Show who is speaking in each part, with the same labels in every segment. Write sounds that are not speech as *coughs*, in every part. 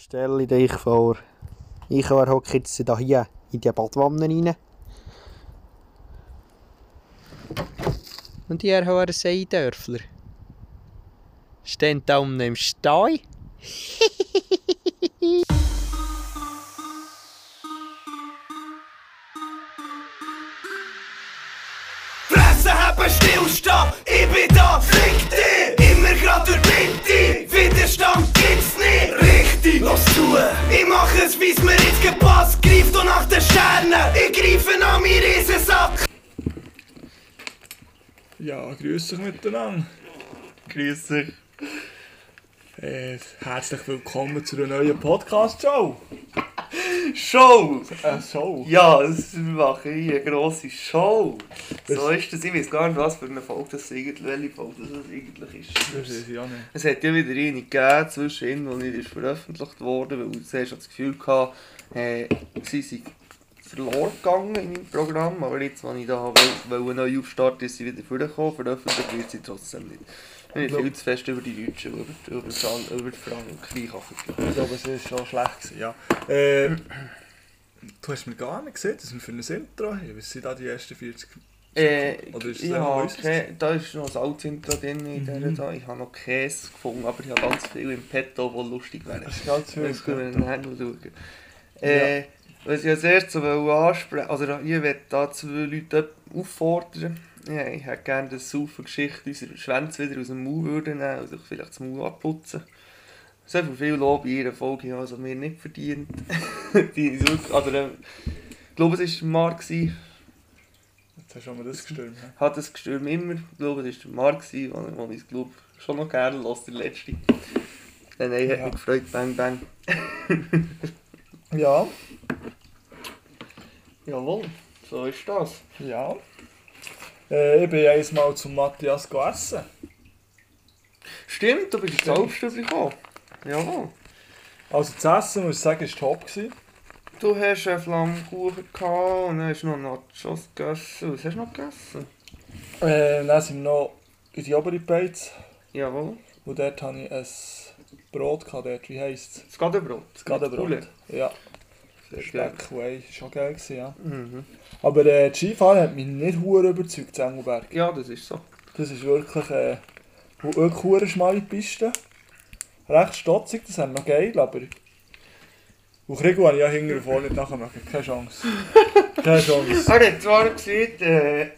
Speaker 1: Stell dich vor, ich hocke jetzt da hier in die Badwanne rein. Und ihr Herr Seidörfler steht da um dem Stein.
Speaker 2: Fresse haben, stillstehen, ich bin da, fick dich! Immer grad durch die Mitte, Widerstand gibt's nicht! Richtig, los zu! Ich mach es, wie's mir jetzt gepasst, greift doch nach den Sternen, ich greife nach meinen Riesensack!
Speaker 3: Ja, grüß dich miteinander.
Speaker 4: Grüß dich.
Speaker 3: Äh, herzlich willkommen zu einer neuen Podcast-Show.
Speaker 4: Show!
Speaker 3: Äh, Show?
Speaker 4: Ja, es- wir machen hier eine grosse Show. So ist das. Ich weiß gar nicht, was für eine Folge das eigentlich, welche Folge das eigentlich
Speaker 3: Das
Speaker 4: ist.
Speaker 3: ist ja nicht.
Speaker 4: Es hat ja wieder eine gegeben, zwischen die nicht ist veröffentlicht worden, weil du zuerst das Gefühl gehabt, äh, sie sind verloren gegangen in meinem Programm, aber jetzt, wenn ich da will- will neu aufstarte, ist sie wieder vorgekommen, veröffentlicht wird sie trotzdem nicht. Wir haben viel zu fest über die Deutschen, über, über, Fran- über Frankreich angefangen.
Speaker 3: Ich glaube, es ist schon schlecht gewesen, ja. Äh, du hast mir gar nicht gesehen, dass wir für ein Intro haben. Was sind da die ersten 40
Speaker 4: Äh,
Speaker 3: Oder ist das
Speaker 4: ja,
Speaker 3: einfach unseres?
Speaker 4: okay. da ist noch ein altes Intro drin in dieser da. Ich habe noch Käse gefunden, aber ich habe ganz viel im Petto, wo lustig wäre.
Speaker 3: ist ganz
Speaker 4: Das können wir nachher noch schauen. Äh, Was ich als erstes wollte ansprechen also ich will da zwei Leute auffordern. Ja, ich hätte gerne, dass saufen Geschichte unseren Schwänz wieder aus dem Mund würden nehmen und sich vielleicht das Mund abputzen. So viel, viel Lob in jeder Folge haben also mir nicht verdient. *laughs* Die ist wirklich, also, äh, ich glaube, es war Marc. gewesen.
Speaker 3: Jetzt hast du mir das gestürmt. ne? hä?
Speaker 4: hat das Gestürm immer, ich glaube, das war der Marc, gewesen, den den ich glaube, schon noch gerne los, der letzte. Äh, nein, hat
Speaker 3: Ja.
Speaker 4: mich gefreut, bang bang.
Speaker 3: Ja,
Speaker 4: Jawohl, so ist das.
Speaker 3: ja. Äh, ich bin einmal zum Matthias gegessen.
Speaker 4: Stimmt, du bist ins Halbstübli gekommen. Jawohl.
Speaker 3: Also das Essen, muss ich sagen, war top. Gewesen.
Speaker 4: Du hast einen Flammkuchen gehabt und dann hast du noch Nachos gegessen. Was hast du noch gegessen?
Speaker 3: Äh, dann sind wir noch in die obere Beiz.
Speaker 4: Jawohl.
Speaker 3: Und dort hatte ich ein Brot, gehabt, dort. wie heisst es?
Speaker 4: Das Gadenbrot.
Speaker 3: Das Gadenbrot.
Speaker 4: Poulet.
Speaker 3: Ja,
Speaker 4: Sehr geil.
Speaker 3: Speck, Whey, schon geil gewesen, ja.
Speaker 4: Mhm.
Speaker 3: Aber äh, das Skifahren hat mich nicht hure überzeugt, Engelberg.
Speaker 4: Ja, das ist so.
Speaker 3: Das ist wirklich äh, wo- wirklich hure schmale Piste. Recht stotzig, das haben wir noch geil, aber... Und Krigo habe ich ja hinten und vorne nicht nachmachen, keine
Speaker 4: *laughs*
Speaker 3: Chance. Keine Chance.
Speaker 4: Er Ah, hat zwar gesagt, äh, er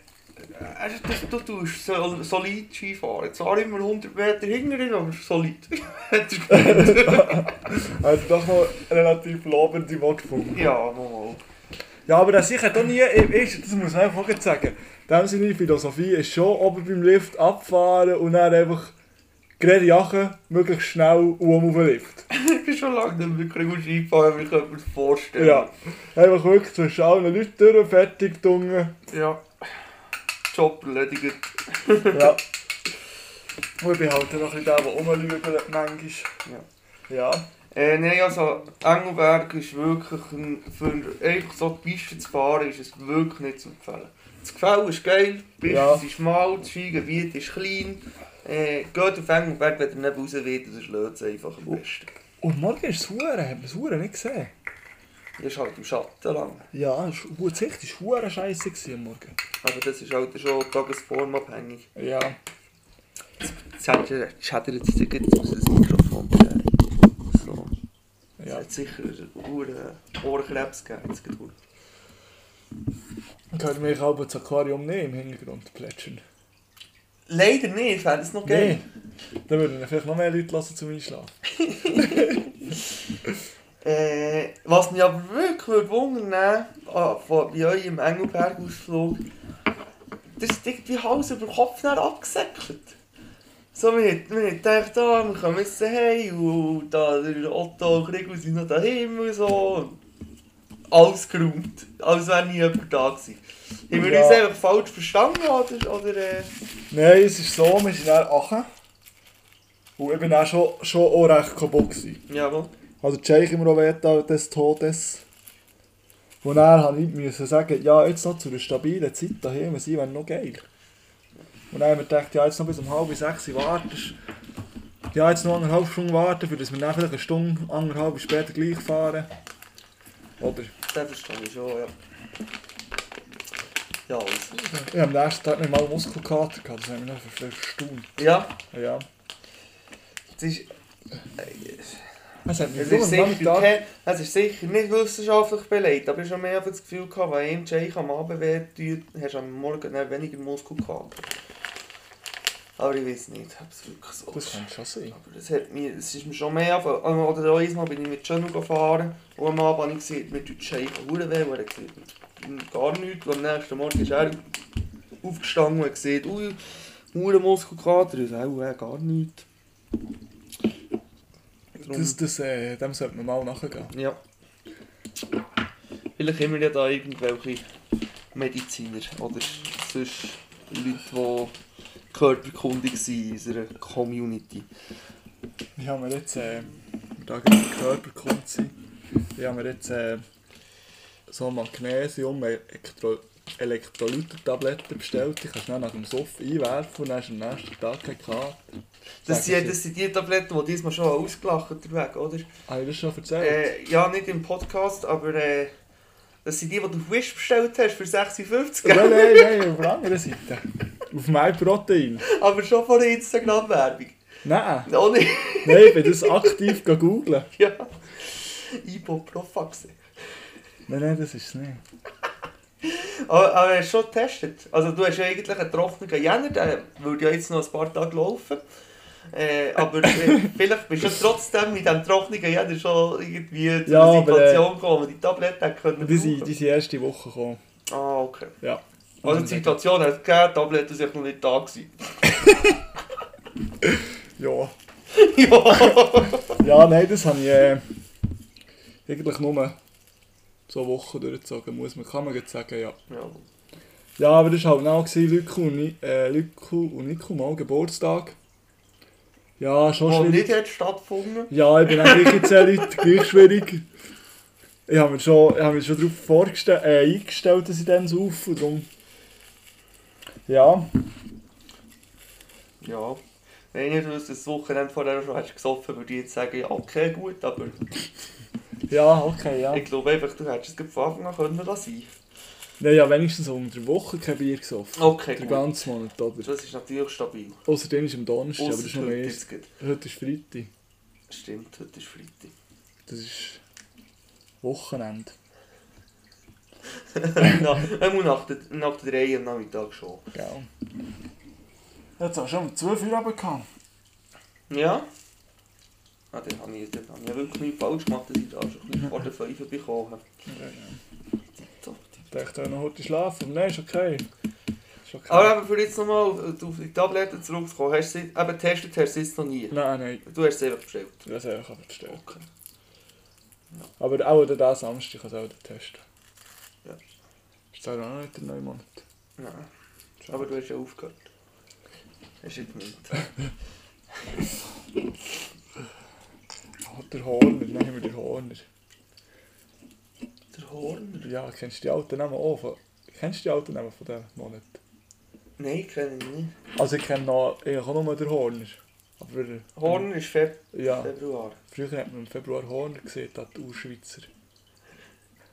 Speaker 4: hat gesagt, du tust so, solid Skifahren. Zwar immer 100 Meter hinterher, aber solid. *laughs* Hat er
Speaker 3: Er hat doch noch relativ lobende Worte gefunden.
Speaker 4: Ja, mal.
Speaker 3: Ja, aber das ich hat auch nie... Ich, das muss man einfach jetzt sagen. Dem seine Philosophie ist schon oben beim Lift abfahren und dann einfach... Gerade jachen, möglichst schnell und um auf den Lift.
Speaker 4: *laughs* Ich bin schon lange nicht wirklich gut Skifahren, wie ich mir das vorstellen
Speaker 3: Ja, einfach wirklich zwischen allen Leuten durch, fertig gedungen.
Speaker 4: ja. Job erledigt.
Speaker 3: Ja. Und ich bin halt noch ein bisschen der, der rumlügelt manchmal. Ja. Ja.
Speaker 4: Äh, nein, also Engelberg ist wirklich, ein, für einfach so die Piste zu fahren, ist es wirklich nicht zu empfehlen. Das Gefälle ist geil, die Piste
Speaker 3: Ja.
Speaker 4: ist schmal, das Skigebiet ist klein. Äh, geht auf Engelberg, wenn ihr nicht raus wollt, das schlägt es einfach am besten.
Speaker 3: Und morgen ist es Huren, hat man es Huren nicht gesehen.
Speaker 4: Das ist halt im Schatten lang.
Speaker 3: Ja, es war- die Sicht war Huren scheiße gewesen am Morgen.
Speaker 4: Aber das ist halt schon tagesformabhängig.
Speaker 3: Ja.
Speaker 4: Jetzt hat er- jetzt hat er jetzt jetzt muss er das Mikrofon drehen. So. Es
Speaker 3: Ja.
Speaker 4: hat sicher einen Ohrkrebs gegeben. Jetzt geht's gut.
Speaker 3: Dann können wir auch das Aquarium nehmen im Hintergrund plätschern.
Speaker 4: Leider nicht, wäre das noch geil.
Speaker 3: Nein. Dann würden dann vielleicht noch mehr Leute lassen zum Einschlafen.
Speaker 4: Äh, was mich aber wirklich würde wundern ah, von bei euch im Engelberg-Ausflug, das ist irgendwie Hals über Kopf näher abgesäckelt. So, wir haben wir haben gedacht, ah, wir kommen jetzt hey und da, der Otto und Gregor sind noch daheim und so. Alles geräumt, als wäre nie jemand da gewesen. Haben wir
Speaker 3: Ja.
Speaker 4: uns einfach falsch verstanden oder, oder äh,
Speaker 3: Nein, es ist so, wir sind dann Aachen. Und ich bin auch schon, schon auch recht kaputt gewesen.
Speaker 4: jawohl.
Speaker 3: Also Jake im Roberta des Todes. Und er hat ich müssen sagen, ja, jetzt noch zu einer stabilen Zeit daheim sein, wäre noch geil. Und dann haben wir gedacht, ja, jetzt noch bis um halb sechs wartest. Ja, jetzt noch anderthalb Stunden warten, für dass wir dann vielleicht eine Stunde, anderthalb später gleich fahren. Oder?
Speaker 4: Das verstehe ich schon, ja. Ja, also.
Speaker 3: Ich habe am nächsten Tag nicht mal Muskelkater gehabt, das hat mich dann ver- verstaunt.
Speaker 4: Ja,
Speaker 3: Ja.
Speaker 4: es ist,
Speaker 3: Es hat mich
Speaker 4: es,
Speaker 3: so
Speaker 4: ist
Speaker 3: am
Speaker 4: sicher
Speaker 3: Nachmittag...
Speaker 4: kein, es ist sicher nicht wissenschaftlich belegt, aber ich habe schon mehr das Gefühl gehabt, wenn ein Shake am Abend wehtut, hast du am Morgen dann weniger Muskelkater. Aber ich weiß nicht, ob es wirklich so
Speaker 3: Das
Speaker 4: ist.
Speaker 3: kann schon sein.
Speaker 4: Aber das, hat mir, das ist mir schon mehr auf, Oder auch einmal bin ich mit Geno gefahren und am Abend habe ich gesehen, mir tut die Scheibe verdammt weh. Und er hat gesagt, "Mm, gar nichts. Und am nächsten Morgen ist er aufgestanden und hat gesagt, ui, verdammt Muskelkater. Ich sage, äh, gar nichts. Drum-
Speaker 3: Das, das, äh, dem sollte man mal nachgehen.
Speaker 4: Ja. Vielleicht haben wir ja da irgendwelche Mediziner oder sonst Leute, die körperkundig sind in unserer Community.
Speaker 3: Ich habe mir jetzt, äh, wenn wir da gerade beim Körper kommt sind, ich habe mir jetzt äh, so Magnesium Elektro Elektrolyter-Tabletten bestellt. Die kannst du dann nach dem Suff einwerfen und dann hast du am nächsten Tag keinen Kater.
Speaker 4: Das
Speaker 3: Sag ich
Speaker 4: sind, das sind die Tabletten, die diesmal schon ausgelacht haben, oder?
Speaker 3: dir. Habe ich das schon erzählt?
Speaker 4: Äh, ja, nicht im Podcast, aber äh, das sind die, die du auf Wish bestellt hast für 56,
Speaker 3: Nein,
Speaker 4: gell?
Speaker 3: nein, nein, auf der anderen Seite. Auf mein Protein.
Speaker 4: *laughs* aber schon von der Instagram-Werbung.
Speaker 3: Nein,
Speaker 4: Oh nicht, *laughs*
Speaker 3: nein, ich bin das aktiv googeln.
Speaker 4: ja. Ibuprofax.
Speaker 3: Nein, nein, das ist es nicht.
Speaker 4: Aber, aber hast du schon getestet? Also du hast ja eigentlich einen trockenen Jänner, der würde ja jetzt noch ein paar Tage laufen. Äh, aber äh,
Speaker 3: *laughs*
Speaker 4: vielleicht bist du ja trotzdem mit dem trockenen Jänner schon irgendwie zu
Speaker 3: Ja,
Speaker 4: einer
Speaker 3: aber, äh,
Speaker 4: Situation gekommen, wo die Tabletten hätten können
Speaker 3: Die sind, die
Speaker 4: brauchen.
Speaker 3: sind erste Woche gekommen.
Speaker 4: Ah, okay.
Speaker 3: Ja.
Speaker 4: Also die Situation hat es gegeben, die Tabletten sind noch nicht da gewesen. *laughs*
Speaker 3: Ja.
Speaker 4: ja.
Speaker 3: Ja, nein, das habe ich äh, eigentlich nur so Wochen durchgezogen, muss man, kann man jetzt sagen, ja.
Speaker 4: ja.
Speaker 3: Ja, aber das war halt auch gewesen, Lücke und, Ni- äh, Lücke und Nico mal Geburtstag. Ja, schon
Speaker 4: Wo
Speaker 3: schwierig.
Speaker 4: nicht äh- hat stattgefunden.
Speaker 3: Ja, ich bin auch gleich in 10 Leute, gleich schwierig. Ich habe mir schon, ich habe mich schon darauf vorgestellt, äh, eingestellt, dass ich dann saufe und darum... Ja,
Speaker 4: Ja. Wenn ich wüsste, dass du das Wochenende vorher schon hast gesoffen, würde ich jetzt sagen, ja, okay, gut, aber
Speaker 3: ja, okay, ja.
Speaker 4: ich glaube einfach, du hättest es gerade von Anfang an können lassen können.
Speaker 3: Nein, ja, wenigstens unter der Woche kein Bier gesoffen.
Speaker 4: Okay,
Speaker 3: Den
Speaker 4: gut.
Speaker 3: ganzen Monat, oder?
Speaker 4: Das ist natürlich stabil.
Speaker 3: Außerdem ist am Donnerstag, aber das ist noch
Speaker 4: heute
Speaker 3: mehr.
Speaker 4: jetzt gerade.
Speaker 3: Heute ist Freitag.
Speaker 4: Stimmt, heute ist Freitag. *laughs*
Speaker 3: Das ist Wochenende.
Speaker 4: Na, er muss nach der, nach der 3 am Nachmittag schon.
Speaker 3: Gell. Jetzt hast du schon um 12 Uhr runtergekommen.
Speaker 4: Ja? Ah, dann habe ich, dann habe ich ja wirklich nichts falsch gemacht, dass ich da schon ein bisschen vor der 5 bekommen habe. Tipptopp.
Speaker 3: Ich dachte, ich noch heute schlafen. aber Nein, ist okay. Ist okay.
Speaker 4: Aber eben, für jetzt nochmal auf auf die Tabletten zurückzukommen, hast du sie, eben getestet hast du es noch nie.
Speaker 3: nein, nein,
Speaker 4: Du hast es einfach bestellt.
Speaker 3: das habe ich aber bestellt.
Speaker 4: Okay.
Speaker 3: Aber auch der da Samstag kann ich auch testen.
Speaker 4: Ja.
Speaker 3: Ist das auch noch nicht der neue Monat?
Speaker 4: Nein. Aber du hast ja aufgehört. Hast du gemeint.
Speaker 3: Ah, der Horner, dann haben wir den Horner.
Speaker 4: Der Horner?
Speaker 3: Ja, kennst du die alten Namen auch? Von, kennst du die alten Namen von diesem Monat?
Speaker 4: Nein, kenne ich nicht.
Speaker 3: Also ich kenne noch, ich kann nur den Horner. Aber
Speaker 4: Horner ist Feb
Speaker 3: ja,
Speaker 4: Februar.
Speaker 3: früher hat man im Februar Horner gesehen, da die Urschweizer.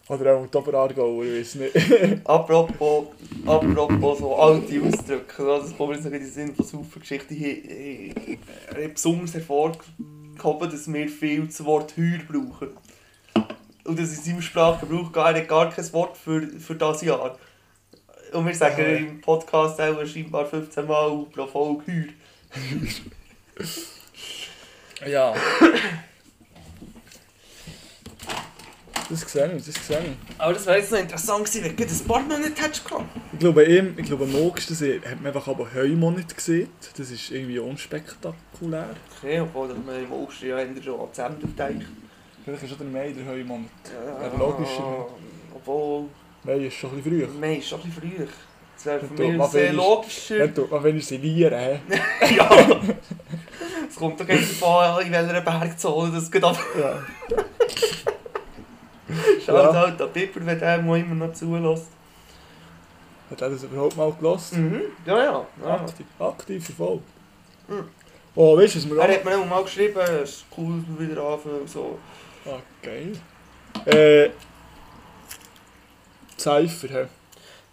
Speaker 3: Oder auch im Oberargau, ich weiß nicht.
Speaker 4: Apropos, apropos so alte Ausdrücke, also das kommt mir jetzt noch in den Sinn von Saufergeschichten. Ich, ich, ich habe besonders hervorgehoben, dass wir viel das Wort «heuer» brauchen. Und das in seinem Sprachgebrauch gar, er hat gar kein Wort für, für das Jahr. Und wir sagen
Speaker 3: Ja.
Speaker 4: im Podcast auch scheinbar 15 Mal pro Folge «heuer».
Speaker 3: *laughs* ja. Das sehe ich, das sehe ich.
Speaker 4: Aber das wäre jetzt noch interessant gewesen, wenn du gerade ein paar Monate hättest gehabt.
Speaker 3: Ich glaube, im, ich glaube, im August das hat man einfach aber Heumonat gesehen. Das ist irgendwie unspektakulär.
Speaker 4: Okay, obwohl dass man im August ja eher schon an Dezember denkt.
Speaker 3: Vielleicht ist auch der Mai der Heumonat.
Speaker 4: Ja,
Speaker 3: Ja, logisch.
Speaker 4: Obwohl...
Speaker 3: Mai ist schon ein bisschen früh.
Speaker 4: Nein, ist schon ein bisschen früh. Das wäre für
Speaker 3: Wenn du
Speaker 4: mich
Speaker 3: mal
Speaker 4: sehr
Speaker 3: weisst-
Speaker 4: *laughs* logischer.
Speaker 3: Dann tut man wenigstens Lieren. hä?
Speaker 4: ja. Es kommt doch jetzt davon an, in welcher Bergzone das geht ab.
Speaker 3: *laughs*
Speaker 4: *laughs*
Speaker 3: Ja.
Speaker 4: Schaut halt an Pipper, wenn der mal immer noch zulässt.
Speaker 3: Hat er das überhaupt mal gelost?
Speaker 4: Mhm. Ja, ja. ja.
Speaker 3: Aktiv, aktiv verfolgt.
Speaker 4: Mhm.
Speaker 3: Und Oh, weißt du, was wir
Speaker 4: Er
Speaker 3: auch...
Speaker 4: hat mir auch mal geschrieben, es ist cool, dass wir wieder anfangen und so.
Speaker 3: Ah, geil. Äh... Cypher, hä?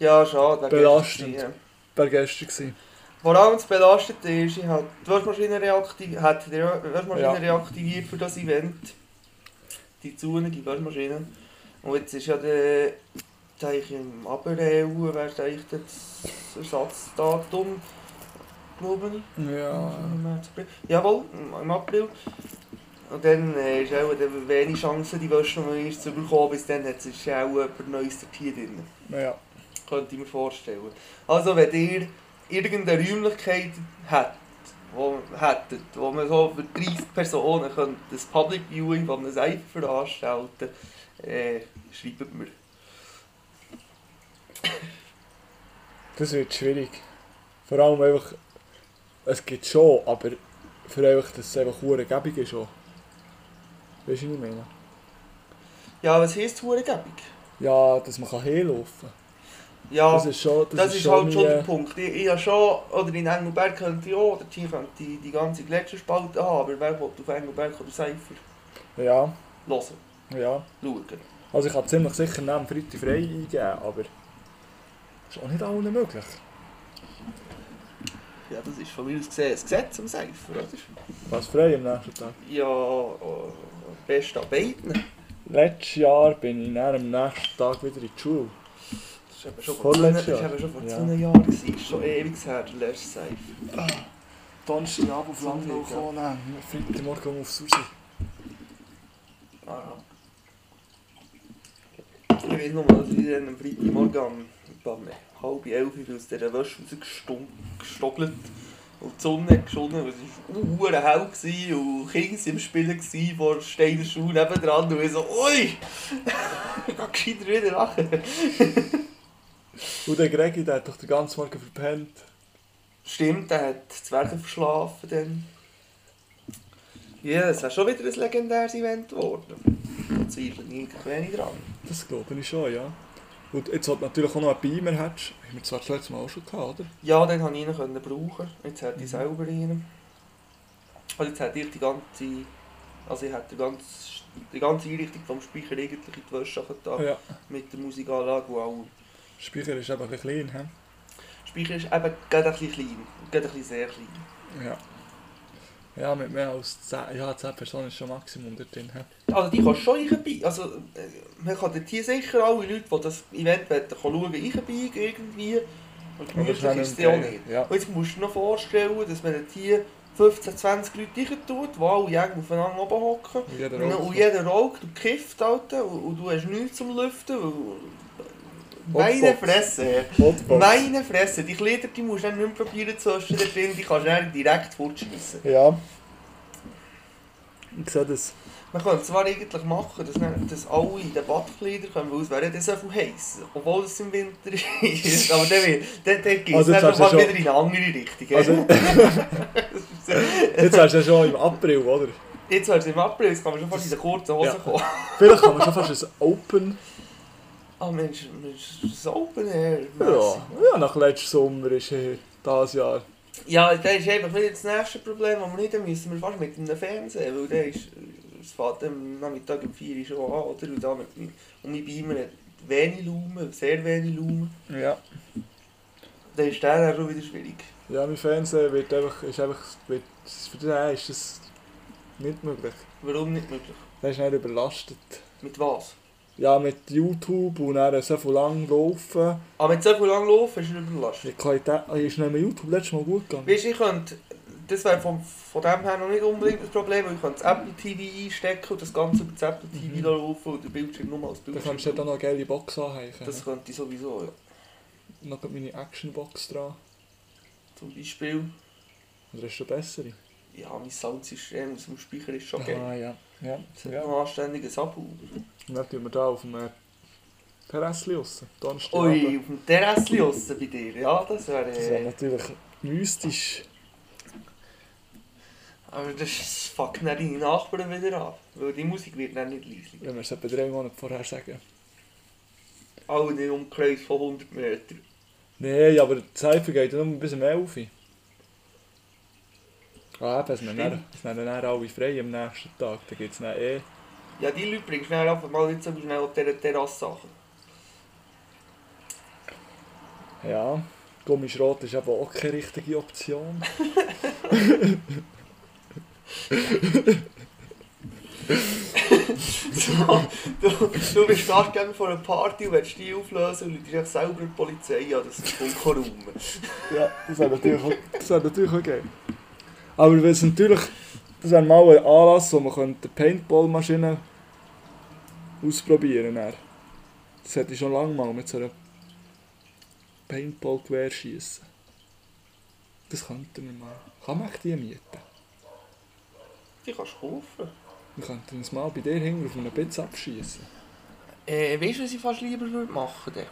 Speaker 4: Ja, schade. wegen
Speaker 3: Belastend.
Speaker 4: gestern, ja.
Speaker 3: War gestern gewesen.
Speaker 4: Vor allem das Belastete ist, ich habe die Waschmaschine reaktiviert, hat die Waschmaschine
Speaker 3: Ja.
Speaker 4: reaktiviert für das Event. Die zunehmende Waschmaschine. Und jetzt ist ja der, der ich im Abreu, weißt du, eigentlich das Ersatzdatum, glaube ich.
Speaker 3: Ja...
Speaker 4: Im März, April. Jawohl, im- im April. Und dann äh, ist auch dann wenig Chance, die Wäsche noch einmal zu bekommen. Bis dann hat es ist auch jemand Neues Tier drin.
Speaker 3: Ja.
Speaker 4: Könnte ich mir vorstellen. Also wenn ihr irgendeine Räumlichkeit habt, wo, hättet, wo man so für 30 Personen könnt, das Public Viewing von einem Cypher veranstalten äh, schreibt mir.
Speaker 3: Das wird schwierig. Vor allem einfach... Es gibt schon, aber... Für einfach, dass es einfach hure gäbig ist auch. Weißt du, was ich meine?
Speaker 4: Ja, was heisst Hurengebung?
Speaker 3: Ja, dass man kann herlaufen kann.
Speaker 4: Ja,
Speaker 3: Das ist schon... Das,
Speaker 4: Das, ist,
Speaker 3: schon
Speaker 4: halt schon
Speaker 3: mein,
Speaker 4: der
Speaker 3: äh,
Speaker 4: Punkt. Ich, ich habe schon, oder in Engelberg könnte ich auch, oder Team könnte die, die ganze Gletscherspalte haben, aber wer will auf Engelberg oder Seifer
Speaker 3: Ja,
Speaker 4: hören,
Speaker 3: ja.
Speaker 4: schauen.
Speaker 3: Also ich habe ziemlich sicher den Namen Freitag frei eingeben, aber... Ist auch nicht allen möglich.
Speaker 4: Ja, das ist von mir aus gesehen ein Gesetz am Seifer, oder?
Speaker 3: Was frei am nächsten Tag?
Speaker 4: Ja, äh, best an beiden.
Speaker 3: Letztes Jahr bin ich dann am nächsten Tag wieder in die Schule.
Speaker 4: Das war eben schon vor, zwei,
Speaker 3: Vorletztes
Speaker 4: das ist
Speaker 3: Jahr.
Speaker 4: eben schon vor
Speaker 3: Ja.
Speaker 4: zwei Jahren, gewesen. ist schon ewig her, der letzte Seifer.
Speaker 3: Donnerstagabend auf
Speaker 4: Landau
Speaker 3: gekommen, nein, Freitagmorgen auf Susi.
Speaker 4: Ah. Ich weiß noch mal, dass ich dann am Freitagmorgen um um halb elf Uhr aus dieser Wäsche rausgestogelt und die Sonne hat geschonnen. und Es war hell gewesen und Kinder waren im Spielen gewesen, vor der Steiner Schuhe nebendran. Und ich so, ui, *laughs* ich kann gescheiter wieder lachen.
Speaker 3: Und der Gregi, der hat doch den ganzen Morgen verpennt.
Speaker 4: Stimmt, er hat die Zwerge verschlafen dann. Ja, es wäre schon wieder ein legendäres Event geworden. Ich zweifle nie wenig dran.
Speaker 3: Das glaube ich schon, ja. Und jetzt, wo du natürlich auch noch einen Beamer hättest, haben wir zwar das letzte Mal auch schon gehabt, oder?
Speaker 4: Ja, dann konnte ich ihn können brauchen. Jetzt hätte ich selber ihn. Also jetzt hätte ich die ganze... Also ich hätte die ganze, die ganze Einrichtung vom Speicher eigentlich in die Wäsche getan.
Speaker 3: Ja.
Speaker 4: Mit der Musikanlage und allem.
Speaker 3: Der Speicher ist eben ein bisschen klein,
Speaker 4: Der Speicher ist eben gerade ein bisschen klein. Gerade ein bisschen sehr klein.
Speaker 3: hä? Ja. Ja, mit mehr als 10, ja, 10 Personen ist schon Maximum dort drin, hä?
Speaker 4: Also die kannst du schon einbiegen. Also äh, man kann dort hier sicher alle Leute, die das Event wollen, schauen, einbiegen irgendwie. Und
Speaker 3: Aber das
Speaker 4: gemütlich
Speaker 3: wäre
Speaker 4: ist es
Speaker 3: nicht
Speaker 4: ja auch
Speaker 3: geil,
Speaker 4: nicht.
Speaker 3: ja.
Speaker 4: Und jetzt musst du dir noch vorstellen, dass man dort hier 15, 20 Leute rein tut, die alle irgendwie aufeinander oben hocken.
Speaker 3: Und jeder
Speaker 4: Und,
Speaker 3: raucht.
Speaker 4: und jeder raucht und kifft, Alter, und, und du hast nichts zum Lüften. Und, meine
Speaker 3: Hotbox.
Speaker 4: Fresse!
Speaker 3: Hotbox.
Speaker 4: Meine Fresse! Die Kleider die musst du dann nicht mehr probieren zu waschen, da drin, die kannst du dann direkt fortschießen.
Speaker 3: Ja. Ich sehe das.
Speaker 4: Man könnte zwar eigentlich machen, dass, dann, dass alle in den Badkleider kommen, weil es wäre dann so viel heiß, obwohl es im Winter ist. Aber dann, wird- dann, dann geht es
Speaker 3: Also jetzt hast
Speaker 4: einfach
Speaker 3: du
Speaker 4: mal
Speaker 3: schon-
Speaker 4: wieder in eine andere Richtung.
Speaker 3: Also,
Speaker 4: *laughs*
Speaker 3: jetzt wärst du ja schon im April, oder?
Speaker 4: Jetzt wäre es im April, jetzt kann man schon fast in den kurzen Hosen
Speaker 3: Ja.
Speaker 4: kommen.
Speaker 3: Vielleicht kann man schon fast ein Open.
Speaker 4: Ah Mensch, Mensch, das ist Open Air.
Speaker 3: Ja, ja nach letztem Sommer ist er das Jahr.
Speaker 4: Ja, das ist einfach wieder das nächste Problem, das wir nicht haben müssen. Wir fast mit einem Fernseher, weil der ist, es fährt am Nachmittag um 4 Uhr schon an, oder? Und, da mit, und mein Beamer hat wenig Lumen, sehr wenig Lumen.
Speaker 3: Ja.
Speaker 4: Dann ist der dann schon wieder schwierig.
Speaker 3: Ja, mein Fernseher wird einfach, ist einfach, wird, für den ist das nicht möglich.
Speaker 4: Warum nicht möglich?
Speaker 3: Der ist nicht überlastet.
Speaker 4: Mit was?
Speaker 3: Ja, mit YouTube und dann so viel lang laufen.
Speaker 4: Aber Ah, mit so viel lang laufen ist er überlastet.
Speaker 3: Die Qualität ah, ist nicht mehr YouTube letztes Mal gut gegangen.
Speaker 4: Weißt du, ich könnte, das wäre von, von dem her noch nicht unbedingt das Problem, weil ich könnte das Apple TV einstecken und das Ganze über das Apple TV
Speaker 3: Mhm.
Speaker 4: laufen und den Bildschirm nur als
Speaker 3: Da
Speaker 4: Bildschirm.
Speaker 3: kannst du dann noch eine geile Box anheichen.
Speaker 4: das
Speaker 3: Das
Speaker 4: könnte ich sowieso, ja.
Speaker 3: noch meine Action-Box dran.
Speaker 4: Zum Beispiel.
Speaker 3: Oder hast du eine bessere?
Speaker 4: Ja, mein äh, Soundsystem aus dem Speicher ist schon geil.
Speaker 3: Ah, ja. Ja,
Speaker 4: Es hat
Speaker 3: ja.
Speaker 4: noch ein anständiges Abo.
Speaker 3: Und dann tun wir da auf dem äh, Terrassli raus.
Speaker 4: Ui,
Speaker 3: Donnerstagabend.
Speaker 4: auf dem Terrassli aussen bei dir. Ja, das wäre...
Speaker 3: Das wäre
Speaker 4: Äh,
Speaker 3: natürlich mystisch.
Speaker 4: aber das fuckt dann deine Nachbarn wieder ab. Weil die Musik wird dann nicht leise.
Speaker 3: Wenn wir es etwa drei Monate vorher sagen.
Speaker 4: Alle in einem Umkreis von 100 Metern.
Speaker 3: Nein, aber die Seife geht ja nur bis um 11 Uhr. Ah, eben, es sind dann,
Speaker 4: Stimmt.
Speaker 3: es sind dann alle frei am nächsten Tag. Da gibt es dann eh...
Speaker 4: Ja, die Leute bringst du dann einfach mal nicht so schnell auf dieser Terrasse Sachen.
Speaker 3: Ja, Gummischrot ist aber auch keine richtige Option.
Speaker 4: So, du, du bist angegangen von einer Party und willst die auflösen und Leute dich selber die Polizei an, das ist unkorum.
Speaker 3: Ja, das wäre natürlich, auch- *laughs* das wär natürlich auch geil. Aber wenn es natürlich... Das wäre mal ein Anlass, wo man könnte eine Paintball-Maschine ausprobieren könnte. Das hätte ich schon lange mal mit so einem Paintball-Gewehr schießen. Das könnten wir mal. Kann man echt die mieten?
Speaker 4: Die kannst du kaufen.
Speaker 3: Wir könnten uns mal bei dir hinten auf einem Bitz abschießen.
Speaker 4: Äh, weißt du, was ich fast lieber würde machen würde?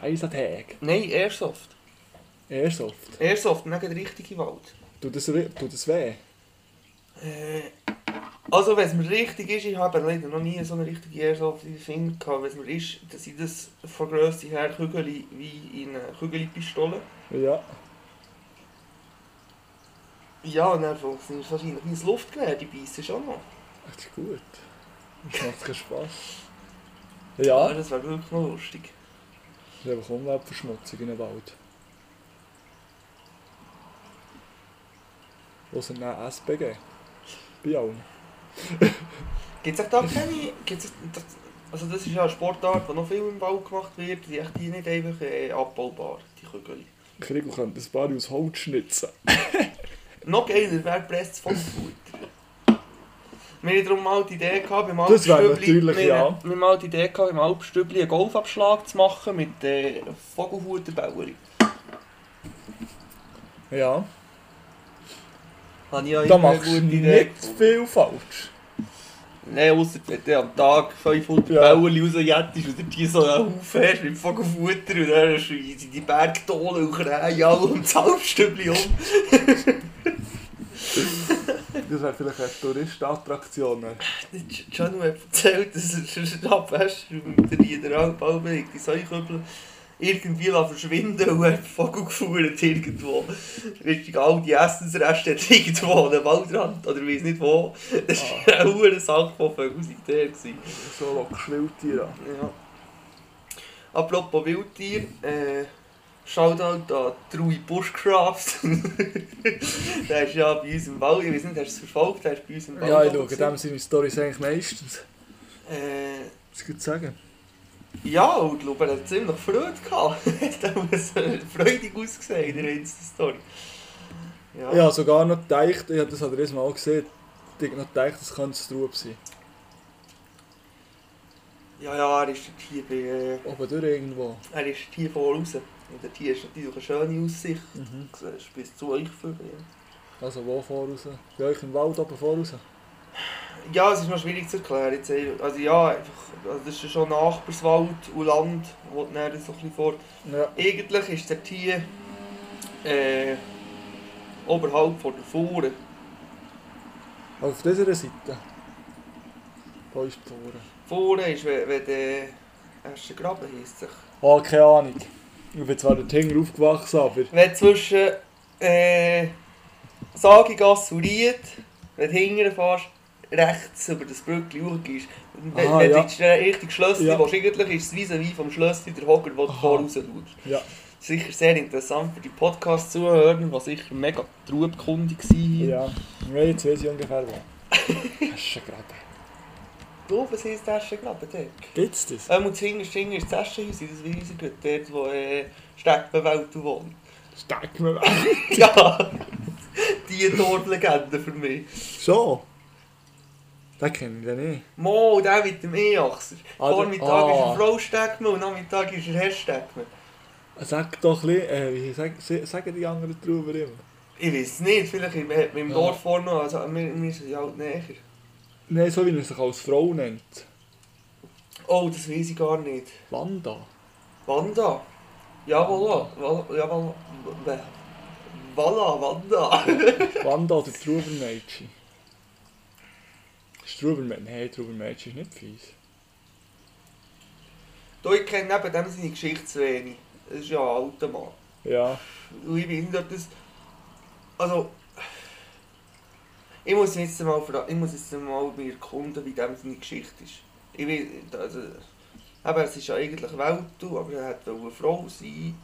Speaker 3: Eins an Tag.
Speaker 4: Nein, Airsoft.
Speaker 3: Airsoft.
Speaker 4: Airsoft, nicht der richtige Gewalt.
Speaker 3: Tut das, ri- tut das weh?
Speaker 4: Äh, also, wenn es mir richtig ist, ich habe leider noch nie so eine richtige Airsoft in den Finger gehabt, wenn es mir ist, dass ich das von Grösse her Kügeli wie in eine Kügelpistole.
Speaker 3: Ja.
Speaker 4: Ja, und dann funktioniert es wahrscheinlich wie ein Luftgewehr, die beißen schon noch.
Speaker 3: Das ist gut. Das macht keinen Spass.
Speaker 4: Aber
Speaker 3: Ja.
Speaker 4: das wäre wirklich noch lustig.
Speaker 3: Das ist einfach Umweltverschmutzung in den Wald. Was sind dann SBG? Bei allen. *laughs*
Speaker 4: Gibt es da keine. Gibt's, das, also, das ist ja eine Sportart, die noch viel im Wald gemacht wird, die echt die nicht einfach äh, abbaubar, die Kügeli.
Speaker 3: Krieg könnte ein paar aus Holz schnitzen.
Speaker 4: Noch geiler wäre gepresstes Vollblut. Wir hatten darum mal die Idee, gehabt, beim
Speaker 3: Das wäre
Speaker 4: Alpstübli-
Speaker 3: natürlich,
Speaker 4: wir,
Speaker 3: ja.
Speaker 4: wir haben mal die Idee gehabt, im Alpstübli einen Golfabschlag zu machen mit äh, Vogelhutenbauerin.
Speaker 3: Ja.
Speaker 4: Habe ich ja
Speaker 3: Da
Speaker 4: immer eine
Speaker 3: machst
Speaker 4: gute
Speaker 3: du
Speaker 4: Idee.
Speaker 3: nicht
Speaker 4: gefunden.
Speaker 3: viel falsch.
Speaker 4: Nein, ausser wenn du am Tag 500
Speaker 3: Ja.
Speaker 4: ja. Bauern rausjettest und dann die so einen Haufen hast mit Vogelfutter und dann sind die Bergtonen und Krähen alle um das Alpstübli um.
Speaker 3: Das wäre vielleicht eine Touristenattraktion. *laughs*
Speaker 4: John hat erzählt, dass er abwäscht und der jeder Alpenbaubeleg die Säuköppel irgendwie lassen verschwinden und hat Vogel gefahren hat irgendwo. Weißt du, all die Essensreste hat *laughs* irgendwo an einem Waldrand oder weiß nicht wo. Das war eine hohe Sache von Vögeln seit der. gewesen.
Speaker 3: So lockst Wildtiere an.
Speaker 4: Ja. Apropos Wildtier, äh, Shoutout an Trui Bushcraft. *laughs* der ist ja bei uns im Wald, ich weiß nicht, hast du es verfolgt, der ist bei uns im Wald.
Speaker 3: Ja, ich schaue,
Speaker 4: runter
Speaker 3: in dem sind meine Storys eigentlich meistens.
Speaker 4: gewesen. äh,
Speaker 3: Was gibt sagen?
Speaker 4: Ja, und ich glaube, er hat ziemlich Freude gehabt. *laughs* Er hat freudig ausgesehen in der Insta-Story. Ja.
Speaker 3: Ich habe sogar noch gedacht, ich habe das anderes Mal gesehen, ich habe noch gedacht, das könnte das Trub sein.
Speaker 4: ja, ja, er ist hier, bei, äh,
Speaker 3: Oben durch irgendwo.
Speaker 4: er ist hier vor raus. Und der Tier ist natürlich eine schöne Aussicht.
Speaker 3: Mhm.
Speaker 4: Du siehst bis zu euch vorbei.
Speaker 3: Also wo voraus? Bei euch im Wald oben voraus?
Speaker 4: Ja, es ist noch schwierig zu erklären. Jetzt, äh, also ja, einfach, also das ist schon Nachbarswald und Land, wo du dann so ein bisschen vor...
Speaker 3: Ja.
Speaker 4: Eigentlich ist der Tier äh, oberhalb von der Fuhre.
Speaker 3: Also, Auf dieser Seite. Da ist die Tore.
Speaker 4: Fuhre ist, wenn, wenn der erste Graben heisst sich.
Speaker 3: Ah, keine Ahnung. Ich bin zwar dort hinten aufgewachsen, aber...
Speaker 4: Wenn zwischen äh, Sagigas und Ried, wenn du hinten fährst, rechts über das Brückli hochgehst, wenn,
Speaker 3: Aha,
Speaker 4: wenn
Speaker 3: ja.
Speaker 4: du jetzt richtig Schlössli
Speaker 3: Ja.
Speaker 4: ja. eigentlich ist es vis-à-vis vom Schlössli der Hocker, wo du
Speaker 3: Aha.
Speaker 4: voraus schaust.
Speaker 3: Ja.
Speaker 4: Sicher sehr interessant für die Podcast-Zuhörer, die sicher mega trubkundig waren.
Speaker 3: Ja. Ja, jetzt weiss ich ungefähr wo. Aschengraben.
Speaker 4: Ich glaube, es ist das erste Graben dort.
Speaker 3: Gibt's das?
Speaker 4: Ähm, und zwingend, zwingend ist das erste Haus, das wir raus dort wo äh, Steppenwelt wohnt. *laughs*
Speaker 3: Steck mir weg. *laughs*
Speaker 4: ja, die Dorflegende für mich.
Speaker 3: Schon? Den kenne ich den nicht.
Speaker 4: Mo, der mit dem E-Achser.
Speaker 3: Ah, der-
Speaker 4: Vormittag
Speaker 3: ah.
Speaker 4: ist er Frau-Steckmann und Nachmittag ist er Herr-Steckmann.
Speaker 3: Sag doch ein bisschen, äh, wie sag, se- sagen die anderen drüber immer?
Speaker 4: Ich weiß es nicht, vielleicht im, im
Speaker 3: Ja.
Speaker 4: Dorf vorne, also wir, wir sind ja halt näher.
Speaker 3: Nein, so wie er sich als Frau nennt.
Speaker 4: Oh, das weiß ich gar nicht.
Speaker 3: Wanda.
Speaker 4: Wanda? Ja, voilà. Wal- Ja, voilà. Voilà, Wanda. *laughs*
Speaker 3: Wanda oder Traubermädchen? Ist Traubermädchen? Nein, Traubermädchen ist nicht fies.
Speaker 4: Du, ich kenne neben dem seine Geschichte zu wenig. Das ist ja ein alter Mann.
Speaker 3: Ja.
Speaker 4: Und ich weiß nicht, ob das... Also... Ich muss jetzt mal, fra- ich muss jetzt mal mir erkunden, wie dem seine Geschichte ist. Ich will, also, aber es ist ja eigentlich Weltu, aber er hat eine Frau sein.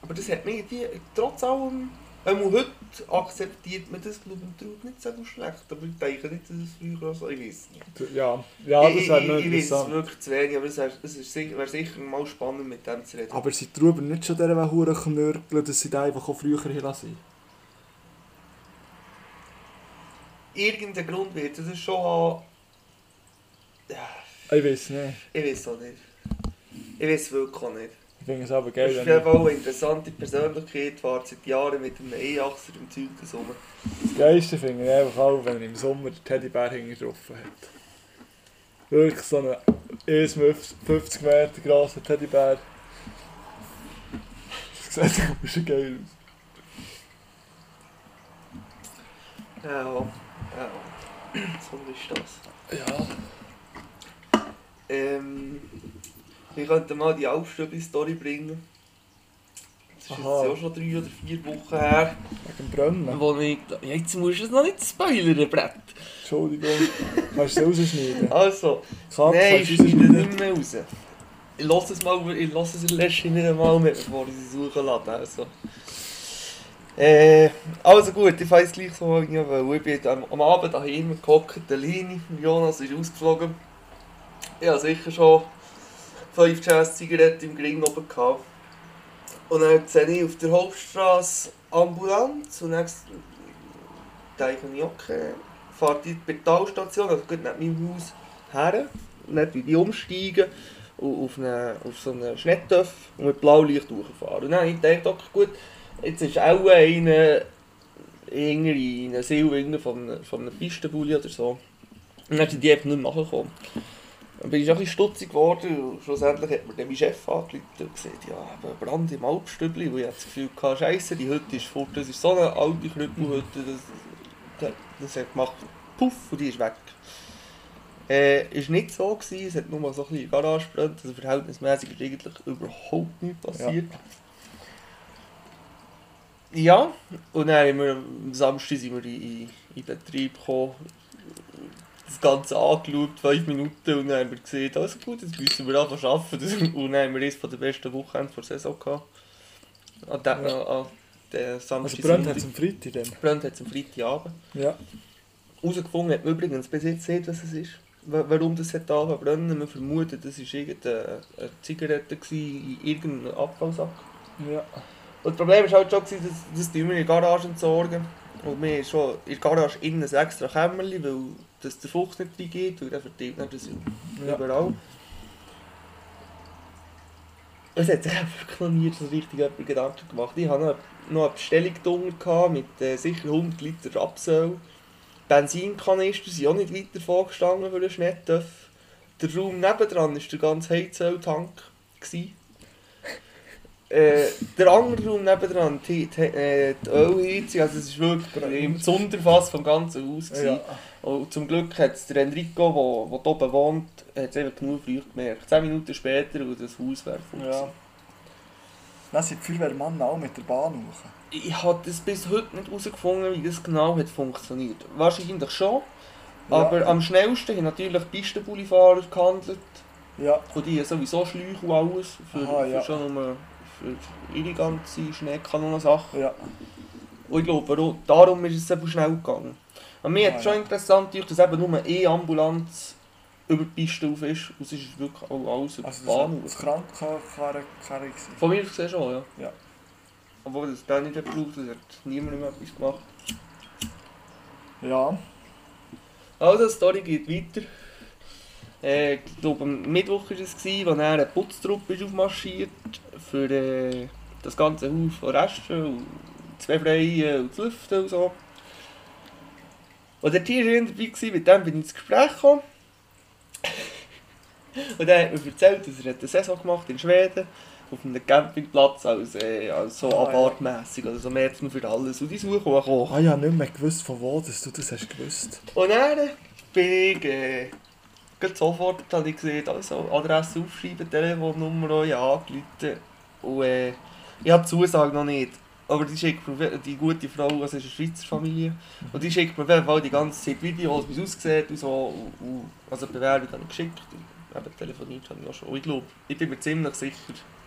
Speaker 4: Aber das hat mich die, trotz allem, einmal heute akzeptiert man das, glaube ich, Traum nicht so schlecht. Aber ich denke nicht, dass es früher auch so, ich weiß nicht.
Speaker 3: Ja, ja das
Speaker 4: ich
Speaker 3: wäre
Speaker 4: ich,
Speaker 3: noch
Speaker 4: ich, ich weiß es
Speaker 3: interessant.
Speaker 4: wirklich zu wenig, aber es wäre es ist sicher, wäre sicher mal spannend, mit dem zu reden.
Speaker 3: Aber sie drüber nicht schon dieser Huren knörgeln, dass sie da einfach auch früher hier sind.
Speaker 4: irgendeinen Grund wird es schon haben. Ja,
Speaker 3: Ich weiß nicht.
Speaker 4: ich weiß auch nicht. Ich weiß wirklich auch nicht.
Speaker 3: Ich finde es aber
Speaker 4: Das
Speaker 3: geil,
Speaker 4: ist auf
Speaker 3: wenn
Speaker 4: jeden
Speaker 3: ich,
Speaker 4: Fall eine interessante Persönlichkeit, fährt seit Jahren mit einem E-Achser im Zeug zusammen.
Speaker 3: das Geilste finde ich einfach auch, wenn er im Sommer den Teddybär hingetroffen hat. Wirklich so einen 1,50 Meter grossen *laughs* Teddybär. Das sieht aber schon geil aus.
Speaker 4: Ja, ja. *clears throat* So ist das.
Speaker 3: Ja.
Speaker 4: Ähm, wir könnten mal die Alpstübli-Story bringen. Das ist jetzt
Speaker 3: Aha.
Speaker 4: auch schon drei oder vier Wochen her.
Speaker 3: Wegen dem Brennen.
Speaker 4: Wo ich, jetzt musst du es noch nicht spoilern, Brett.
Speaker 3: Entschuldigung. Kannst du es
Speaker 4: *laughs*
Speaker 3: rausschneiden?
Speaker 4: Also,
Speaker 3: Katze,
Speaker 4: Nein,
Speaker 3: kannst
Speaker 4: ich
Speaker 3: du
Speaker 4: schneide
Speaker 3: rausschneiden?
Speaker 4: nicht mehr raus. Ich lasse es mal, ich lasse es in letzter nicht einmal mit, bevor ich sie suchen lasse. Also. Äh, also gut, ich weiß gleich so, wie ich will. Ich bin am, am Abend daheim gehockt, der Lini, Jonas ist ausgeflogen. Ich habe sicher schon fünf Chess Zigaretten im Gring oben gehabt. Und dann sehe ich auf der Hauptstraße Ambulanz und dann denke ich, okay, fahre ich bei der Talstation, also gut neben meinem Haus, her. Und dann bin ich umsteigen und auf, eine, auf so einen Schnittöff und mit Blaulicht hochfahren. Und dann habe ich gedacht, okay, gut, jetzt ist auch einer irgendwie in einer Seilwinde von, einem- von einem Pistenbulli oder so. Und dann sind die einfach nicht mehr nachgekommen. Dann bin ich auch ein bisschen stutzig geworden und schlussendlich hat mir dann mein Chef angerufen und gesagt, ja, eben Brand im Alpstübli, weil ich hatte das Gefühl hatte, scheisse, die Hütte ist fort, das ist so eine alte Knüppelhütte, das, das hat gemacht, puff, und die ist weg. Äh, ist nicht so gewesen, es hat nur mal so ein bisschen in die Garage gebrannt, also verhältnismäßig ist eigentlich überhaupt nichts passiert. Ja, und dann haben wir am Samstag sind wir in, in, in Betrieb gekommen, das Ganze angeschaut, fünf Minuten, und dann haben wir gesehen, also gut, jetzt müssen wir anfangen zu arbeiten, *laughs* Das- und dann haben wir eines von der besten Wochenende der Saison gehabt. An der,
Speaker 3: Ja.
Speaker 4: an der Samstag.
Speaker 3: Also brennt hat
Speaker 4: Sonntag.
Speaker 3: es am Freitag dann.
Speaker 4: Brand hat es am Freitagabend.
Speaker 3: Ja.
Speaker 4: Herausgefunden hat man übrigens bis jetzt nicht, was es ist. Wa- Warum das hat angefangen zu brennen. Man vermutet, das war irgendeine eine Zigarette gewesen in irgendeinem Abfallsack.
Speaker 3: Ja.
Speaker 4: Und das Problem war halt schon, gewesen, dass, dass die immer in der Garage entsorgen. Und wir haben schon in der Garage innen ein extra Kämmerchen, weil das der Fuchs nicht reingeht, weil der verteilt dann das
Speaker 3: Ja.
Speaker 4: überall. Es hat sich einfach noch nie so richtig jemand Gedanken gemacht. Ich hatte noch- noch eine Bestellung drunter gehabt mit äh, sicher 100 Liter Rapsöl. Benzinkanister sind auch nicht weiter vorgestanden für den Schnettöff. Der Raum nebendran war der ganze Heizöltank. gewesen. Äh, der andere Raum nebendran, die, die, äh, die Ölheizung, also es war wirklich im Sonderfass vom ganzen Haus. gewesen.
Speaker 3: ja.
Speaker 4: Und zum Glück hat es der Enrico, der wo, wo da oben wohnt, hat's einfach genug früh gemerkt. Zehn Minuten später und das Haus wäre voll.
Speaker 3: ja. Dann sind die Feuerwehrmannen auch mit der Bahn hoch.
Speaker 4: Ich habe das bis heute nicht herausgefunden, wie das genau hat funktioniert. Wahrscheinlich schon,
Speaker 3: Ja.
Speaker 4: aber am schnellsten haben natürlich die Pistenbullifahrer gehandelt.
Speaker 3: Ja.
Speaker 4: Und die haben sowieso Schläuche und alles für,
Speaker 3: Aha,
Speaker 4: für
Speaker 3: ja.
Speaker 4: schon nur für ihre ganze Schneekanonensache.
Speaker 3: Ja.
Speaker 4: Und ich glaube, auch darum ist es so schnell gegangen. Und mir
Speaker 3: Ah,
Speaker 4: hat es
Speaker 3: ja.
Speaker 4: schon interessant gedacht, dass eben nur eine Ambulanz über die Piste auf ist. Und es ist wirklich auch alles über die
Speaker 3: Also das
Speaker 4: Bahn.
Speaker 3: war das Krankenkarre. Karre gewesen.
Speaker 4: Von mir aus gesehen schon, ja.
Speaker 3: Ja.
Speaker 4: Obwohl das gar nicht gebraucht hat, hat niemand mehr etwas gemacht.
Speaker 3: Ja.
Speaker 4: Also, die Story geht weiter. Äh, ich glaube, am Mittwoch war es, gewesen, wo dann eine Putztruppe ist aufmarschiert für äh, das ganze Haus von Resten und zwei Freien und zu lüften und so. Und der Tier war dabei, gewesen, mit dem bin ich ins Gespräch gekommen. *laughs* und er hat mir erzählt, dass er eine Saison gemacht hat in Schweden auf einem Campingplatz als, äh, als so
Speaker 3: Ah, ja.
Speaker 4: abartmässig, also so Mädchen für alles und die Suche auch gekommen.
Speaker 3: Ah, ich habe nicht mehr gewusst, von wo dass du das hast gewusst.
Speaker 4: Und dann bin ich äh, gerade sofort habe ich gesehen, also Adresse aufschreiben, Telefonnummer, auch, ja, angerufen. Und äh, ich habe die Zusage noch nicht. Aber die schickt mir, we- die gute Frau, also es ist eine Schweizer Familie, und die schickt mir auf jeden Fall die ganze Zeit Videos, wie es aussieht und so. Und, und, also die Bewerbung habe ich geschickt und eben telefoniert habe ich auch schon. Und ich glaube, ich bin mir ziemlich sicher,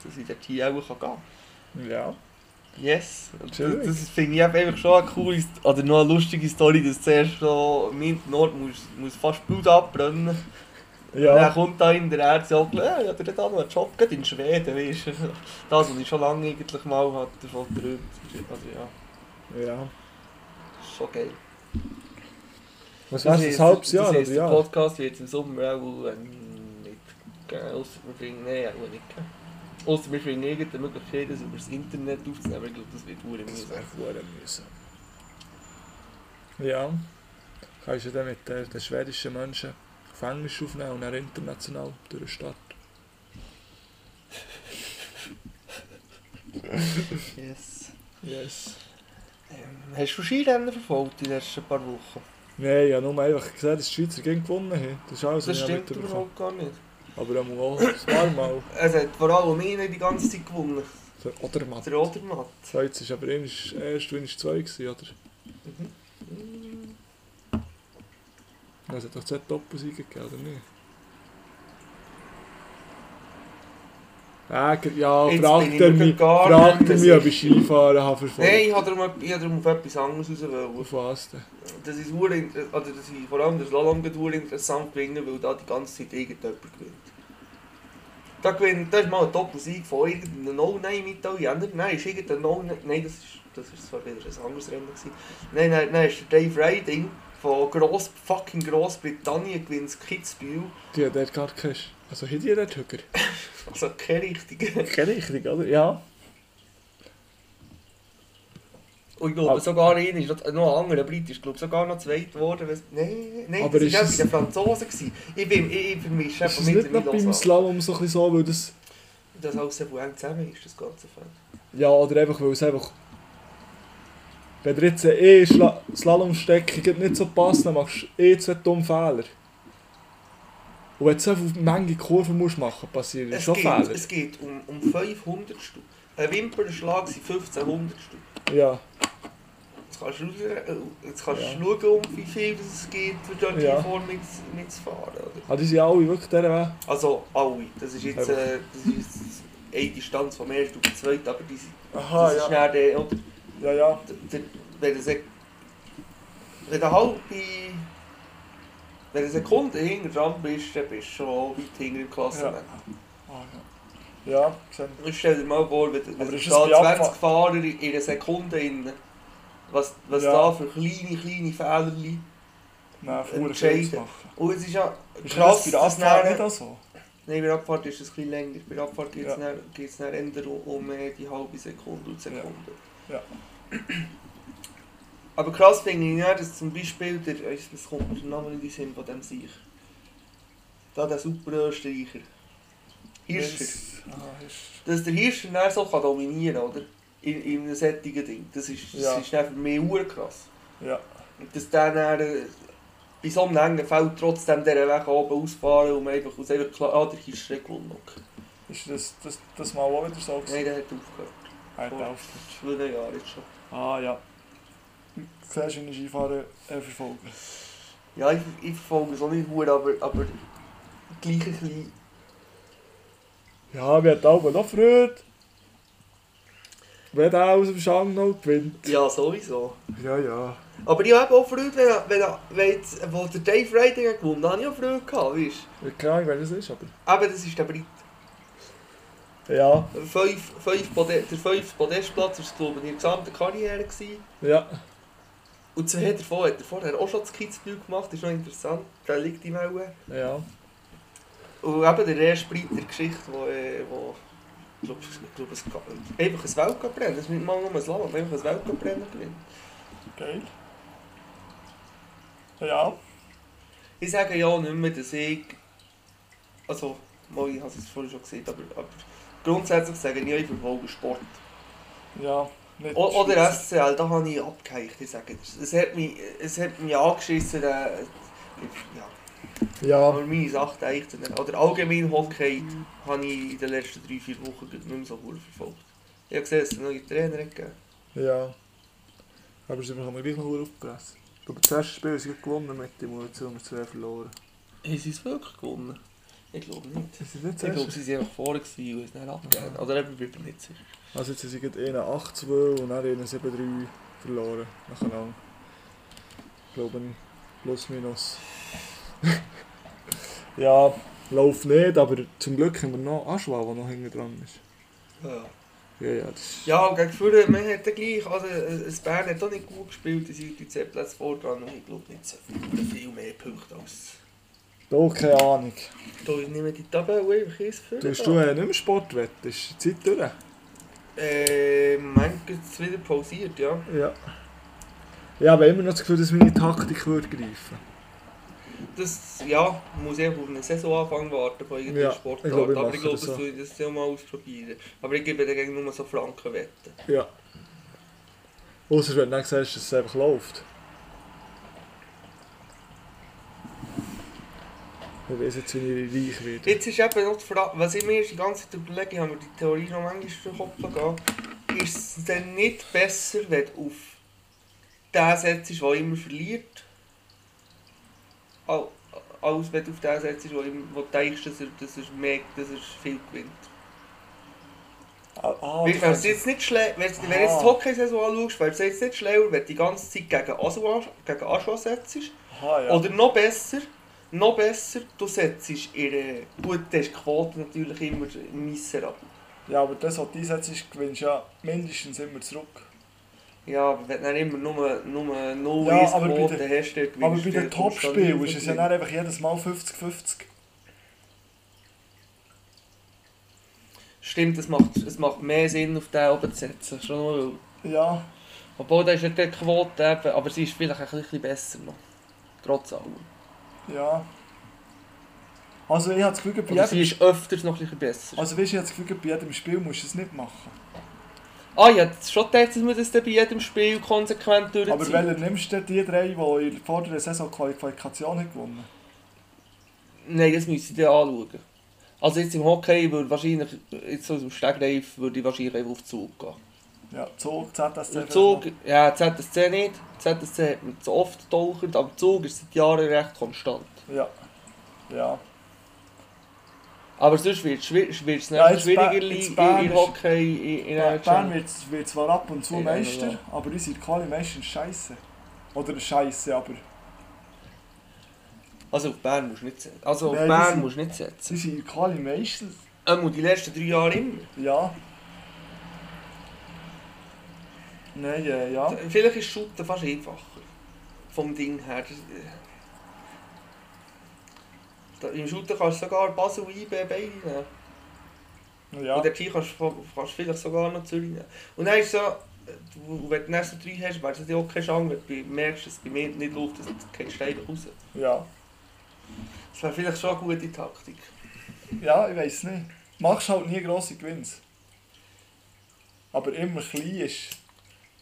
Speaker 4: dass ich dort hier auch gehen kann.
Speaker 3: Ja.
Speaker 4: Yes, Und
Speaker 3: Chillig.
Speaker 4: das, das finde ich eben einfach schon eine coole St- oder noch eine lustige Story, dass zuerst so mit Nord muss, muss fast Blut abbrennen. Und dann
Speaker 3: Ja.
Speaker 4: kommt da in der Ärzte und sagt, "Äh, ja, der hat auch noch einen Job gerade in Schweden, weißt du. Das, was ich schon lange eigentlich mal hatte, davon geträumt. Also ja,
Speaker 3: ja.
Speaker 4: schon geil.
Speaker 3: Was heißt das? Ein halbes Jahr
Speaker 4: das
Speaker 3: oder
Speaker 4: heisst, der
Speaker 3: ja?
Speaker 4: Podcast wird jetzt im Sommer auch ähm, nicht geben, ausser wir bringen, nein, auch nicht geben. Ausser wir bringen irgendeine Möglichkeit, das über das Internet aufzunehmen, ich glaube, das wird verdammt
Speaker 3: Das
Speaker 4: mühsam.
Speaker 3: wäre verdammt mühsam. Ja. Kannst du dann mit äh, den schwedischen Menschen auf Englisch aufnehmen und dann international durch die Stadt.
Speaker 4: Yes.
Speaker 3: Yes.
Speaker 4: Ähm, Hast du Skirennen verfolgt in den letzten paar Wochen?
Speaker 3: Nein, ich habe nur einfach gesehen, dass die Schweizer gegen gewonnen haben. Das ist alles,
Speaker 4: das
Speaker 3: was ich
Speaker 4: stimmt
Speaker 3: mitbekommen
Speaker 4: überhaupt gar nicht.
Speaker 3: habe. Aber einmal auch
Speaker 4: *coughs*
Speaker 3: ein paar Mal.
Speaker 4: Es hat vor allem einer die ganze Zeit gewonnen.
Speaker 3: Der Odermatt.
Speaker 4: Der Odermatt.
Speaker 3: So, jetzt ist aber erst, erst wenn ich zwei gewesen, oder? Ja, Es hat doch zwei Doppelsiege gegeben, oder nicht? Ah, ge- ja,
Speaker 4: Jetzt bin
Speaker 3: fragt
Speaker 4: ich
Speaker 3: er
Speaker 4: mir
Speaker 3: mich,
Speaker 4: gar
Speaker 3: fragt
Speaker 4: nicht
Speaker 3: er
Speaker 4: mehr
Speaker 3: mich, ob ich Skifahren habe verfolgt.
Speaker 4: Nein, ich habe darum, ich hab darum auf etwas anderes raus. wollen.
Speaker 3: Auf was denn?
Speaker 4: Das ist sehr inter- oder das ist vor allem das Slalom geht sehr interessant gewinnen, weil da die ganze Zeit irgendjemand gewinnt. Da gewinnt, da ist mal ein Doppelsieg von irgendeinem No-Name-Italiener. Nein, ist irgendein No-Name, nein, das ist, das ist zwar wieder ein anderes Rennen gewesen. Nein, nein, nein, ist der Dave Riding von Gross, fucking Grossbritannien gewinnt das Kitzbühel.
Speaker 3: Die hat dort gar keine... Sch- Also, hat die dort Hüger?
Speaker 4: Also keine richtige.
Speaker 3: Keine richtig, oder? Ja.
Speaker 4: Und ich glaube,
Speaker 3: Aber-
Speaker 4: sogar einer ist noch, noch ein anderer Brit ist, glaube ich, sogar noch zweit geworden. weisst- Nein, nein,
Speaker 3: Aber
Speaker 4: das
Speaker 3: ist
Speaker 4: ist
Speaker 3: es-
Speaker 4: das bei den Franzosen. Gewesen. Ich bin, ich, ich vermische
Speaker 3: Ist es nicht noch beim Slalom so ein bisschen so, weil das...
Speaker 4: dass alles sehr eng zusammen ist, das ganze Feld.
Speaker 3: Ja, oder einfach, weil es einfach... Wenn dir jetzt eh Schla Slalomsteckung gerade nicht so passt, dann machst du eh zwei dumme Fehler. Und wenn du so viele Menge Kurven musst machen musst, passieren
Speaker 4: Es
Speaker 3: schon
Speaker 4: geht,
Speaker 3: Fehler.
Speaker 4: es geht um, um 500 Stück. Ein Wimpernschlag sind 1500 Stück.
Speaker 3: Ja,
Speaker 4: Jetzt kannst du, raus- äh, jetzt kannst
Speaker 3: Ja.
Speaker 4: du schauen, um wie viel das es geht, für dort
Speaker 3: Ja.
Speaker 4: ja. vorne mit, mitzufahren. Oder?
Speaker 3: aber die sind alle wirklich dieser Weg.
Speaker 4: Also alle. Das ist jetzt,
Speaker 3: Einfach.
Speaker 4: äh, das ist jetzt eine Distanz von mehr Stück zweit, aber die, sind-
Speaker 3: Aha,
Speaker 4: das ist ja. dann, äh, oder?
Speaker 3: Ja, ja.
Speaker 4: der, wenn er sagt, wenn er halb bei, wenn er Sekunde hinter dran bist, dann bist du schon weit hinter im Klassement.
Speaker 3: Ah, Ja, gesehen.
Speaker 4: Und stell dir mal vor, wenn,
Speaker 3: Aber
Speaker 4: wenn
Speaker 3: ist
Speaker 4: es
Speaker 3: das
Speaker 4: da
Speaker 3: bei Abfahrt-
Speaker 4: 20 Fahrer in einer Sekunde in, was, was
Speaker 3: Ja.
Speaker 4: da für kleine, kleine Fehler liegen.
Speaker 3: Nein,
Speaker 4: verdammt viel zu
Speaker 3: machen.
Speaker 4: Und es ist ja krass, dass nachher-
Speaker 3: so?
Speaker 4: Nein, bei der Abfahrt ist es ein bisschen länger. Bei der Abfahrt geht es
Speaker 3: Ja.
Speaker 4: ja. dann eher um- um äh, die halbe Sekunde und Sekunde.
Speaker 3: Ja. Ja.
Speaker 4: Aber krass finde ich ja, dass zum Beispiel, der, äh, das kommt mir der Name nicht in den Sinn von dem Sieg. Da der super Österreicher. Hirscher.
Speaker 3: Ah,
Speaker 4: Dass der Hirscher dann so kann dominieren kann, oder? In, in einem solchen Ding. Das ist, das
Speaker 3: Ja.
Speaker 4: ist dann für mich urkrass.
Speaker 3: Ja.
Speaker 4: Und dass der dann äh, bei so einem engen Feld trotzdem diesen Weg oben ausfahren und man einfach aus einfach klar, ah, der Hirscher hat gewonnen. Okay.
Speaker 3: Ist das, das, das mal auch wieder so?
Speaker 4: Nein, der hat aufgehört.
Speaker 3: Nein,
Speaker 4: Vor zwei Jahren jetzt schon.
Speaker 3: Ah ja. Siehst du, wie ich Skifahren äh, verfolge?
Speaker 4: Ja, ich, ich verfolge es auch nicht gut, aber, aber gleich ein bisschen.
Speaker 3: Ja, wir haben auch noch Freude. Wenn der aus dem Schang noch gewinnt.
Speaker 4: Ja, sowieso.
Speaker 3: Ja, ja.
Speaker 4: Aber ich habe auch Freude, wenn, wenn, wenn jetzt, wo der Dave Riding hat gewonnen hat, habe ich auch Freude gehabt, weißt
Speaker 3: Keine Ahnung, wer das ist, aber...
Speaker 4: du. Eben, das ist der Brit.
Speaker 3: Ja.
Speaker 4: Fünf, fünf Pode der fünfte Podestplatz war, glaube ich, in der gesamten Karriere. Gewesen.
Speaker 3: Ja.
Speaker 4: Und zwei davon hat er vorher auch schon das Kitzbühel gemacht, ist noch interessant. Der liegt im Auge.
Speaker 3: Ja.
Speaker 4: Und eben der erste Brit der Geschichte, wo, äh, wo ich glaube, ich glaube es gab- einfach ein Weltcup-Rennen, das ist nicht mal nur ein Slalom, einfach ein Weltcup-Rennen gewinnt.
Speaker 3: Geil. Ja.
Speaker 4: Ich sage ja auch nicht mehr, dass ich. Also, mal, ich habe es vorhin schon gesagt, aber, aber grundsätzlich sage ich, ich verfolge Sport.
Speaker 3: Ja. Nicht
Speaker 4: O, oder SCL, da habe ich abgeheicht, ich sage es. Es hat mich, es hat mich angeschissen, der, ja,
Speaker 3: Ja.
Speaker 4: aber meine Sachen eigentlich. Oder allgemein Hockey habe ich in den letzten drei, vier Wochen nicht mehr so gut verfolgt. Ich habe gesehen, dass es einen neuen Trainer hat gegeben
Speaker 3: Ja. Aber sie bekommen gleich noch verdammt aufgefressen. Aber das erste Spiel ist gerade gewonnen mit dem und jetzt haben wir zwei verloren.
Speaker 4: Haben sie es wirklich gewonnen? Ich glaube nicht.
Speaker 3: Ist es nicht das
Speaker 4: Ich glaube,
Speaker 3: erste?
Speaker 4: sie waren einfach vorne gewesen und es dann abgegeben. Oder eben, ich bin mir nicht sicher.
Speaker 3: Also jetzt sind sie gerade 8-2 und dann einen 7-3 verloren. Nacheinander. Ich glaube, plus minus. *laughs* ja, läuft nicht, aber zum Glück haben wir noch Aschwa, der noch hinten dran ist.
Speaker 4: Ja.
Speaker 3: Ja, ja, das ist...
Speaker 4: Ja, eh, und gegen Führer, man hat ja gleich, also äh, das Bern hat auch nicht gut gespielt, die sind die 10 Plätze vorgegangen und ich glaube nicht so viel, viel mehr Punkte als...
Speaker 3: Doch, keine Ahnung.
Speaker 4: Da nehmen die Tabelle einfach eins für.
Speaker 3: Du hast du äh, nicht mehr Sport wett, ist die Zeit durch?
Speaker 4: Äh, manchmal ist es wieder pausiert, ja.
Speaker 3: Ja. Ja, aber immer noch das Gefühl, dass meine Taktik würde greifen.
Speaker 4: Das, Dus, ja, muss ich auf einen Saisonanfang warten von irgendeiner
Speaker 3: Ja, ich
Speaker 4: Sportart,
Speaker 3: glaube, ich
Speaker 4: aber
Speaker 3: mache
Speaker 4: ich glaube,
Speaker 3: das
Speaker 4: das
Speaker 3: so.
Speaker 4: soll ich das ja mal ausprobieren. Aber ich gebe dagegen nur so Franken wetten.
Speaker 3: Ja. Außer wenn du dann sagst, dass es einfach läuft. Ich weiß jetzt, wie ich reich werde.
Speaker 4: Jetzt ist eben noch die Frage, was ich mir die ganze Zeit überlege, ich habe mir die Theorie noch manchmal durch den Kopf gegeben, ist es denn nicht besser, wenn du auf den setzt, der immer verliert, al- als wenn du auf den setzt, wo, immer, wo du denkst, dass er, dass, er mehr, dass er viel gewinnt?
Speaker 3: Ah, ah,
Speaker 4: Weil Wenn du jetzt nicht schle- wenn du- wenn du jetzt die
Speaker 3: Aha.
Speaker 4: Hockey-Saison anschaust, wäre es jetzt nicht schlauer, wenn du die ganze Zeit gegen Asua- gegen Aschwa setzt.
Speaker 3: Aha, Ah, ja.
Speaker 4: Oder noch besser, noch besser, du setzt ihre. Gut, du hast die Quote natürlich immer miserabel.
Speaker 3: ja, aber das, was du einsetzt, gewinnst du ja mindestens immer zurück.
Speaker 4: Ja, aber wenn du dann immer nur, nur 0
Speaker 3: Ja,
Speaker 4: ja,
Speaker 3: aber bei
Speaker 4: Quote
Speaker 3: der-
Speaker 4: hast, dann
Speaker 3: Aber bei den Topspielen ist es ja dann einfach jedes Mal 50-50.
Speaker 4: Stimmt, es macht, es macht mehr Sinn, auf den oben zu setzen. Schon nur, weil-
Speaker 3: Ja.
Speaker 4: obwohl, da ist nicht die Quote, eben, aber sie ist vielleicht ein bisschen besser noch. Trotz allem.
Speaker 3: Ja. Also ich habe das Gefühl, bei
Speaker 4: Oder sie
Speaker 3: jedem,
Speaker 4: ist öfters noch ein bisschen besser.
Speaker 3: also weißt, du, ich habe das Gefühl, bei jedem Spiel musst du es nicht machen.
Speaker 4: Ah, ja, schon gedacht, dass wir das dann bei jedem Spiel konsequent durchziehen.
Speaker 3: Aber welcher nimmst du denn die drei, die in der vorderen Saison die Qualifikation haben gewonnen
Speaker 4: Nein, das müsste ich dann anschauen. Also jetzt im Hockey würde wahrscheinlich, jetzt so aus dem Stegreif, würde ich wahrscheinlich einfach auf Zug gehen.
Speaker 3: Ja, Zug, ZSC.
Speaker 4: Im Zug, ja, ZSC nicht. ZSC hat man zu oft getauchert, aber Zug ist seit Jahren recht konstant.
Speaker 3: Ja. Ja.
Speaker 4: Aber sonst wird es schwierig, wird's
Speaker 3: Ja,
Speaker 4: dann
Speaker 3: jetzt
Speaker 4: schwieriger
Speaker 3: Ba-
Speaker 4: li-
Speaker 3: jetzt
Speaker 4: in,
Speaker 3: Bern
Speaker 4: in
Speaker 3: ist-
Speaker 4: Hockey, in, in der
Speaker 3: Bern
Speaker 4: NHL.
Speaker 3: wird, wird zwar ab und zu
Speaker 4: Ja,
Speaker 3: Meister,
Speaker 4: genau.
Speaker 3: aber unsere Quali meistens scheiße. Oder scheiße, aber
Speaker 4: Also auf Bern musst du nicht setzen. Also auf
Speaker 3: Nein, das
Speaker 4: Bern
Speaker 3: sind-
Speaker 4: musst du nicht setzen.
Speaker 3: unsere Quali meistens.
Speaker 4: Ähm, die letzten drei Jahre immer.
Speaker 3: Ja. Nein, äh, ja.
Speaker 4: Vielleicht ist Schutten fast einfacher. Vom Ding her. Das- äh, Da, Im Schutten kannst du sogar Basel und IB beide nehmen.
Speaker 3: Ja.
Speaker 4: Und dort hier kannst du vo- kannst du vielleicht sogar noch Zürich nehmen. Und dann ist so, äh, du- wenn du die nächsten drei hast, wäre das ja auch keine Chance, wenn du merkst, dass es bei mir nicht läuft, dass du keinen Stein raus.
Speaker 3: Ja.
Speaker 4: Das wäre vielleicht schon eine gute Taktik.
Speaker 3: Ja, ich weiß nicht. Machst halt nie grosse Gewinns. Aber immer klein ist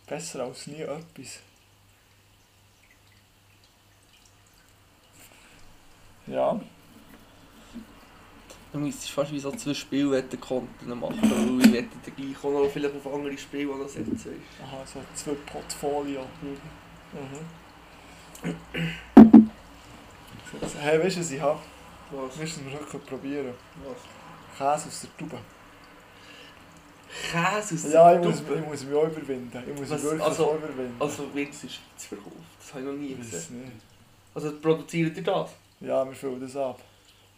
Speaker 3: besser als nie etwas. Ja,
Speaker 4: Du müsstest fast wie so zwei Spielwetten Konten machen, weil ich wette dann gleich auch noch vielleicht auf andere Spiele die noch setzen. weisst
Speaker 3: aha, so zwei Portfolio.
Speaker 4: du.
Speaker 3: Mhm. Hey, weißt du, was ich habe?
Speaker 4: Was?
Speaker 3: Müssen wir schon probieren.
Speaker 4: Was?
Speaker 3: Käse aus der Tube.
Speaker 4: Käse aus
Speaker 3: Ja,
Speaker 4: der
Speaker 3: ich muss,
Speaker 4: Tube.
Speaker 3: ich muss mich auch überwinden. Ich muss mich
Speaker 4: Was-
Speaker 3: wirklich
Speaker 4: also-
Speaker 3: überwinden.
Speaker 4: Also wird es in der Schweiz verkauft. Das habe ich noch nie
Speaker 3: ich weiß
Speaker 4: gesehen.
Speaker 3: nicht.
Speaker 4: Also produziert ihr das?
Speaker 3: Ja, wir füllen das ab.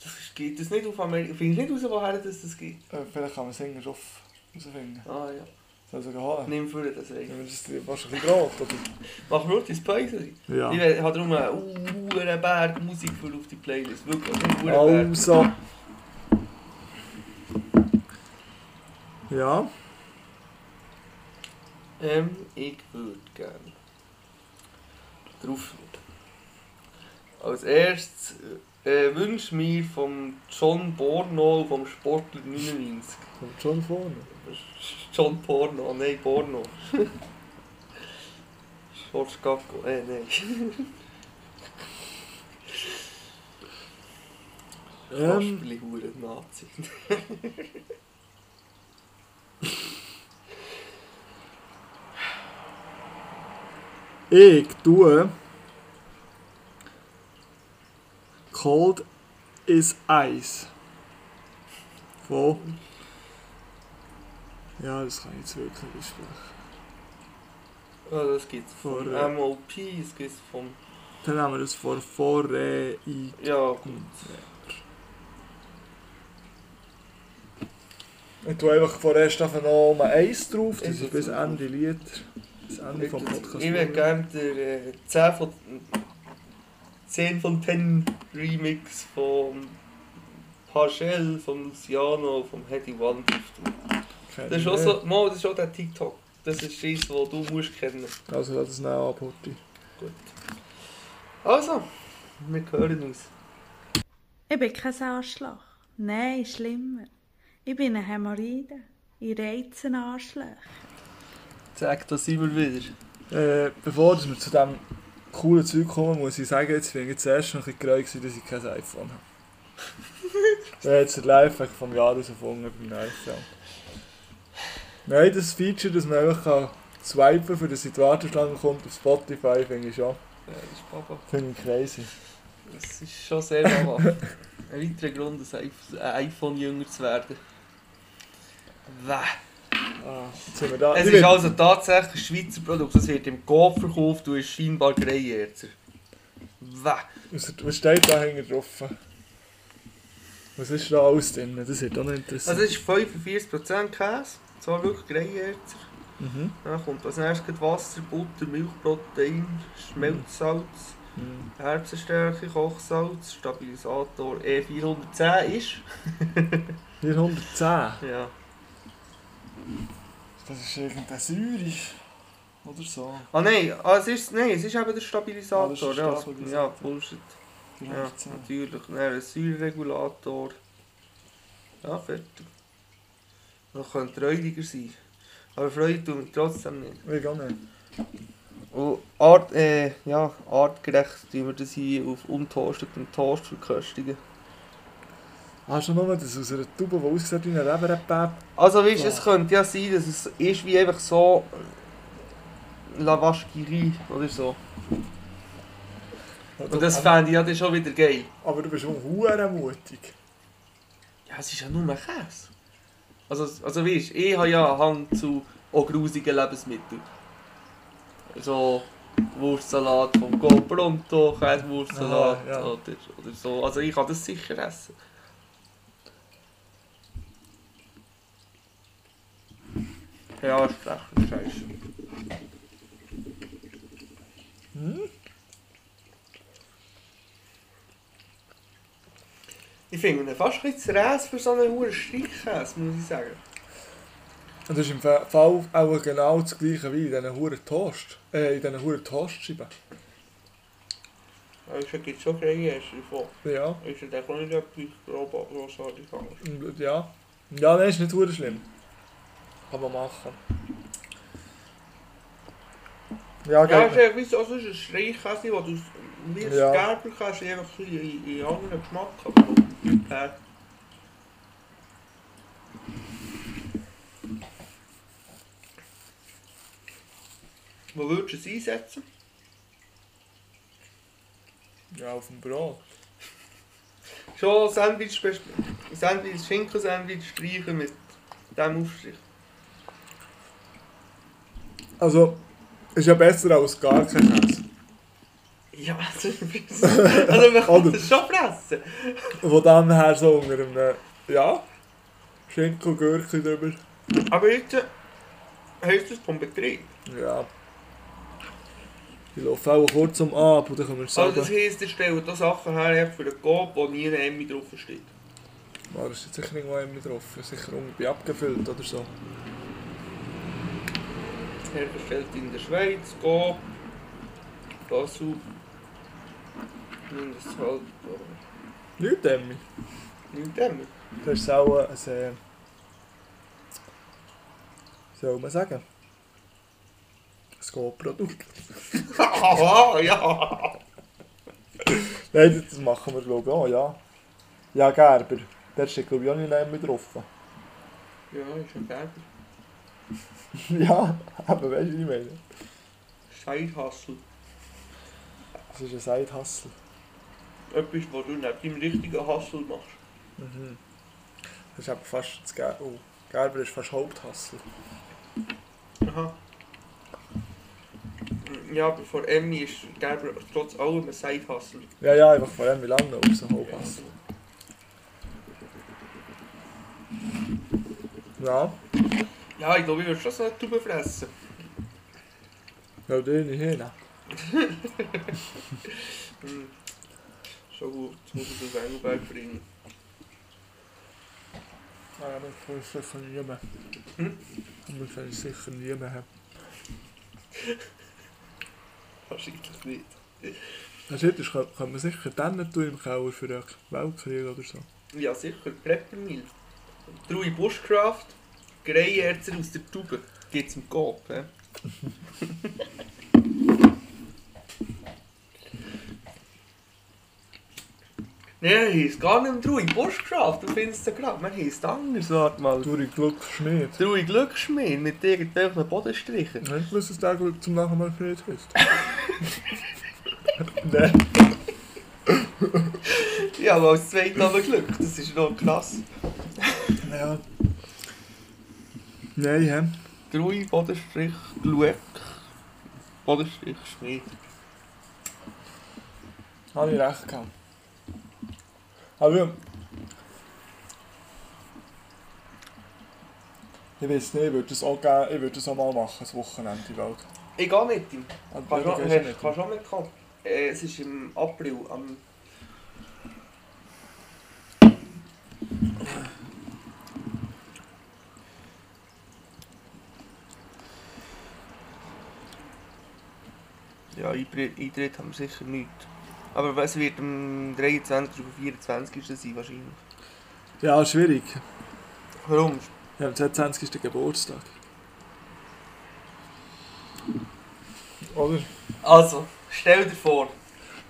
Speaker 4: Das ist- geht das nicht auf Amerika. Finde ich nicht raus, woher das das geht.
Speaker 3: Äh, Vielleicht kann man es irgendwann auf- herausfinden.
Speaker 4: Ah ja.
Speaker 3: Soll ich sogar holen?
Speaker 4: Nimm für das
Speaker 3: Ja,
Speaker 4: eigentlich.
Speaker 3: aber das ist wahrscheinlich ein bisschen grob,
Speaker 4: Mach nur dein Päuschen.
Speaker 3: oder?
Speaker 4: Ich habe darum einen hohen Berg Musik für auf die Playlist. Wirklich, einen hohen Berg.
Speaker 3: Also. Ja.
Speaker 4: Ähm, ich würde gerne drauf Als erstes äh, wünsche mir vom John Borno, vom Sportler 99.
Speaker 3: Kommt schon vorne.
Speaker 4: John Porno, nein, Porno. Schwarz Gacko, eh, nein.
Speaker 3: Ähm,
Speaker 4: Kasperli, Huren, Nazi.
Speaker 3: Ich tue Cold is Ice. Von. Ja, das kann ich jetzt wirklich nicht sprechen.
Speaker 4: Ja, das gibt's
Speaker 3: Vor,
Speaker 4: vom
Speaker 3: äh,
Speaker 4: MOP, das gibt's vom...
Speaker 3: Dann haben wir das vor Vorre i.
Speaker 4: Ja, gut.
Speaker 3: Ich tue einfach vorerst einfach noch mal eins drauf, das
Speaker 4: Ist
Speaker 3: ist
Speaker 4: das
Speaker 3: bis
Speaker 4: so?
Speaker 3: Ende Lied. Das Ende
Speaker 4: Also Ich
Speaker 3: vom Podcast.
Speaker 4: würde gerne den äh, 10 von 10 von 10 Remix von Paschel, von Luciano, von Hedy One drauf tun. Das ist auch so, Mo, das ist auch der TikTok. Das ist Scheiß, den du musst kennen.
Speaker 3: Also, lass es noch abhutti.
Speaker 4: Gut. Also, wir hören uns.
Speaker 5: Ich bin kein Arschloch. Nein, schlimmer. Ich bin eine Hämorrhoide. Ich reize Arschlöcher.
Speaker 4: Zack, da sind wir wieder.
Speaker 3: Äh, bevor wir zu diesem coolen Zeug kommen, muss ich sagen, jetzt bin ich jetzt erst noch ein bisschen gereut, gewesen, dass ich kein iPhone
Speaker 4: *laughs*
Speaker 3: habe. Ich habe jetzt den Lifehack vom Jahr herausgefunden beim iPhone. Nein, das Feature, dass man einfach kann swipen kann, für das in die Warteschlange kommt, auf Spotify, finde ich schon.
Speaker 4: Ja, das ist Papa.
Speaker 3: Finde ich crazy.
Speaker 4: Das ist schon sehr wahrhaft. Ein weiterer Grund, ein iPhone- ein iPhone jünger zu werden. Wäh.
Speaker 3: Ah, jetzt sind wir da.
Speaker 4: Es
Speaker 3: Ich
Speaker 4: ist
Speaker 3: bin-
Speaker 4: also tatsächlich ein Schweizer Produkt. Es wird im Coop verkauft und ist scheinbar Greierzer. Wäh.
Speaker 3: Was was steht da hinten drauf? Was ist da alles drin? Das wird auch noch
Speaker 4: Also
Speaker 3: interessant.
Speaker 4: es ist 45% Käse. Zwar wirklich Greierzer.
Speaker 3: Mhm.
Speaker 4: Dann kommt als nächstes Wasser, Butter, Milch, Protein, Schmelzsalz,
Speaker 3: Mhm.
Speaker 4: Herbststärke, Kochsalz, Stabilisator E410 ist.
Speaker 3: 410.
Speaker 4: Ja.
Speaker 3: Das ist irgendein Säurisch. Oder so.
Speaker 4: Ah nein, ah, es ist, nein, es ist eben der
Speaker 3: Ah,
Speaker 4: Stabilisator.
Speaker 3: das ist der
Speaker 4: ja,
Speaker 3: Stabilisator.
Speaker 4: ja, Bullshit. Ja, natürlich. Nein, ein Säureregulator. Ja, fertig. Das könnte räudiger sein. Aber Freude tut mir trotzdem nicht.
Speaker 3: Ich auch nicht.
Speaker 4: Und art, äh, ja, artgerecht tun wir das hier auf untoastetem Toast verköstigen.
Speaker 3: Hast du noch mal das aus einer Tube, die aussieht wie ein Reberepap?
Speaker 4: Also weißt du,
Speaker 3: Ja.
Speaker 4: es könnte ja sein, dass es ist wie einfach so Lavaschkiri oder so. Also Und das
Speaker 3: aber,
Speaker 4: fände ich ja dann schon wieder geil.
Speaker 3: aber du bist schon hure mutig.
Speaker 4: Ja, es ist ja nur Käse. Also, also weißt du, ich habe ja einen Hang zu auch grusigen Lebensmitteln. So Wurstsalat vom Go Pronto, Käsewurstsalat
Speaker 3: Aha, ja.
Speaker 4: oder, oder so. Also ich kann das sicher essen. Ja, ist recht, scheiße. Hm? Ich finde ihn fast ein bisschen zu räs für so einen hohen Streichkäse, muss ich sagen.
Speaker 3: Und das ist im Fa- Fall auch genau das gleiche wie in diesen huren Toast. Äh, in diesen huren Toastscheiben.
Speaker 4: Ja, Es gibt schon Greie, ist davon.
Speaker 3: Ja.
Speaker 4: Ist ja auch nicht etwas grob- grossartig anders.
Speaker 3: Und- Ja. Ja, nein, ist nicht hure schlimm. Kann man machen. Ja,
Speaker 4: Ja, es
Speaker 3: geht.
Speaker 4: ist ja, weißt du, also es ist ein Streichkäse, wo du es- wie ein
Speaker 3: Ja.
Speaker 4: Gerberkäse einfach so in, in anderen Geschmack aber vom Typ her. Wo würdest du es einsetzen?
Speaker 3: ja, auf dem Brot.
Speaker 4: Schon Sandwich, best- Sandwich Schinken-Sandwich streichen mit diesem Aufstrich.
Speaker 3: Also, ist ja besser als gar kein Käse.
Speaker 4: Ja, *laughs* also, also *laughs* man kann
Speaker 3: Oder-
Speaker 4: das schon fressen.
Speaker 3: Von dem her so unter einem, äh, ja, Schinken und Gürkchen drüber.
Speaker 4: Aber jetzt äh, heisst es vom Betrieb.
Speaker 3: Ja. Ich laufe auch kurz am Ab und dann können wir
Speaker 4: Also das
Speaker 3: sagen,
Speaker 4: heisst, ihr stellt da Sachen her für den Coop, wo nie ein Emmy drauf steht.
Speaker 3: oh, da steht sicher irgendwo jemand drauf, sicher irgendwie abgefüllt oder so.
Speaker 4: Hergestellt in der Schweiz, Coop, Basel. Und das halt äh,
Speaker 3: Nicht Emmy.
Speaker 4: nicht *laughs* Emmy.
Speaker 3: Das ist auch ein, äh, soll man sagen, ein Go-Produkt.
Speaker 4: Haha, Ah, ja!
Speaker 3: *laughs* Nein, das machen wir glaube ich auch, ja. Ja, Gerber, der steht glaube ich auch nicht Emmy drauf. *laughs*
Speaker 4: Ja, ist ein Gerber.
Speaker 3: ja, aber weißt du, was ich meine?
Speaker 4: Scheidhassel.
Speaker 3: Das ist ein Seithassel.
Speaker 4: Etwas, was du neben deinem richtigen Hassel machst.
Speaker 3: Mhm. Das ist aber fast das Ger oh, Gerber ist fast Haupthassel.
Speaker 4: Aha. Ja, aber vor Emmy ist Gerber trotz allem ein Seithassel.
Speaker 3: Ja, ja, einfach vor allem wie lange noch aus dem Haupthassel. Ja,
Speaker 4: Ja, ich glaube, ich würde schon so eine Tube fressen.
Speaker 3: ja, den ich hin.
Speaker 4: Hm. Schon gut, jetzt muss ich das Engelberg bringen.
Speaker 3: Ah, ja, das muss ich sicher nie mehr.
Speaker 4: Hm?
Speaker 3: Das muss ich sicher nie mehr haben.
Speaker 4: Wahrscheinlich nicht.
Speaker 3: Das Also ist, kann, kann man sicher dann tun im Keller für einen Weltkrieg oder so.
Speaker 4: Ja, sicher, Preppermil. True Bushcraft, Greierzer aus der Tube. Geht's im Kopf, hä? *laughs* Nein, heisst gar nicht mehr True Bushcraft, du findest es gerade. Man heisst anders, warte mal.
Speaker 3: Durch den Glück Schmied.
Speaker 4: True Glücksschmied mit irgendwelchen Bodenstrichen.
Speaker 3: Nicht bloß, dass der Glück zum Lachen mal Schmied *laughs* heißt. Nein.
Speaker 4: Ja, aber als zweites aber Glück, das ist noch krass.
Speaker 3: Ja. Nein, hä?
Speaker 4: True Bodenstrich Glück. Bodenstrich Schmied.
Speaker 3: Habe ich recht gehabt. Aber ja. Ich weiß nicht, ich würde das auch gerne, ich würde das auch mal machen, das Wochenende in Welt.
Speaker 4: Ich gehe mit ihm.
Speaker 3: Aber
Speaker 4: Kannst
Speaker 3: du
Speaker 4: du
Speaker 3: gehst ja
Speaker 4: hast-
Speaker 3: nicht.
Speaker 4: kannst du auch mitkommen? Äh, es ist im April. Am ja, Eintritt, Eintritt haben wir sicher nicht. Aber es wird am 23. oder 24. sein wahrscheinlich.
Speaker 3: Ja, schwierig.
Speaker 4: Warum?
Speaker 3: Ja, am 20. Geburtstag. Oder?
Speaker 4: Also, stell dir vor,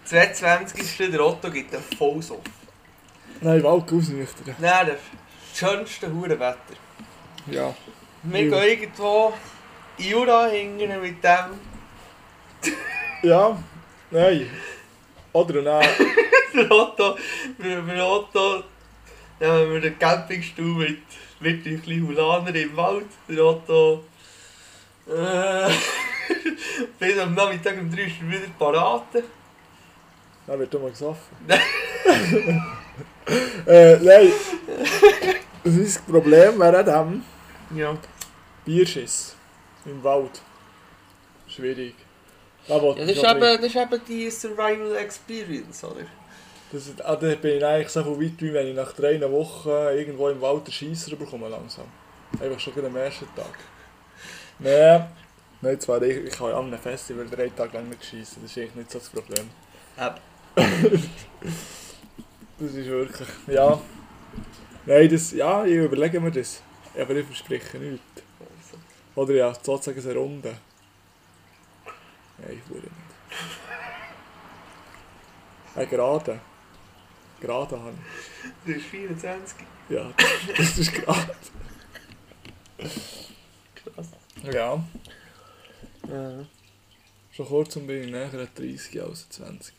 Speaker 4: 22. der Otto gibt einen Vollsoff.
Speaker 3: Nein, Walk ausnüchtern.
Speaker 4: Nein, das schönste Hurenwetter.
Speaker 3: Ja.
Speaker 4: Wir
Speaker 3: Ja.
Speaker 4: gehen irgendwo in Jura hingehen mit dem. *laughs*
Speaker 3: Ja, nein. Oder nein.
Speaker 4: Der Otto, der der Otto, nehmen wir den Campingstuhl mit, mit den kleinen Hulaner im Wald. Der Otto. Äh, *laughs* bis am Nachmittag um 3 ist er wieder parat.
Speaker 3: Dann wird doch mal gesoffen. *laughs* äh, nein. Sein Problem wäre dann
Speaker 4: Ja.
Speaker 3: Bierschiss. Im Wald. Schwierig. Da wollte
Speaker 4: ja
Speaker 3: ich
Speaker 4: das, ist
Speaker 3: noch
Speaker 4: eben,
Speaker 3: nicht.
Speaker 4: das ist eben die Survival Experience, oder?
Speaker 3: Das, ist- ah, da bin ich eigentlich so weit, wie wenn ich nach drei Wochen irgendwo im Wald einen Scheisser bekomme langsam. Einfach schon gleich am ersten Tag. Nein, nein zwar, ich, ich kann ja an einem Festival drei Tage lang nicht schießen. Das ist eigentlich nicht so das Problem.
Speaker 4: Eben.
Speaker 3: Das ist wirklich, ja. Nein, das, ja, ich überlege mir das. Aber ich verspreche nichts. Oder ja, sozusagen eine Runde. Nein, ich würde nicht. Eine Gerade. Gerade habe ich.
Speaker 4: Du bist 24.
Speaker 3: Ja, das ist gerade.
Speaker 4: Krass.
Speaker 3: Ja,
Speaker 4: Ja.
Speaker 3: schon kurz und bin ich näher an 30 als an 20.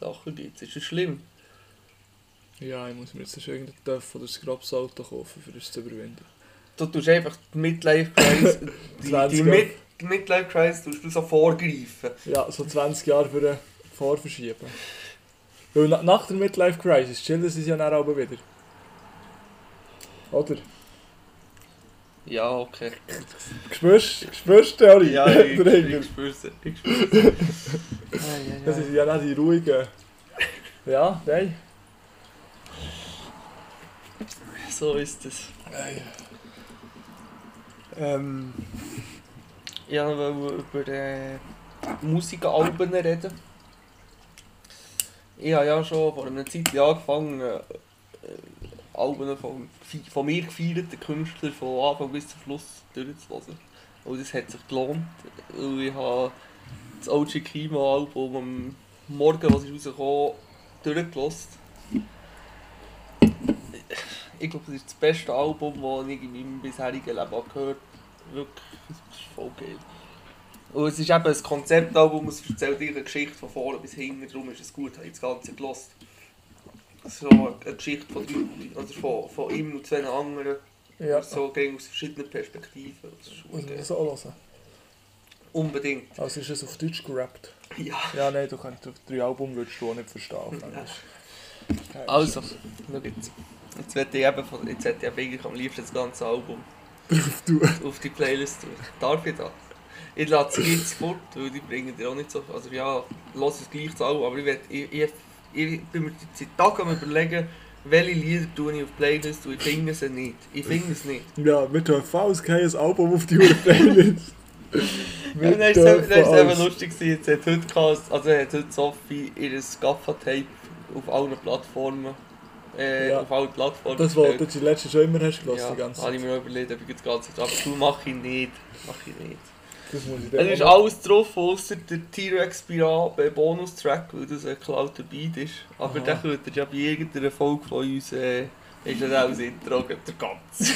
Speaker 4: Sachen gibt's, ist das schlimm?
Speaker 3: Ja, ich muss mir jetzt erst irgendein Töff oder ein grobes Auto kaufen, um es zu überwinden.
Speaker 4: Du tust einfach die Midlife Crisis, *laughs* die, die,
Speaker 3: 20
Speaker 4: Mid, die Midlife Crisis tust du so vorgreifen.
Speaker 3: Ja, so 20 Jahre für den Vorverschieben. Weil na, nach der Midlife Crisis chillen sie es ja dann aber wieder. Oder?
Speaker 4: Ja, okay.
Speaker 3: Spürst spürst du Theorie?
Speaker 4: *laughs* Ja, ich,
Speaker 3: *laughs* Oder
Speaker 4: ich,
Speaker 3: irgendwie?
Speaker 4: spür's. Ich *laughs* spür's.
Speaker 3: Das sind ja nicht die ruhigen. Ja, nein.
Speaker 4: So ist es. Ähm, ja, wir wollen über äh, Musikalben reden. Ich habe ja schon vor einer Zeit angefangen, äh, äh, Alben von, von mir gefeierten Künstlern von Anfang bis zum Schluss durchzuhören. Und das hat sich gelohnt. Und ich habe das OG Kima-Album am Morgen, als es rauskam, durchgelassen. Ich glaube, das ist das beste Album, das ich in meinem bisherigen Leben gehört habe. Wirklich, das ist voll geil. Und es ist eben ein Konzeptalbum, es erzählt dir eine Geschichte von vorne bis hinten, darum ist es gut, habe ich das Ganze gelost. So eine Geschichte von, drei, also von, von ihm und zwei anderen,
Speaker 3: Ja, Mhm.
Speaker 4: so gegen aus verschiedenen Perspektiven. Das ist gut,
Speaker 3: und
Speaker 4: äh,
Speaker 3: das auch hören.
Speaker 4: Unbedingt.
Speaker 3: Also ist es auf Deutsch gerappt.
Speaker 4: Ja.
Speaker 3: Ja, nein, du kannst auf drei Alben würdest du auch nicht verstehen. auf Englisch. Kein
Speaker 4: Also, schau jetzt. Jetzt hätte ich eben, von- jetzt hätte ich eben eigentlich am liebsten das ganze Album
Speaker 3: Scheiß.
Speaker 4: auf die Playlist tun. Darf ich das? Ich lasse es jetzt fort, weil die bringen dir auch nicht so Also ja, lass es gleich zu Album, aber ich, will, ich, ich, ich bin mir seit Tagen am um überlegen, welche Lieder tue ich auf die Playlist und ich finde sie nicht. Ich finde es nicht.
Speaker 3: *laughs* Ja, wir dürfen alles kein Album auf die Uhr Playlist.
Speaker 4: *laughs* Ja,
Speaker 3: Wir
Speaker 4: dann ist es eben- dann ist es
Speaker 3: alles.
Speaker 4: eben lustig gewesen, jetzt hat heute, Cas- also hat heute Sophie ihr Gaffa-Tape auf allen Plattformen, äh,
Speaker 3: Ja.
Speaker 4: auf allen Plattformen
Speaker 3: Das, was
Speaker 4: gestellt.
Speaker 3: du die letzte schon immer hast gelassen,
Speaker 4: Äh, Ja,
Speaker 3: die ganze
Speaker 4: habe ich
Speaker 3: Zeit.
Speaker 4: mir auch überlegt, ob ich das Ganze Aber du mach ich nicht. Mach ich nicht.
Speaker 3: Das muss ich
Speaker 4: Es ist
Speaker 3: dir auch-
Speaker 4: alles drauf, außer der T-Rex Pirabe Bonus-Track, weil das ein geklauter Beat ist. Aber
Speaker 3: Aha.
Speaker 4: den könnt ihr ja bei irgendeiner Folge von uns, äh, ist das auch das Intro, gebt ihr ganz.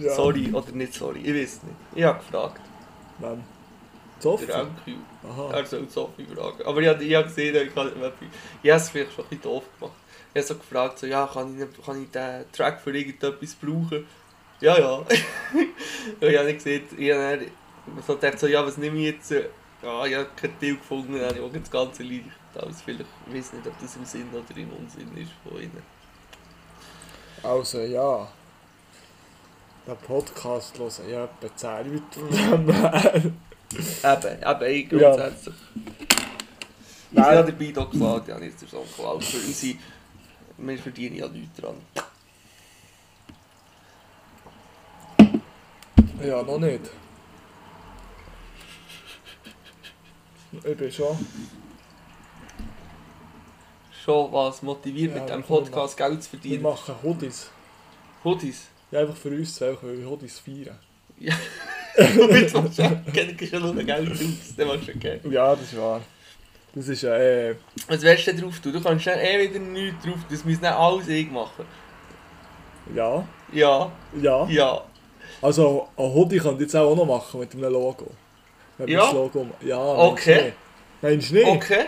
Speaker 3: Ja.
Speaker 4: Sorry oder nicht sorry, ich weiß nicht. Ich habe gefragt,
Speaker 3: Wem? Zoff?
Speaker 4: der MQ.
Speaker 3: Aha.
Speaker 4: Er soll Sophie fragen. Aber ich habe ich hab gesehen, ich habe ich habe es vielleicht schon ein bisschen doof gemacht. Ich habe so gefragt, so, ja, kann ich, nicht- kann ich den Track für irgendetwas brauchen? Ja, ja. *laughs* Und ich habe nicht gesehen, ich habe dann so gedacht, so, ja, was nehme ich jetzt? Ja, ich habe keinen Deal gefunden, dann habe ich auch das ganze Lied. Aber es vielleicht, ich weiß nicht, ob das im Sinn oder im Unsinn ist von ihnen.
Speaker 3: Also, ja. Den Podcast hören ja etwa 10 Leute
Speaker 4: Mhm.
Speaker 3: von dem her.
Speaker 4: *laughs* Eben, eben, ich grundsätzlich. Ich
Speaker 3: Nein.
Speaker 4: habe dabei doch gesagt, ja, nicht der Song geklaut. Für unsere, wir verdienen ja nichts dran.
Speaker 3: Ja, noch nicht. Ich bin schon.
Speaker 4: schon was motiviert,
Speaker 3: Ja,
Speaker 4: mit diesem
Speaker 3: komm,
Speaker 4: Podcast Geld zu
Speaker 3: Wir
Speaker 4: verdienen.
Speaker 3: machen Hoodies.
Speaker 4: Hoodies. *laughs*
Speaker 3: Ja, einfach für uns selber, weil wir Hoodies feiern.
Speaker 4: Ja. Und jetzt machst du ja- dann gibst du ja nur noch Geld aus, dann machst du okay.
Speaker 3: Ja, das ist wahr. Das ist ja äh,
Speaker 4: Was willst du denn drauf tun? Du kannst dann eh wieder nichts drauf tun, das müssen dann alles ich machen.
Speaker 3: ja,
Speaker 4: Ja,
Speaker 3: ja.
Speaker 4: ja.
Speaker 3: Also ein Hoodie könnte jetzt auch noch machen mit einem Logo. Wenn wir
Speaker 4: Ja.
Speaker 3: das Logo ma- ja,
Speaker 4: Okay.
Speaker 3: Meinst du nicht? Meinst
Speaker 4: Okay.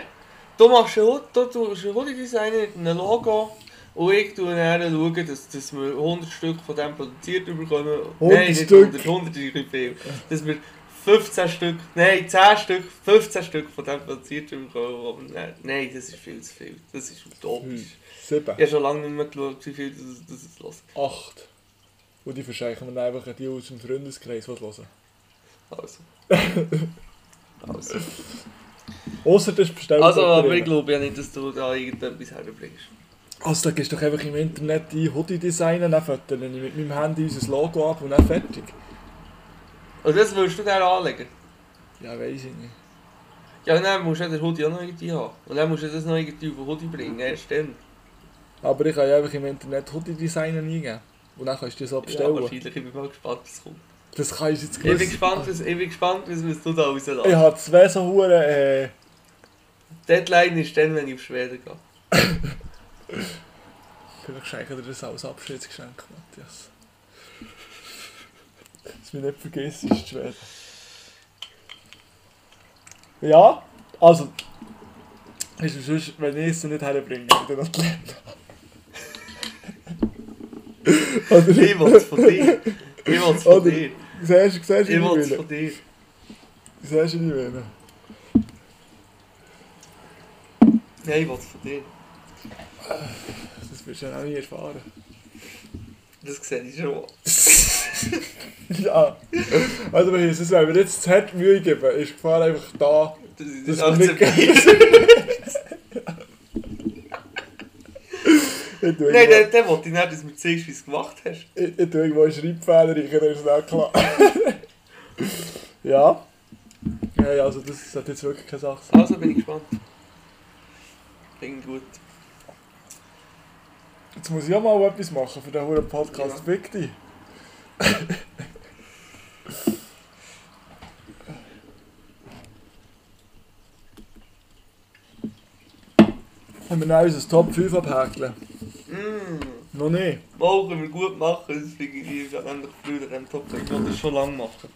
Speaker 4: Du machst ein Hood- du tust ein Hoodie-Designer mit einem Logo und ich schaue dann, schauen, dass, dass wir 100 Stück von dem produziert bekommen.
Speaker 3: 100
Speaker 4: Nein, nicht
Speaker 3: Stück.
Speaker 4: 100, 100 ist nicht viel. Dass wir 15 Stück, nein, 10 Stück, 15 Stück von dem produziert bekommen. Aber nein, nein, das ist viel zu viel. Das ist utopisch.
Speaker 3: Hm. du nicht?
Speaker 4: Ich
Speaker 3: 7,
Speaker 4: habe schon lange nicht mehr geschaut, wie viel das, das es los.
Speaker 3: 8. Und die verschenken wir dann einfach an die aus dem Freundeskreis, die hören. *laughs*
Speaker 4: Also. also.
Speaker 3: Außer das ist bestellt.
Speaker 4: also,
Speaker 3: jemand
Speaker 4: aber ich
Speaker 3: rein.
Speaker 4: glaube ja nicht, dass du da irgendetwas herbringst.
Speaker 3: Also, da gehst du doch einfach im Internet ein Hoodie designen, dann fötere ich mit meinem Handy unser Logo ab und dann fertig.
Speaker 4: Und das würdest Also, du dann anlegen?
Speaker 3: Ja, weiß ich nicht.
Speaker 4: Ja, und dann musst du ja den Hoodie auch noch irgendwie haben. Und dann musst du das noch irgendwie auf den Hoodie bringen, erst dann.
Speaker 3: Aber ich kann ja einfach im Internet Hoodie designen eingeben. Und dann kannst du das so
Speaker 4: Ja,
Speaker 3: bestellen.
Speaker 4: wahrscheinlich. Ich bin mal gespannt, was kommt.
Speaker 3: das kannst du jetzt
Speaker 4: Ich bin
Speaker 3: gewiss-
Speaker 4: gespannt, was, ich bin gespannt, was, was du da rauslässt.
Speaker 3: Ich habe zwei so Huren. Äh,
Speaker 4: Deadline ist dann, wenn ich auf Schweden gehe.
Speaker 3: Vielleicht schenken dir das als Abschiedsgeschenk, Matthias. Dass du mich nicht vergisst, ist schwer. Ja, also. Ist es sonst, wenn ich es nicht herbringe, dann noch die Länder. *laughs* Oder
Speaker 4: Ich will es von dir. Ich will es von
Speaker 3: Oder-
Speaker 4: dir.
Speaker 3: Siehst du, siehst du,
Speaker 4: Ich will
Speaker 3: ich
Speaker 4: es
Speaker 3: will.
Speaker 4: von dir.
Speaker 3: Siehst du, ich will.
Speaker 4: Nein, ich will es von dir.
Speaker 3: Das wirst du ja auch nie erfahren. *laughs*
Speaker 4: Das sehe ich schon.
Speaker 3: Ja. Also, wenn ich es- wenn wir jetzt zu hart Mühe geben, ist die Gefahr einfach da.
Speaker 4: Das ist
Speaker 3: Das
Speaker 4: nicht
Speaker 3: ist nicht
Speaker 4: *laughs* akzeptiert.
Speaker 3: Ich tue
Speaker 4: Nein,
Speaker 3: irgendwo-
Speaker 4: dann, dann wollte ich nicht, dass du mir zeigst, wie du es gemacht hast.
Speaker 3: Ich, ich tue irgendwo einen Schreibfehler rein, dann ist es auch klar. *laughs* ja. Ja, ja, also das hat jetzt wirklich keine Sache sein.
Speaker 4: Also bin ich gespannt. Klingt gut.
Speaker 3: Jetzt muss ich auch mal etwas machen für den hohen Podcast.
Speaker 4: Ja.
Speaker 3: Fick *laughs* dich. Haben wir noch unser Top 5 abhäkeln?
Speaker 4: Mm.
Speaker 3: Noch nicht.
Speaker 4: Morgen wir gut machen, das finde ich ich kann nämlich früher an dem Top. Ich will das schon lange machen.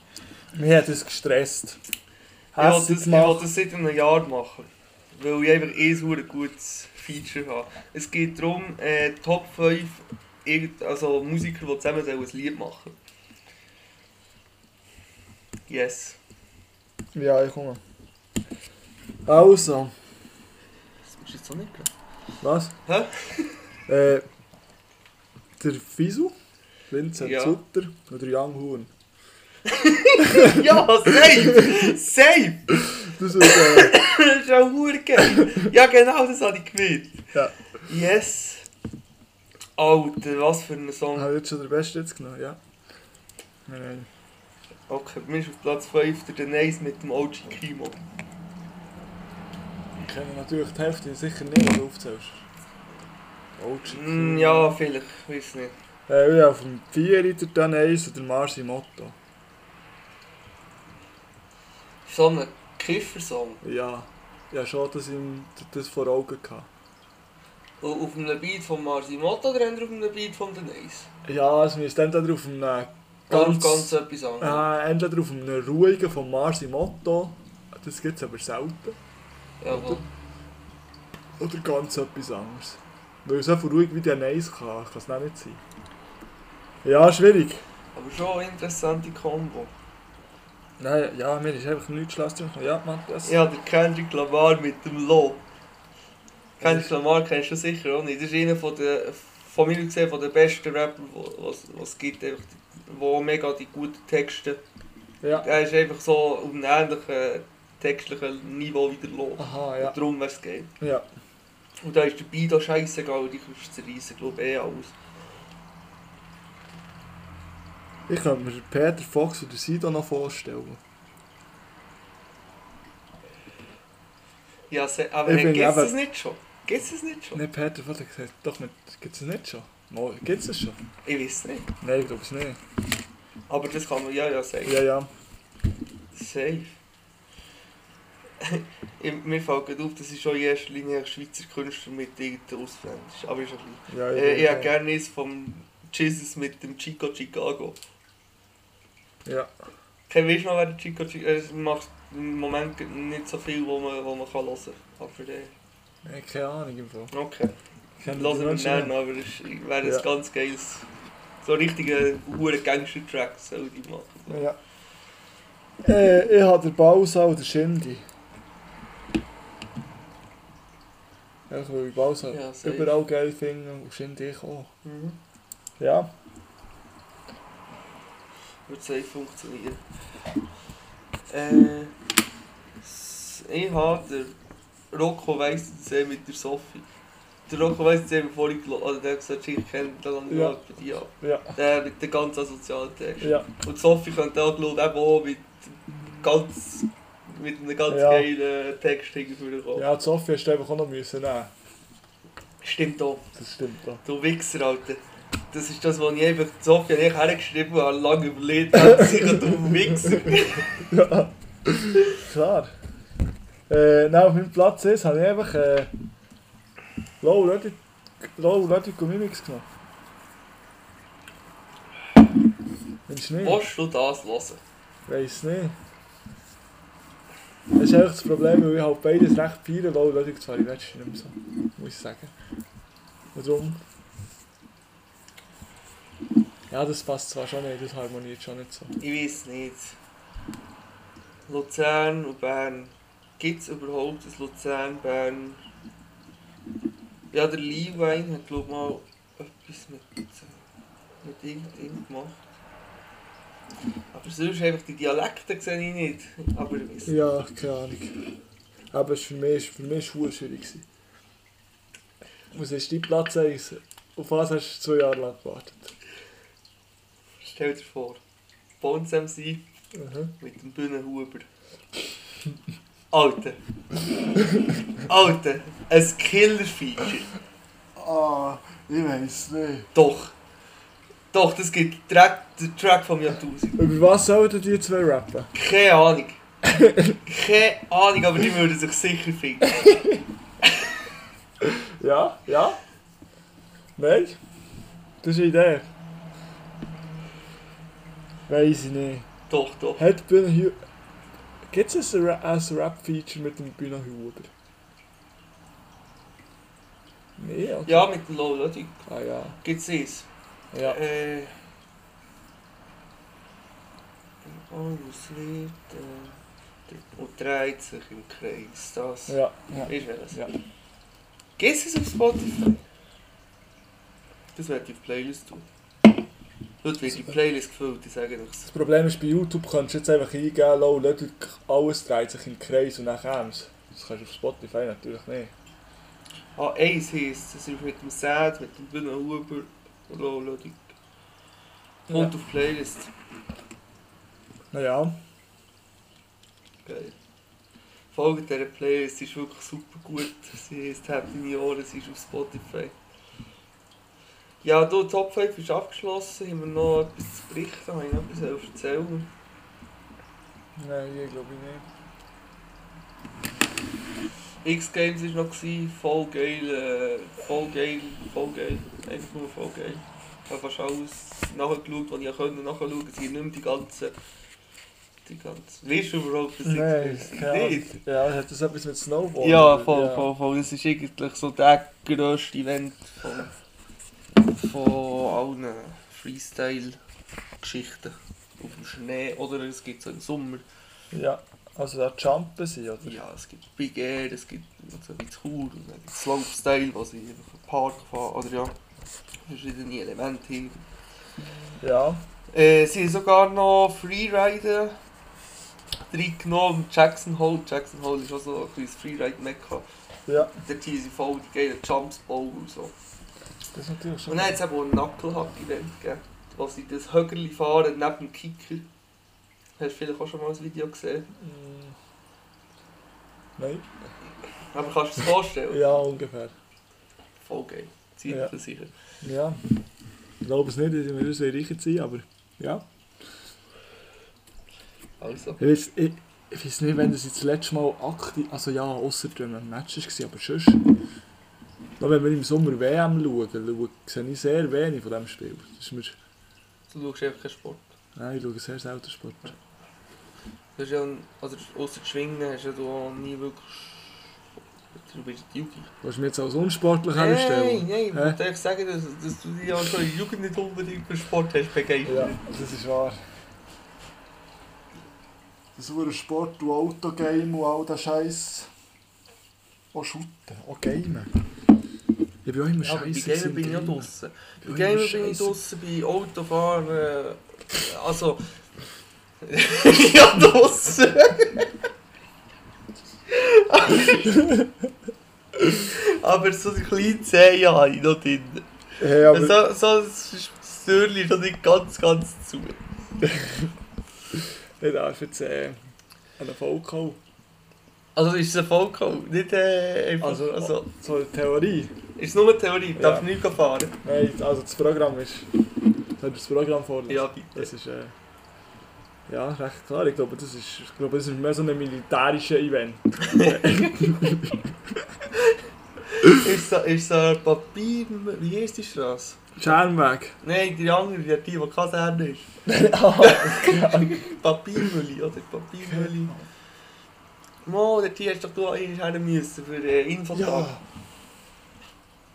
Speaker 3: Wir haben uns gestresst.
Speaker 4: Ich wollte
Speaker 3: Hässig
Speaker 4: das, ich will
Speaker 3: gemacht.
Speaker 4: das seit einem Jahr machen. Weil ich einfach eh so ein gutes Feature habe. Es geht darum, äh, Top 5 irgend- also Musiker, die zusammen sollen ein Lied machen Yes.
Speaker 3: Ja, ich komme. Also,
Speaker 4: Das musst du jetzt auch nicht geben.
Speaker 3: was?
Speaker 4: Hä?
Speaker 3: Äh, der Fisu, Vincent
Speaker 4: Ja.
Speaker 3: Sutter und der Young Huhn.
Speaker 4: *laughs* Ja, safe! safe! *laughs*
Speaker 3: Das ist äh, *laughs*
Speaker 4: Das ist auch verdammt geil. Ja, nou genau, das habe ich gewählt.
Speaker 3: ja.
Speaker 4: Yes. Alter, was für ein Song.
Speaker 3: Habe ich jetzt schon den Besten jetzt genommen, ja. äh, Nein, nein.
Speaker 4: Okay, bei mir ist auf Platz 5 der Denise mit dem OG Kimo.
Speaker 3: Ich kenne natürlich die Hälfte sicher nicht, wenn du aufzählst.
Speaker 4: Mm, ja, vielleicht, weiß nicht.
Speaker 3: Äh, ich habe auf dem 4 der Dan Ace und der Marci Motto.
Speaker 4: So ein Kiffersong.
Speaker 3: Ja. Ja, schon, dass ich ihm das vor Augen hatte.
Speaker 4: Au- Auf einem Beat von Marsimoto oder eher auf einem Beat von Denise?
Speaker 3: Ja, es müsste entweder auf einem um, äh, ganz...
Speaker 4: Ganz, ganz etwas anderes.
Speaker 3: Äh, entweder auf einem ruhigen von Marci Motto. Das gibt es aber selten.
Speaker 4: Jawohl.
Speaker 3: Oder ganz etwas anderes. Weil so viel ruhig wie Dan Ace kann, kann es nicht sein. Ja, schwierig.
Speaker 4: Aber schon eine interessante Kombo.
Speaker 3: Nein, ja, mir ist einfach nichts schlechter. Ja, Matthias.
Speaker 4: Ja, der Kendrick Lamar mit dem Lo. Kendrick Lamar kennst du sicher auch nicht. Das ist einer von der, von mir gesehen, von den besten Rapper, die- was was gibt, einfach, wo mega die guten Texte.
Speaker 3: Ja.
Speaker 4: Er ist einfach so auf einem ähnlichen textlichen Niveau wie der Lo.
Speaker 3: Aha, ja.
Speaker 4: Darum wäre es geil.
Speaker 3: Ja.
Speaker 4: Und da ist der Bido scheißegal, die kannst du zerreißen, glaube ich, eh alles.
Speaker 3: Ich könnte mir Peter Fox oder Sido noch vorstellen.
Speaker 4: Ja, se, aber
Speaker 3: Ich
Speaker 4: hey,
Speaker 3: bin
Speaker 4: gibt es
Speaker 3: aber-
Speaker 4: das nicht schon? Gibt es das nicht schon?
Speaker 3: Nicht Peter Fox, ich gesagt, doch nicht. Gibt es nicht schon? Mal, gibt es schon?
Speaker 4: Ich weiß nicht.
Speaker 3: Nein, ich glaube es nicht.
Speaker 4: Aber das kann man ja ja sagen.
Speaker 3: Ja, ja.
Speaker 4: Safe. *laughs* Ich- Mir fällt gerade auf, das ist schon in erster Linie ein Schweizer Künstler mit irgendeinem Ausländisch. Aber ist ein bisschen.
Speaker 3: ja
Speaker 4: Äh, ich hätte
Speaker 3: ja.
Speaker 4: gerne eins vom Jesus mit dem Chico Chicago.
Speaker 3: Ja.
Speaker 4: Kein weißt du noch, wer der Chico Chicago Es macht im Moment nicht so viel, wo man, wo man kann hören kann. Aber äh,
Speaker 3: Nein, Keine Ahnung im Fall.
Speaker 4: okay.
Speaker 3: Kennen die
Speaker 4: Lassen wir
Speaker 3: Menschen
Speaker 4: dann,
Speaker 3: nicht?
Speaker 4: aber es ist- wäre ein
Speaker 3: Ja.
Speaker 4: ganz geiles. So richtige hure Gangster-Track soll die machen.
Speaker 3: Ja. Äh, ich habe den Bausa und den Shindy. Ja, ich will Bausa
Speaker 4: Ja, safe.
Speaker 3: überall geil finden und Shindy ich auch.
Speaker 4: Mhm.
Speaker 3: Ja.
Speaker 4: Wird safe funktionieren. Äh, s- ich habe den Rocco Weissensee mit der Sophie. Der Rocco Weissensee, bevor ich gelo- also der hat gesagt, ich kenne den lange
Speaker 3: Ja.
Speaker 4: ja. bei dir ab.
Speaker 3: Ja.
Speaker 4: Der mit den ganz asozialen Text.
Speaker 3: Ja.
Speaker 4: Und die Sophie könnte auch glaubt, eben auch mit ganz mit einem ganz
Speaker 3: Ja.
Speaker 4: geilen Text hinterher kommen.
Speaker 3: Ja, die Sophie hast du einfach auch noch müssen nehmen.
Speaker 4: Stimmt auch.
Speaker 3: Das stimmt doch.
Speaker 4: Du Wichser, Alter. Das ist das, was ich einfach die Sophie und ich hergeschrieben habe, und lange überlegt habe. *laughs* Sicher, du Wichser.
Speaker 3: Ja, klar. Äh, nein, auf meinem Platz ist, habe ich einfach äh, Low Ludic Low Ludic und Mimix genommen. Mensch, nicht?
Speaker 4: Willst du das hören?
Speaker 3: Weiß nicht. Das ist einfach das Problem, weil ich halt beides recht feiere. Low Ludic zwar, ich nicht mehr so, muss ich sagen. Und darum... Ja, das passt zwar schon nicht, das harmoniert schon nicht so.
Speaker 4: Ich weiß nicht. Luzern und Bern. Gibt es überhaupt ein Luzern, Bern? Ja, der Leewine hat, glaub mal etwas mit, mit irgendeinem gemacht. Aber sonst einfach die Dialekte sehe ich nicht. Aber ich weiss nicht.
Speaker 3: Ja, keine Ahnung. Aber es war für mich, für mich war es schwierig. gewesen. Was ist dein Platz 1? Auf was hast du zwei Jahre lang gewartet?
Speaker 4: Stell dir vor, Bones MC
Speaker 3: Mhm.
Speaker 4: mit dem Bühnenhuber. Alter. Alter, ein Killer-Feature.
Speaker 3: Ah, ich weiß nicht.
Speaker 4: Doch. Doch, das gibt dus Track, den Track vom Jahrtausend.
Speaker 3: Über was sollten die zwei rappen?
Speaker 4: Keine Ahnung. Keine Ahnung, aber die würden sich sicher finden.
Speaker 3: Ja, ja. Nein? Das ist eine Idee. Weiß ich nicht.
Speaker 4: Doch, doch.
Speaker 3: Hat Bühne Huber. Gibt es ein, Ra- ein Rap-Feature mit dem Bühne Huber? Nee, oder?
Speaker 4: Ja, mit dem Low Ludwig
Speaker 3: Ah ja.
Speaker 4: gibt's eins.
Speaker 3: Ja.
Speaker 4: Äh. Alles wird. Äh, und dreht sich im Kreis. Das.
Speaker 3: Ja. ja.
Speaker 4: Ist welches?
Speaker 3: Ja.
Speaker 4: Gehst du es auf Spotify? Das werde ich auf die Playlist tun. Heute wird die Playlist gefüllt, ich sage nichts.
Speaker 3: Das Problem ist, bei YouTube kannst du jetzt einfach eingeben, Low Ludwig, alles dreht sich im Kreis und dann käm's. Das kannst du auf Spotify natürlich nicht.
Speaker 4: Ah, eins heisst, das ist mit dem Sad, mit dem Bühne Huber, Low Ludwig. Und auf Playlist.
Speaker 3: Naja,
Speaker 4: Geil. Folgt dieser Playlist, sie ist wirklich super gut. Sie heisst Happy My Ohren, sie ist auf Spotify. Ja, du, Top 5 ist abgeschlossen. Haben wir noch etwas zu berichten? Haben wir noch etwas zu erzählen?
Speaker 3: nein, ich glaube nicht.
Speaker 4: X-Games war noch, gewesen, voll geil, äh, voll geil, voll geil, einfach nur voll geil. Ich habe fast alles nachgeschaut, was ich konnte nachschauen. Es gibt nicht mehr die ganzen... Die ganzen... Weißt du überhaupt, dass X-Games
Speaker 3: Nein, keine Ahnung. Ja, hat das etwas mit Snowboard?
Speaker 4: Ja, voll, voll, voll. Es ist eigentlich so der grösste Event von, von allen Freestyle-Geschichten. Auf dem Schnee, oder es gibt es auch im Sommer.
Speaker 3: Ja, also da jumpen sie, oder?
Speaker 4: Ja, es gibt Big Air, es gibt also wie zu Chur und dann gibt es Slopestyle, was ich einfach im Park fahre, oder ja, verschiedene Elemente hin.
Speaker 3: Ja.
Speaker 4: Äh, sie haben sogar noch Freeriden reingenommen, Jackson Hole, Jackson Hole ist auch so ein kleines Freeride-Mekka.
Speaker 3: Ja,
Speaker 4: Dort haben sie voll die geilen Jumps gebaut und so.
Speaker 3: das ist natürlich schon.
Speaker 4: Und dann hat es eben auch ein Knucklehack-Event gegeben, wo sie das Högerli fahren neben dem Kicker. Hast du vielleicht auch schon mal ein Video gesehen?
Speaker 3: Mm. Nein.
Speaker 4: Aber kannst du es vorstellen?
Speaker 3: Ja, ungefähr.
Speaker 4: Voll geil. Zeit
Speaker 3: Ja.
Speaker 4: ja. sicher.
Speaker 3: Ja. Ich glaube es nicht, dass wir uns reicher sein, aber ja.
Speaker 4: Also.
Speaker 3: Ich weiß, ich, ich weiß nicht, wenn das jetzt das letzte Mal aktiv. Also ja, außer wenn man ein Match war, aber sonst. Noch wenn wir im Sommer WM schauen, schauen, sehe ich sehr wenig von diesem Spiel. Das ist mir,
Speaker 4: Du schaust einfach keinen Sport.
Speaker 3: nein, ich schaue sehr selten Sport.
Speaker 4: Du hast ja, also außer Schwingen hast ja du auch nie wirklich... Du bist die Jugend.
Speaker 3: Willst du mich jetzt als unsportlich herstellen?
Speaker 4: nein, ich
Speaker 3: Hä?
Speaker 4: wollte eigentlich sagen, dass, dass du dich auch schon in der Jugend nicht unbedingt für Sport hast
Speaker 3: Ja,
Speaker 4: begeistert.
Speaker 3: das ist wahr. Das ist Sport und Autogame und all der Scheiß. Auch shooten, auch gamen. Ich bin auch immer
Speaker 4: Ja, aber bei
Speaker 3: scheiße.
Speaker 4: Gamer bin ich ja
Speaker 3: auch *laughs*
Speaker 4: draussen. Bei
Speaker 3: Ja,
Speaker 4: Gamer
Speaker 3: ist
Speaker 4: bin ich
Speaker 3: scheisse.
Speaker 4: draussen, bei Autofahren. Äh, also. *laughs* ja, *laughs* draussen! aber so die kleinen Zehen habe ich noch drin.
Speaker 3: Hey, aber
Speaker 4: so, so ein Stürli ist noch nicht ganz, ganz zu.
Speaker 3: ich darf jetzt äh, einen Vollkau.
Speaker 4: Also ist es ein Vollkommen, nicht äh, einfach. Also,
Speaker 3: Also, so eine Theorie.
Speaker 4: ist es nur eine Theorie,
Speaker 3: Ja.
Speaker 4: darf nicht fahren.
Speaker 3: Nein, also das Programm ist. Soll ich das Programm vorlesen?
Speaker 4: Ja, bitte.
Speaker 3: Das ist. Äh, ja, recht klar. Ich glaube, das ist, ich glaube, das ist mehr so ein militärischer Event.
Speaker 4: Ist so, ist so ein Papier. Wie heißt die Straße?
Speaker 3: Schermweg.
Speaker 4: Nein, die andere, die hat die, die
Speaker 3: *laughs*
Speaker 4: Kaserne ist.
Speaker 3: Ah,
Speaker 4: Papiermüll, oder? Papiermüll. Mo, der Tier hast doch du eigentlich her müssen für äh, den Infotag.
Speaker 3: Ja.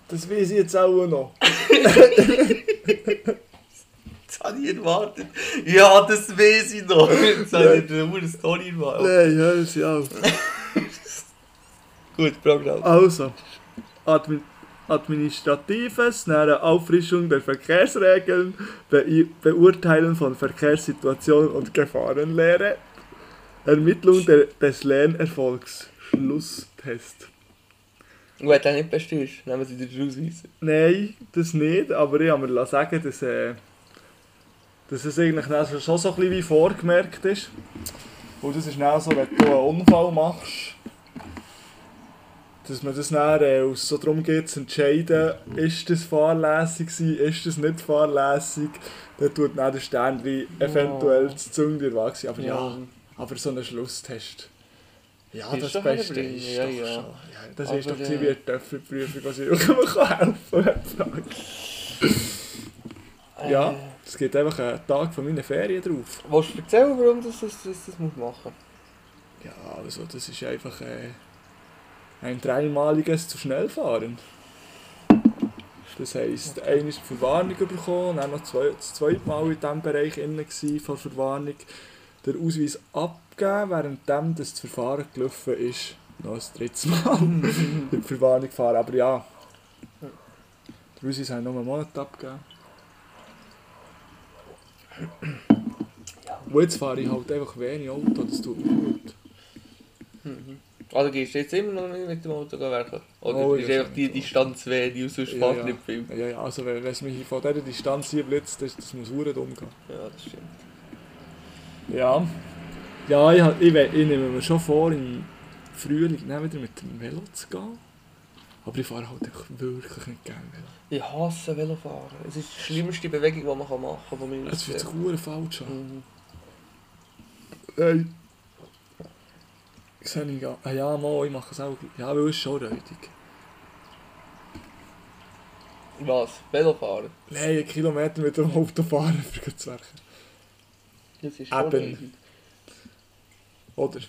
Speaker 3: Das weiß ich jetzt auch noch.
Speaker 4: Das habe ich erwartet. Ja, das weiß ich
Speaker 3: *laughs*
Speaker 4: noch. Jetzt habe ich eine verdammte Story erwartet.
Speaker 3: Nein, hör es ja auf.
Speaker 4: Gut, Programm.
Speaker 3: Also, Admi administratives, dann eine Auffrischung der Verkehrsregeln, Be Beurteilen von Verkehrssituationen und Gefahrenlehre, Ermittlung der, des Lernerfolgs, Schlusstest.
Speaker 4: Und wenn du nicht bestehst, nehmen sie dich rausweisen.
Speaker 3: Nein, das nicht, aber ich habe mir lassen sagen, dass, äh, dass es eigentlich dann so- schon so ein bisschen wie vorgemerkt ist. Und das ist dann so, wenn du einen Unfall machst, dass man das dann, äh, als es so darum geht, zu entscheiden, ist das fahrlässig gewesen, ist das nicht fahrlässig, dann tut dann der Stern wie eventuell das Zünglein wachsen. Aber ja, aber so einen Schlusstest. Ja,
Speaker 4: Ist
Speaker 3: das
Speaker 4: doch
Speaker 3: Beste
Speaker 4: einer
Speaker 3: ist
Speaker 4: drin,
Speaker 3: doch
Speaker 4: ja, ja.
Speaker 3: schon. Ja, das ist
Speaker 4: Aber,
Speaker 3: doch die
Speaker 4: äh,
Speaker 3: wie
Speaker 4: Äh,
Speaker 3: Töffelprüfung, was ich auch helfen kann. Ja, Es gibt einfach einen Tag von meinen Ferien drauf.
Speaker 4: Willst du erzählen, warum du das, das, das, das machen musst?
Speaker 3: Ja, also das ist einfach äh, ein dreimaliges zu schnell fahren. Das heisst, einmal die Verwarnung bekommen, dann noch zwei, das zweite Mal in diesem Bereich innen gsi vor der Verwarnung, der Ausweis abgeben, während dem das Verfahren gelaufen ist, noch ein drittes Mal in die Verwarnung fahren. Aber ja, der Ausweis habe ich noch einen Monat abgegeben. Und jetzt fahre ich halt einfach wenig Auto, das tut mir gut.
Speaker 4: Also gehst du jetzt immer noch nicht mit dem Auto werken? Oder
Speaker 3: Oh,
Speaker 4: ist
Speaker 3: ja,
Speaker 4: einfach die
Speaker 3: ja.
Speaker 4: Distanz weh, die sonst
Speaker 3: Ja,
Speaker 4: fährt
Speaker 3: ja.
Speaker 4: nicht viel?
Speaker 3: Ja, ja, also wenn wenn es mich von dieser Distanz hier blitzt, das, das muss verdammt dumm gehen.
Speaker 4: Ja, das stimmt.
Speaker 3: Ja. Ja, ich, hab- ich, we- ich nehme mir schon vor, im Frühling dann wieder mit dem Velo zu gehen. Aber ich fahre halt einfach wirklich nicht gerne Velo.
Speaker 4: Ich hasse Velofahren. Es ist die schlimmste Bewegung, die man machen kann, von mir
Speaker 3: Es
Speaker 4: aus
Speaker 3: wird
Speaker 4: gesehen.
Speaker 3: sich verdammt falsch an.
Speaker 4: Mhm.
Speaker 3: Ey. Das hab ich gar- ah, ja, mal, ich mache es auch. Ja, weil es ist schon räudig.
Speaker 4: Was? Velofahren?
Speaker 3: Nein, einen Kilometer mit dem Auto fahren, *laughs* für zu werken.
Speaker 4: Das ist
Speaker 3: Eben.
Speaker 4: schon
Speaker 3: Oder?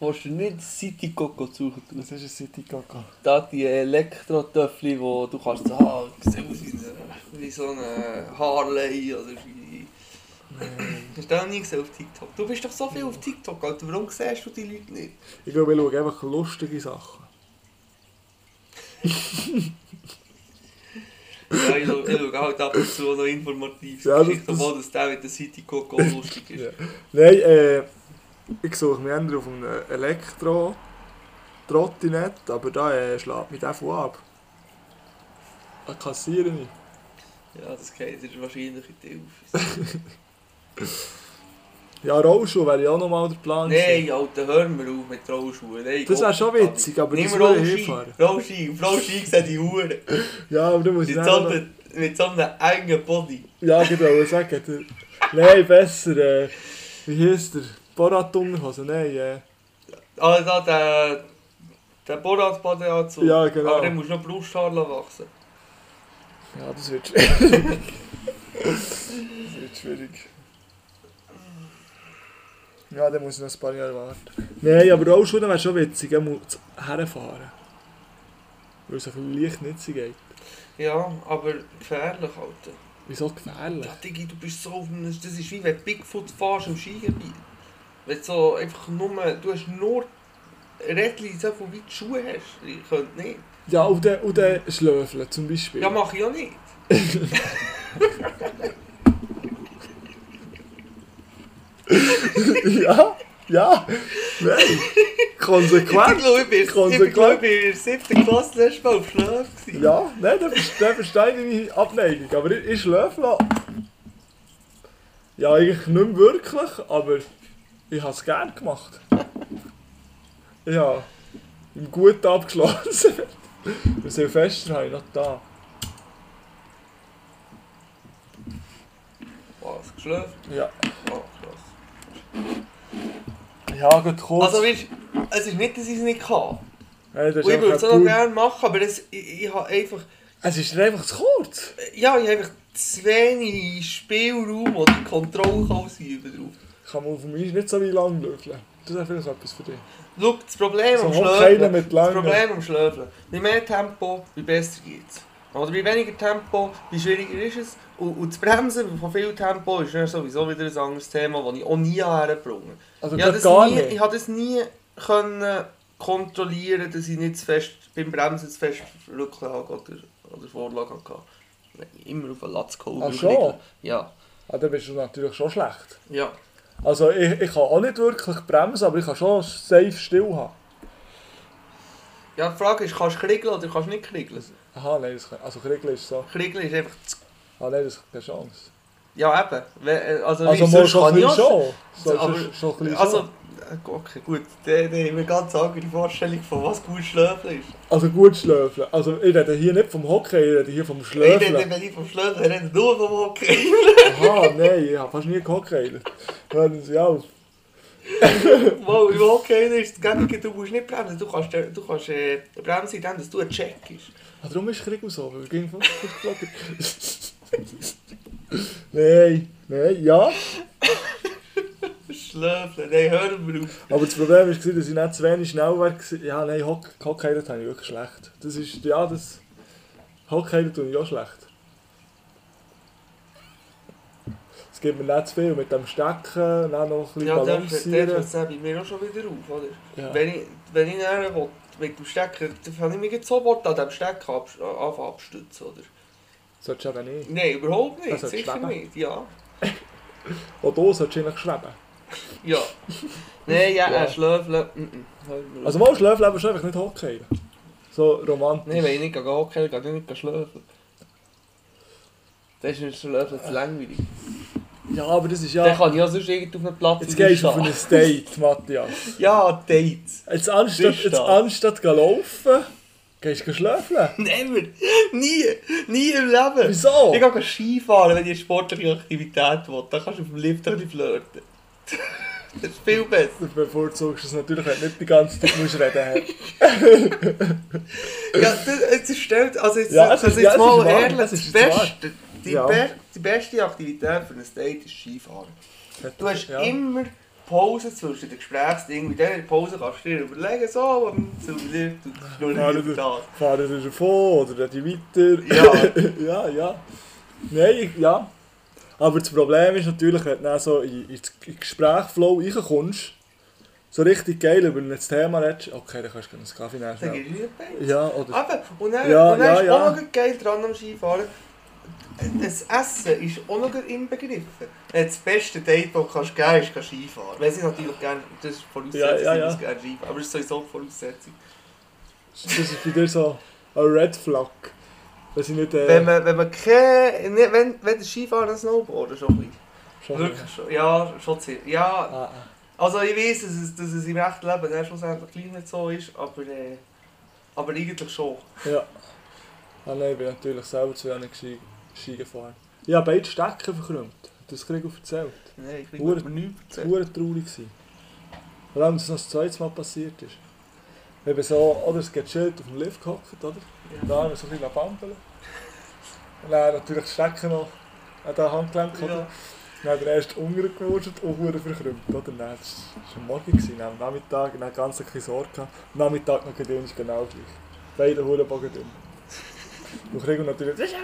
Speaker 4: Willst du nicht City Coco suchen? tun?
Speaker 3: Das ist ein City-Kaka.
Speaker 4: Da die Elektrotöffel, wo du kannst sagen, ah, sieht aus wie, eine, wie so eine eh, Harley oder wie... Hast du das noch nie gesehen auf TikTok? Du bist doch so viel auf TikTok, Alter. Warum siehst du die Leute nicht?
Speaker 3: Ich glaube, ich schaue einfach lustige Sachen.
Speaker 4: Ja, ich schaue, ich schaue halt ab und zu noch informativ.
Speaker 3: Ja,
Speaker 4: Ja,
Speaker 3: das-
Speaker 4: das,
Speaker 3: das-
Speaker 4: obwohl das der mit der City
Speaker 3: *laughs*
Speaker 4: Coco lustig ist.
Speaker 3: Ja. Nein, äh, ich suche mich eher auf einem eh, elektro trottinett aber da äh, schlägt mich der von ab.
Speaker 4: Ah,
Speaker 3: Da kassiere ich.
Speaker 4: Ja, das geht. Das ist wahrscheinlich in die Hilfe.
Speaker 3: Ja, Rollschuh wäre ja auch nochmal der Plan gewesen.
Speaker 4: Nein, Alter, hör mir auf mit Rollschuhen. Nein,
Speaker 3: Das wäre schon witzig, aber
Speaker 4: Nimm
Speaker 3: das würde ich
Speaker 4: Rollski,
Speaker 3: hinfahren.
Speaker 4: Rollski, auf Rollski sehen die Huren.
Speaker 3: Ja, aber du musst
Speaker 4: Mit
Speaker 3: dann
Speaker 4: so
Speaker 3: noch-
Speaker 4: einem, mit so einem engen Body.
Speaker 3: Ja, ich wollte sagen. der- Nein, besser. Äh, wie hieß der? Borat-Unterhose? Nein, äh,
Speaker 4: Ah, da, der, der Borat-Badeanzug.
Speaker 3: Ja, genau.
Speaker 4: Aber dann musst du noch Brusthaar lassen wachsen.
Speaker 3: Ja, das wird schwierig. das wird schwierig. Ja, dann muss ich noch ein paar Jahre warten. Nein, aber auch schon wäre schon witzig, er muss herfahren. Weil es ein bisschen leicht nicht so geht.
Speaker 4: Ja, aber gefährlich, Alter.
Speaker 3: Wieso gefährlich?
Speaker 4: Ja, Digi, du bist so auf einem... Das ist wie wenn du Bigfoot fährst im Skigebiet. Wenn du so einfach nur... Du hast nur Rädchen, so viel wie die Schuhe hast. Ich könnte nicht.
Speaker 3: Ja, und der, und der Schlöfle zum Beispiel.
Speaker 4: Ja, mach ich ja nicht.
Speaker 3: ja, ja. Nein. *laughs*
Speaker 4: Ich
Speaker 3: Konsequent.
Speaker 4: glaube, ich bin, ich
Speaker 3: Konsequent.
Speaker 4: glaube, ich bin in der siebten Klasse letztes Mal auf Schlag.
Speaker 3: Ja, nein, dann verstehe, dann verstehe ich deine Abneigung. Aber ich, ich schlöfle. Ja, eigentlich nicht wirklich, aber ich habe es gerne gemacht. Ja, im Guten abgeschlossen. Am Silvester habe ich noch da.
Speaker 4: Was, geschlafen?
Speaker 3: Ja,
Speaker 4: Oh, krass.
Speaker 3: ja gut, kurz.
Speaker 4: Also, weißt du, es ist nicht, dass ich es nicht kann.
Speaker 3: Nein, das
Speaker 4: Und
Speaker 3: ist
Speaker 4: ich würde es
Speaker 3: einfach
Speaker 4: auch noch
Speaker 3: ein
Speaker 4: gerne machen, aber es, ich, ich habe einfach,
Speaker 3: Bauer- es ist einfach zu kurz.
Speaker 4: ja, ich habe einfach zu wenig Spielraum oder Kontrolle kann ausüben drauf.
Speaker 3: Ich kann man auf mich nicht so wie lang löffeln. Das wäre vielleicht etwas für dich.
Speaker 4: Schau, das Problem
Speaker 3: So
Speaker 4: am
Speaker 3: hoch keiner
Speaker 4: Schlöfeln,
Speaker 3: mit
Speaker 4: das
Speaker 3: langen.
Speaker 4: Problem am Schlöfeln, bei mehr Tempo, bei besser geht's. Oder bei weniger Tempo, bei schwieriger ist es. Und, und das Bremsen von viel Tempo ist dann sowieso wieder ein anderes Thema, das ich auch nie hergebracht
Speaker 3: Also
Speaker 4: Ich habe
Speaker 3: das
Speaker 4: das
Speaker 3: gar
Speaker 4: nie,
Speaker 3: nicht.
Speaker 4: ich habe das nie können kontrollieren, dass ich nicht zu fest, beim Bremsen zu fest Rücklage oder, oder Vorlage hatte. Nein, Immer auf den Latz geholt.
Speaker 3: Ach
Speaker 4: wirklich.
Speaker 3: so.
Speaker 4: Ja,
Speaker 3: Ah, dann bist du natürlich schon schlecht.
Speaker 4: ja.
Speaker 3: Also ich, ich kann auch nicht wirklich bremsen, aber ich kann schon safe still haben.
Speaker 4: Ja, die Frage ist, kannst du kriegeln oder kannst du nicht kriegeln?
Speaker 3: Aha, nein, das kann, also Kriegel ist so.
Speaker 4: Kriegeln ist einfach... zu-
Speaker 3: Ah, nein, das ist keine Chance.
Speaker 4: Ja, eben. We- äh, Also,
Speaker 3: Also
Speaker 4: wie,
Speaker 3: mal
Speaker 4: sonst
Speaker 3: schon ein
Speaker 4: kann ich
Speaker 3: bisschen
Speaker 4: auch-
Speaker 3: schon. So,
Speaker 4: Aber-
Speaker 3: schon, schon ein bisschen
Speaker 4: Also,
Speaker 3: schon.
Speaker 4: äh, okay, gut. Dann dann haben wir eine ganz andere Vorstellung von was gut schlafen ist.
Speaker 3: also gut schlöfeln. Also ich rede hier nicht vom Hockey, ich rede hier vom
Speaker 4: Ich rede
Speaker 3: Schlöfeln.
Speaker 4: wenn ich vom Schlafen rede, *laughs* nur vom Hockey.
Speaker 3: Aha, nein, ich habe fast nie gehockt. Hören Sie auf.
Speaker 4: Mal, im Hockey ist es gängig, du musst nicht bremsen. Du kannst, äh, du kannst äh, bremsen, indem dass du einen Check ist.
Speaker 3: Ah, darum ist Krieg so, weil wir gehen 50 Flaggen. nein, nein, ja.
Speaker 4: Schlöfeln, nein, hör mir auf.
Speaker 3: Aber das Problem war, dass ich nicht zu wenig schnell war. Ja, nein, Hock- Hockey das habe ich wirklich schlecht. Das ist, ja, das... Hockey das tue ich auch schlecht. Es gibt mir nicht zu viel mit dem Stecken, dann noch ein bisschen
Speaker 4: Ja, der hört
Speaker 3: balancieren.
Speaker 4: es bei mir auch schon wieder auf, oder?
Speaker 3: eh. Ja.
Speaker 4: Wenn ich, wenn ich näher will, mit dem Stecker, dann fange ich mich jetzt sofort an dem Stecker ab, anfangen abstützen, oder?
Speaker 3: Solltest du eben nicht.
Speaker 4: Nein, dus. überhaupt nicht,
Speaker 3: Also,
Speaker 4: sicher
Speaker 3: schweben.
Speaker 4: nicht, ja.
Speaker 3: Auch du solltest eigentlich schweben.
Speaker 4: Ja. Nein,
Speaker 3: Ja.
Speaker 4: ja, ja. Schlöfeln, mhm. hör mir auf.
Speaker 3: Also mal schläfeln, aber einfach nicht Hockey. So romantisch.
Speaker 4: Nein, wenn ich nicht gehe Hockey, gehe ich nicht schlafen. Das ist ein Schlafen zu langweilig.
Speaker 3: Ja, aber das ist
Speaker 4: Dann
Speaker 3: ja...
Speaker 4: kann ich ja sonst irgendwie auf einem Platz
Speaker 3: Jetzt gehst du auf
Speaker 4: stehen.
Speaker 3: ein Date, Matthias.
Speaker 4: Ja, Dates.
Speaker 3: Jetzt anstatt,
Speaker 4: Tisch
Speaker 3: jetzt
Speaker 4: da.
Speaker 3: anstatt zu laufen, gehst du schläfeln.
Speaker 4: Never. Nie. Nie im Leben.
Speaker 3: Wieso?
Speaker 4: Ich gehe Skifahren, wenn ich eine sportliche Aktivität will. Dann kannst du auf dem Lift ein bisschen flirten. *laughs* das ist viel besser.
Speaker 3: Du bevorzugst es natürlich, wenn du nicht die ganze Zeit musst reden musst.
Speaker 4: Ja, das, jetzt ist stellt, also jetzt,
Speaker 3: Ja, es
Speaker 4: also
Speaker 3: ist-
Speaker 4: jetzt
Speaker 3: ja, es ist
Speaker 4: mal
Speaker 3: wahr.
Speaker 4: ehrlich,
Speaker 3: Es
Speaker 4: das
Speaker 3: ist wahr.
Speaker 4: beste, die,
Speaker 3: Ja.
Speaker 4: be die beste Aktivität für ein Date ist Skifahren. Du hast
Speaker 3: ja.
Speaker 4: immer Pause zwischen den Gesprächsdingen. In dieser Pause kannst du dir überlegen, so, ähm, zu dir, du schnurrst
Speaker 3: Fahren
Speaker 4: über
Speaker 3: wir,
Speaker 4: das.
Speaker 3: fahren wir davon oder die weiter. *laughs* ja, ja. Nein, ich- ja. Aber das Problem ist natürlich, wenn du dann so in- ins in den Gesprächflow reinkommst, so richtig geil über ein Thema redest, okay, dann kannst du einen Kaffee nehmen.
Speaker 4: Dann
Speaker 3: schnell.
Speaker 4: gehst du wieder Bett.
Speaker 3: Ja, oder?
Speaker 4: Aber, und dann,
Speaker 3: Ja,
Speaker 4: und dann
Speaker 3: ja,
Speaker 4: ist
Speaker 3: ja.
Speaker 4: auch noch geil dran am Skifahren. Das Essen ist auch noch inbegriffen. Äh, Das beste Date, das du kannst geben kannst, ist gehen Skifahren. Weil sie natürlich gerne, das ist die Voraussetzung,
Speaker 3: Ja, ja,
Speaker 4: ja,
Speaker 3: ja.
Speaker 4: gerne Skifahren. Aber das ist sowieso die Voraussetzung.
Speaker 3: Das ist bei dir so ein Red Flag. Dass ich nicht... Äh,
Speaker 4: Wenn man, wenn man kein, nicht- wenn, wenn der Skifahrer und Snowboarden schon ein bisschen.
Speaker 3: schon-
Speaker 4: Wirklich schon, ja, schon ziemlich. Ja,
Speaker 3: Ah, ah.
Speaker 4: Also ich weiß, dass es, dass es im echten Leben dann schlussendlich gleich nicht so ist, aber, äh, aber eigentlich schon.
Speaker 3: Ja. Ah, nein, ich bin natürlich selber zu wenig Ski, Ski gefahren. Ich habe beide Stecken verkrümmt. Hat Das krieg ich erzählt.
Speaker 4: Nein, ich
Speaker 3: Hure-
Speaker 4: kriege mir nichts
Speaker 3: Es
Speaker 4: erzählt.
Speaker 3: war verdammt traurig. gewesen. Vor allem, dass es noch das zweite Mal passiert ist. Ich bin so, oder es gechillt auf dem Lift gehockt, oder?
Speaker 4: Ja.
Speaker 3: Da haben wir so ein bisschen bambeln. Und dann natürlich das Stecken noch an den Handgelenk, oder?
Speaker 4: Ja.
Speaker 3: Dann hat Nou, er erst Hunger gewurzelt und Hunger verkrümmt, oder? Dann, das war am Morgen, gewesen, am Nachmittag, dann ganz ein bisschen Sorge gehabt. Am Nachmittag noch gedünn ist genau gleich. Beide Hurenbogen dünn. Und Krieg natürlich... Das ist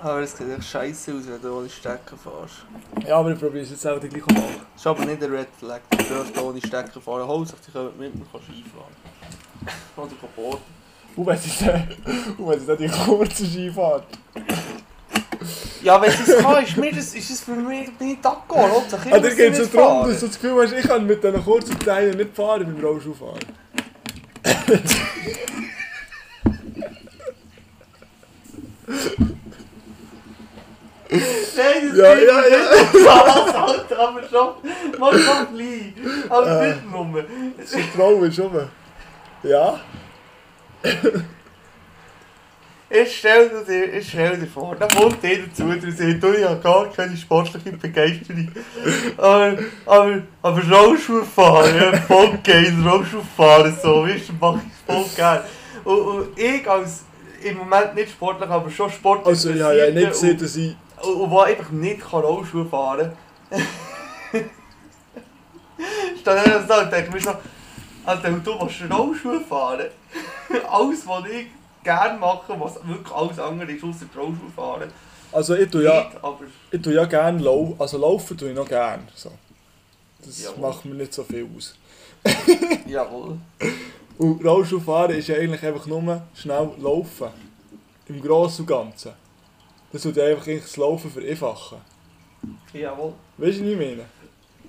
Speaker 4: Aber es sieht echt scheiße aus, wenn du ohne Stecker fährst.
Speaker 3: Ja, aber ich probiere es jetzt auch die gleiche Mal.
Speaker 4: Das ist aber nicht ein Red Flag, du dürft ohne Stecker fahren. Hauptsache, die kommen mit mir Skifahren. *laughs* Oder kaputt.
Speaker 3: Und wenn sie dann, und wenn sie dann die kurze Skifahrt...
Speaker 4: Ja, wenn es kann, ist, mir das, ist es für mich nicht d'accord. Hauptsache,
Speaker 3: Ah, dir
Speaker 4: muss
Speaker 3: geht
Speaker 4: nicht
Speaker 3: es darum,
Speaker 4: fahren.
Speaker 3: dass du das Gefühl hast, ich kann mit diesen kurzen Teilen nicht fahren beim Rollschuhfahren.
Speaker 4: Nein, das
Speaker 3: Ja,
Speaker 4: ist
Speaker 3: ja,
Speaker 4: nicht das, *laughs* Alter, aber schon. Mal schon klein. Aber
Speaker 3: Äh.
Speaker 4: nicht nur.
Speaker 3: Das Vertrauen ist rum. Ja?
Speaker 4: Ich stell dir, dir- ich stell dir vor, da kommt jeder zu dir und sagt, du, ich habe gar keine sportliche Begeisterung. Aber, aber, aber Rollschuhfahren, ja, voll geil, Rollschuhfahren, so, weißt du, mach ich voll gerne. Und, und ich als, im Moment nicht sportlich, aber schon sportlich
Speaker 3: Also, ich habe ja nicht gesehen,
Speaker 4: interessierte
Speaker 3: dass ich...
Speaker 4: und, und, und wo einfach nicht kann Rollschuh fahren *laughs* kann. Stehe ich dann da und denke mir so, Alter, und du willst Rollschuh fahren? *laughs* alles, was ich gerne mache, was wirklich alles andere ist, außer Rollschuh fahren.
Speaker 3: Also, ich tue ja,
Speaker 4: Nicht, aber
Speaker 3: ich tue ja gerne laufen. Also, laufen tue ich noch gerne. So. Das
Speaker 4: Jawohl.
Speaker 3: macht mir nicht so viel aus.
Speaker 4: jawohl.
Speaker 3: Und Rollschuhfahren ist ja eigentlich einfach nur schnell laufen. Im Großen und Ganzen. Das tut ja einfach eigentlich das Laufen vereinfachen.
Speaker 4: Jawohl.
Speaker 3: Weißt du, was ich meine?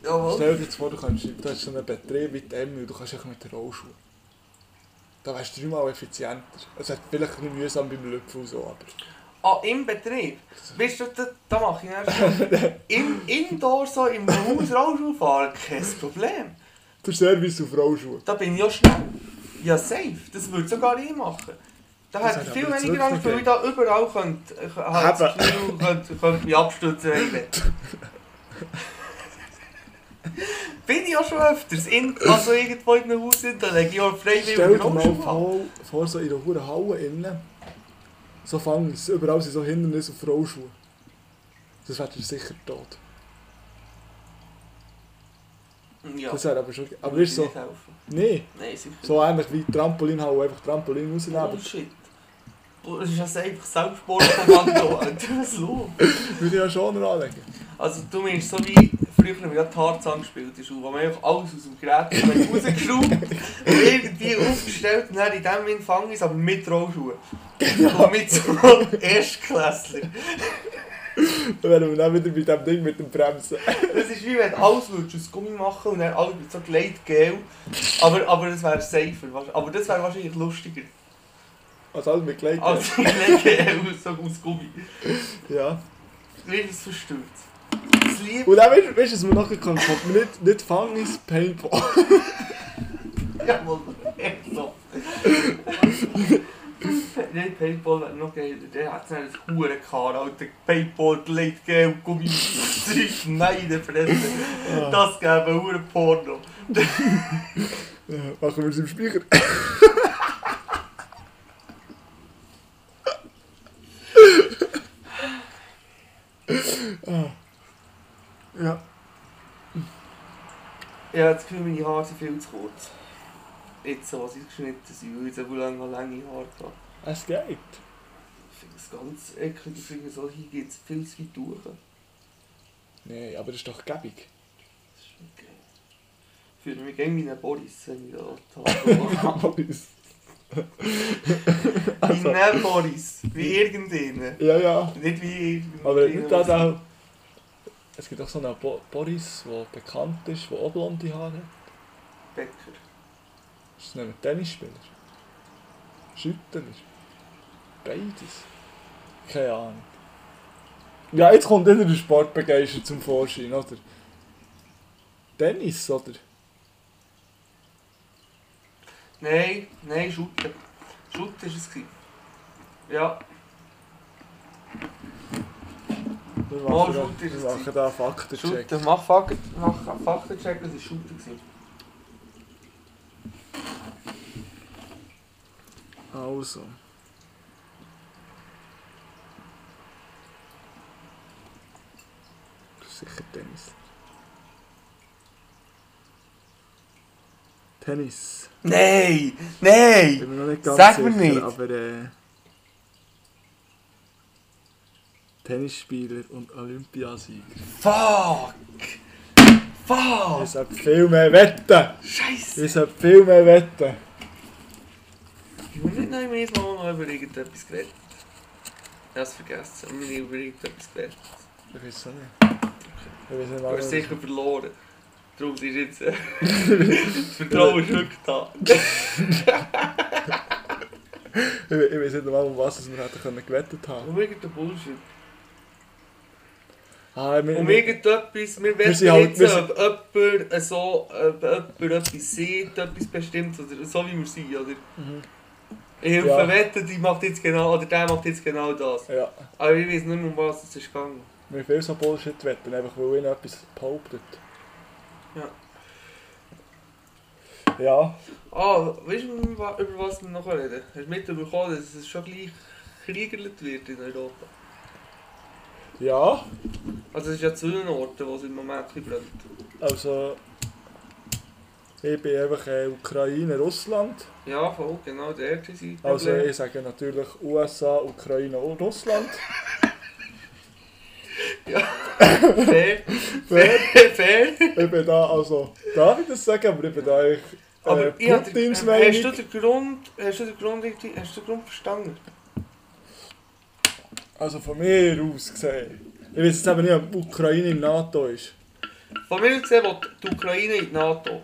Speaker 4: Jawohl.
Speaker 3: Stell dir jetzt vor, du, kannst, du hast so einen Betrieb wie die Emmy und du kannst einfach mit der Rollschuhe. Da wärst du dreimal effizienter. Es hat vielleicht ein bisschen mühsam beim Löpfen und so, aber...
Speaker 4: Ah, im Betrieb. Weißt du, da, da mache ich erst. Im nou Indoor, so im Haus Rollschuh fahren, kein Problem.
Speaker 3: Der Service auf Rollschuhe.
Speaker 4: Da bin ich ja schnell. Ja, safe. Das würde sogar ich machen. Da
Speaker 3: Das
Speaker 4: hätte ich
Speaker 3: hat
Speaker 4: viel
Speaker 3: aber
Speaker 4: weniger Angst, weil ich da überall könnte, äh, hab das Gefühl, könnte, könnte mich abstützen.
Speaker 3: *laughs*
Speaker 4: Bin ich auch schon öfters. In, also irgendwo in einem Haus sind, da lege ich auch freiwillig
Speaker 3: Stell dir
Speaker 4: einen
Speaker 3: mal
Speaker 4: Rollstuhl an.
Speaker 3: vor, vor so in einer hohen Halle innen, so fangen es, überall sind so Hindernisse auf Rollschuhe. Das wäre sicher tot.
Speaker 4: Ja,
Speaker 3: Das wäre aber schon... Aber ist so...
Speaker 4: Nicht helfen.
Speaker 3: Nee,
Speaker 4: Nein, sicher.
Speaker 3: so ähnlich wie Trampolinhalle, einfach Trampolin rausnehmen.
Speaker 4: Bullshit. Bull- Das ist also einfach Selbstmordkommando, *laughs* Alter. Was los?
Speaker 3: Würde ich ja schon noch anlegen.
Speaker 4: Also du meinst so wie früher, wenn wir ja Tarzan gespielt hast, wo man einfach alles aus dem Gerät rausgeschraubt und irgendwie aufgestellt und dann in dem Wind fangen ist, aber mit Rollschuhen. Und mit so *laughs* Erstklässler.
Speaker 3: Dann wären wir dann wieder bei dem Ding mit dem Bremsen.
Speaker 4: Das ist wie wenn du alles würdest, aus Gummi machen und dann alles mit so Gleitgel. Aber, aber das wäre safer. wahrsch- Aber das wäre wahrscheinlich lustiger.
Speaker 3: Also alles mit Kleidung.
Speaker 4: Als *laughs* Gleitgel aus- so aus Gummi. Also.
Speaker 3: Ja.
Speaker 4: Wie das verstört. Das Liebe.
Speaker 3: Und dann weißt du, weißt du, was man nachher kann, kommt man nicht, nicht fangen ins Paintball.
Speaker 4: Ja, Mann, echt so. Nein, Paintball wäre noch geiler. Der hat seine Huren gehabt, Alter. Paintball, Gleit, Geld, Gummi, Zeug, nein, der Fresse. Das gäbe einen Huren Porno.
Speaker 3: Ja, machen wir es im Speicher. Ah. ja.
Speaker 4: Ich habe das Gefühl, meine Haare sind viel zu kurz. Jetzt, so, was ich geschnitten sind, weil ich so lange noch lange Haare hatte.
Speaker 3: Es geht.
Speaker 4: Ich finde das ganz eklig, ich finde, so hier geht es viel zu weit durch.
Speaker 3: Nee, aber das ist doch gäbig.
Speaker 4: Das ist nicht geil. Ich fühle mich gegen meinen Boris, wenn ich da die Haare
Speaker 3: *laughs*
Speaker 4: mache.
Speaker 3: Boris.
Speaker 4: Meinen Boris, wie irgendeinen.
Speaker 3: *laughs* Ja, ja.
Speaker 4: Nicht wie irgendeinen.
Speaker 3: Aber nicht das auch. Es gibt auch so einen Bo Boris, der bekannt ist, der auch blonde Haare hat.
Speaker 4: Bäcker.
Speaker 3: Ist das nicht ein Tennisspieler? Schüttler? Beides? Keine Ahnung. Ja, jetzt kommt wieder der Sportbegeister zum Vorschein, oder? Tennis, oder?
Speaker 4: Nein, nein, Schutte. Schutte war es. gewesen. Ja,
Speaker 3: Wir
Speaker 4: Mal
Speaker 3: machen,
Speaker 4: Schutt
Speaker 3: da,
Speaker 4: ist
Speaker 3: wir
Speaker 4: es
Speaker 3: machen da einen Faktencheck.
Speaker 4: Schutte. Mach Fakten, mach Faktencheck, das war Schutte. gewesen.
Speaker 3: Also. Sicher Tennis. Tennis.
Speaker 4: Nein,
Speaker 3: Ich
Speaker 4: nein!
Speaker 3: bin mir noch nicht ganz
Speaker 4: Sag mir
Speaker 3: sicher,
Speaker 4: nicht.
Speaker 3: aber äh, Tennisspieler und Olympiasieger.
Speaker 4: Fuck! Fuck!
Speaker 3: Ich sollte viel mehr wetten!
Speaker 4: Scheiße!
Speaker 3: Ich sollte viel mehr wetten!
Speaker 4: Ich habe nicht noch im ersten Mal noch über irgendetwas geredet. Ich habe es vergessen, aber ich habe über irgendetwas geredet.
Speaker 3: Ich weiß es nicht. Ich weiß nicht,
Speaker 4: Du hast
Speaker 3: was
Speaker 4: sicher verloren. Darum ist jetzt. äh, das Vertrauen ist rückgetan.
Speaker 3: ich, ich weiß nicht mal, um was wir hätten können gewettet haben.
Speaker 4: Um irgendeinen Bullshit.
Speaker 3: Ah, wir,
Speaker 4: Um
Speaker 3: wir,
Speaker 4: irgendetwas, wir
Speaker 3: Wir
Speaker 4: wissen
Speaker 3: sind halt-
Speaker 4: jetzt,
Speaker 3: wir sind-
Speaker 4: ob jemand äh, so, ob jemand etwas sieht, etwas bestimmt, oder so wie wir sind, oder? Ich helfe
Speaker 3: Mhm. Ja.
Speaker 4: wetten, die macht jetzt genau, oder der macht jetzt genau das.
Speaker 3: ja,
Speaker 4: Aber ich weiß nicht mehr, um was es ist gegangen.
Speaker 3: wir viel so Bullshit wetten, einfach weil ihnen etwas behauptet.
Speaker 4: Ja.
Speaker 3: Ja,
Speaker 4: Ah, weißt du, über über was wir noch reden? Hast du mitbekommen, dass es schon gleich kriegerlet wird in Europa?
Speaker 3: ja,
Speaker 4: Also es ist ja zu den Orten, wo es im Moment ein bisschen brennt.
Speaker 3: also. Ich bin einfach äh, Ukraine, Russland.
Speaker 4: Ja, voll, genau, der ist sie.
Speaker 3: Also ich sage natürlich USA, Ukraine und Russland.
Speaker 4: Fair,
Speaker 3: *laughs* Fair.
Speaker 4: fair.
Speaker 3: ich bin da, also, darf ich das sagen, aber ich bin da eigentlich äh,
Speaker 4: Aber ich hab-
Speaker 3: Putins
Speaker 4: ähm,
Speaker 3: Meinung.
Speaker 4: Hast du den Grund, hast du den Grund, richtig- hast du den Grund verstanden?
Speaker 3: Also von mir aus gesehen. Ich weiß jetzt eben nicht, ob Ukraine in NATO ist.
Speaker 4: Von mir aus gesehen will die Ukraine in die NATO.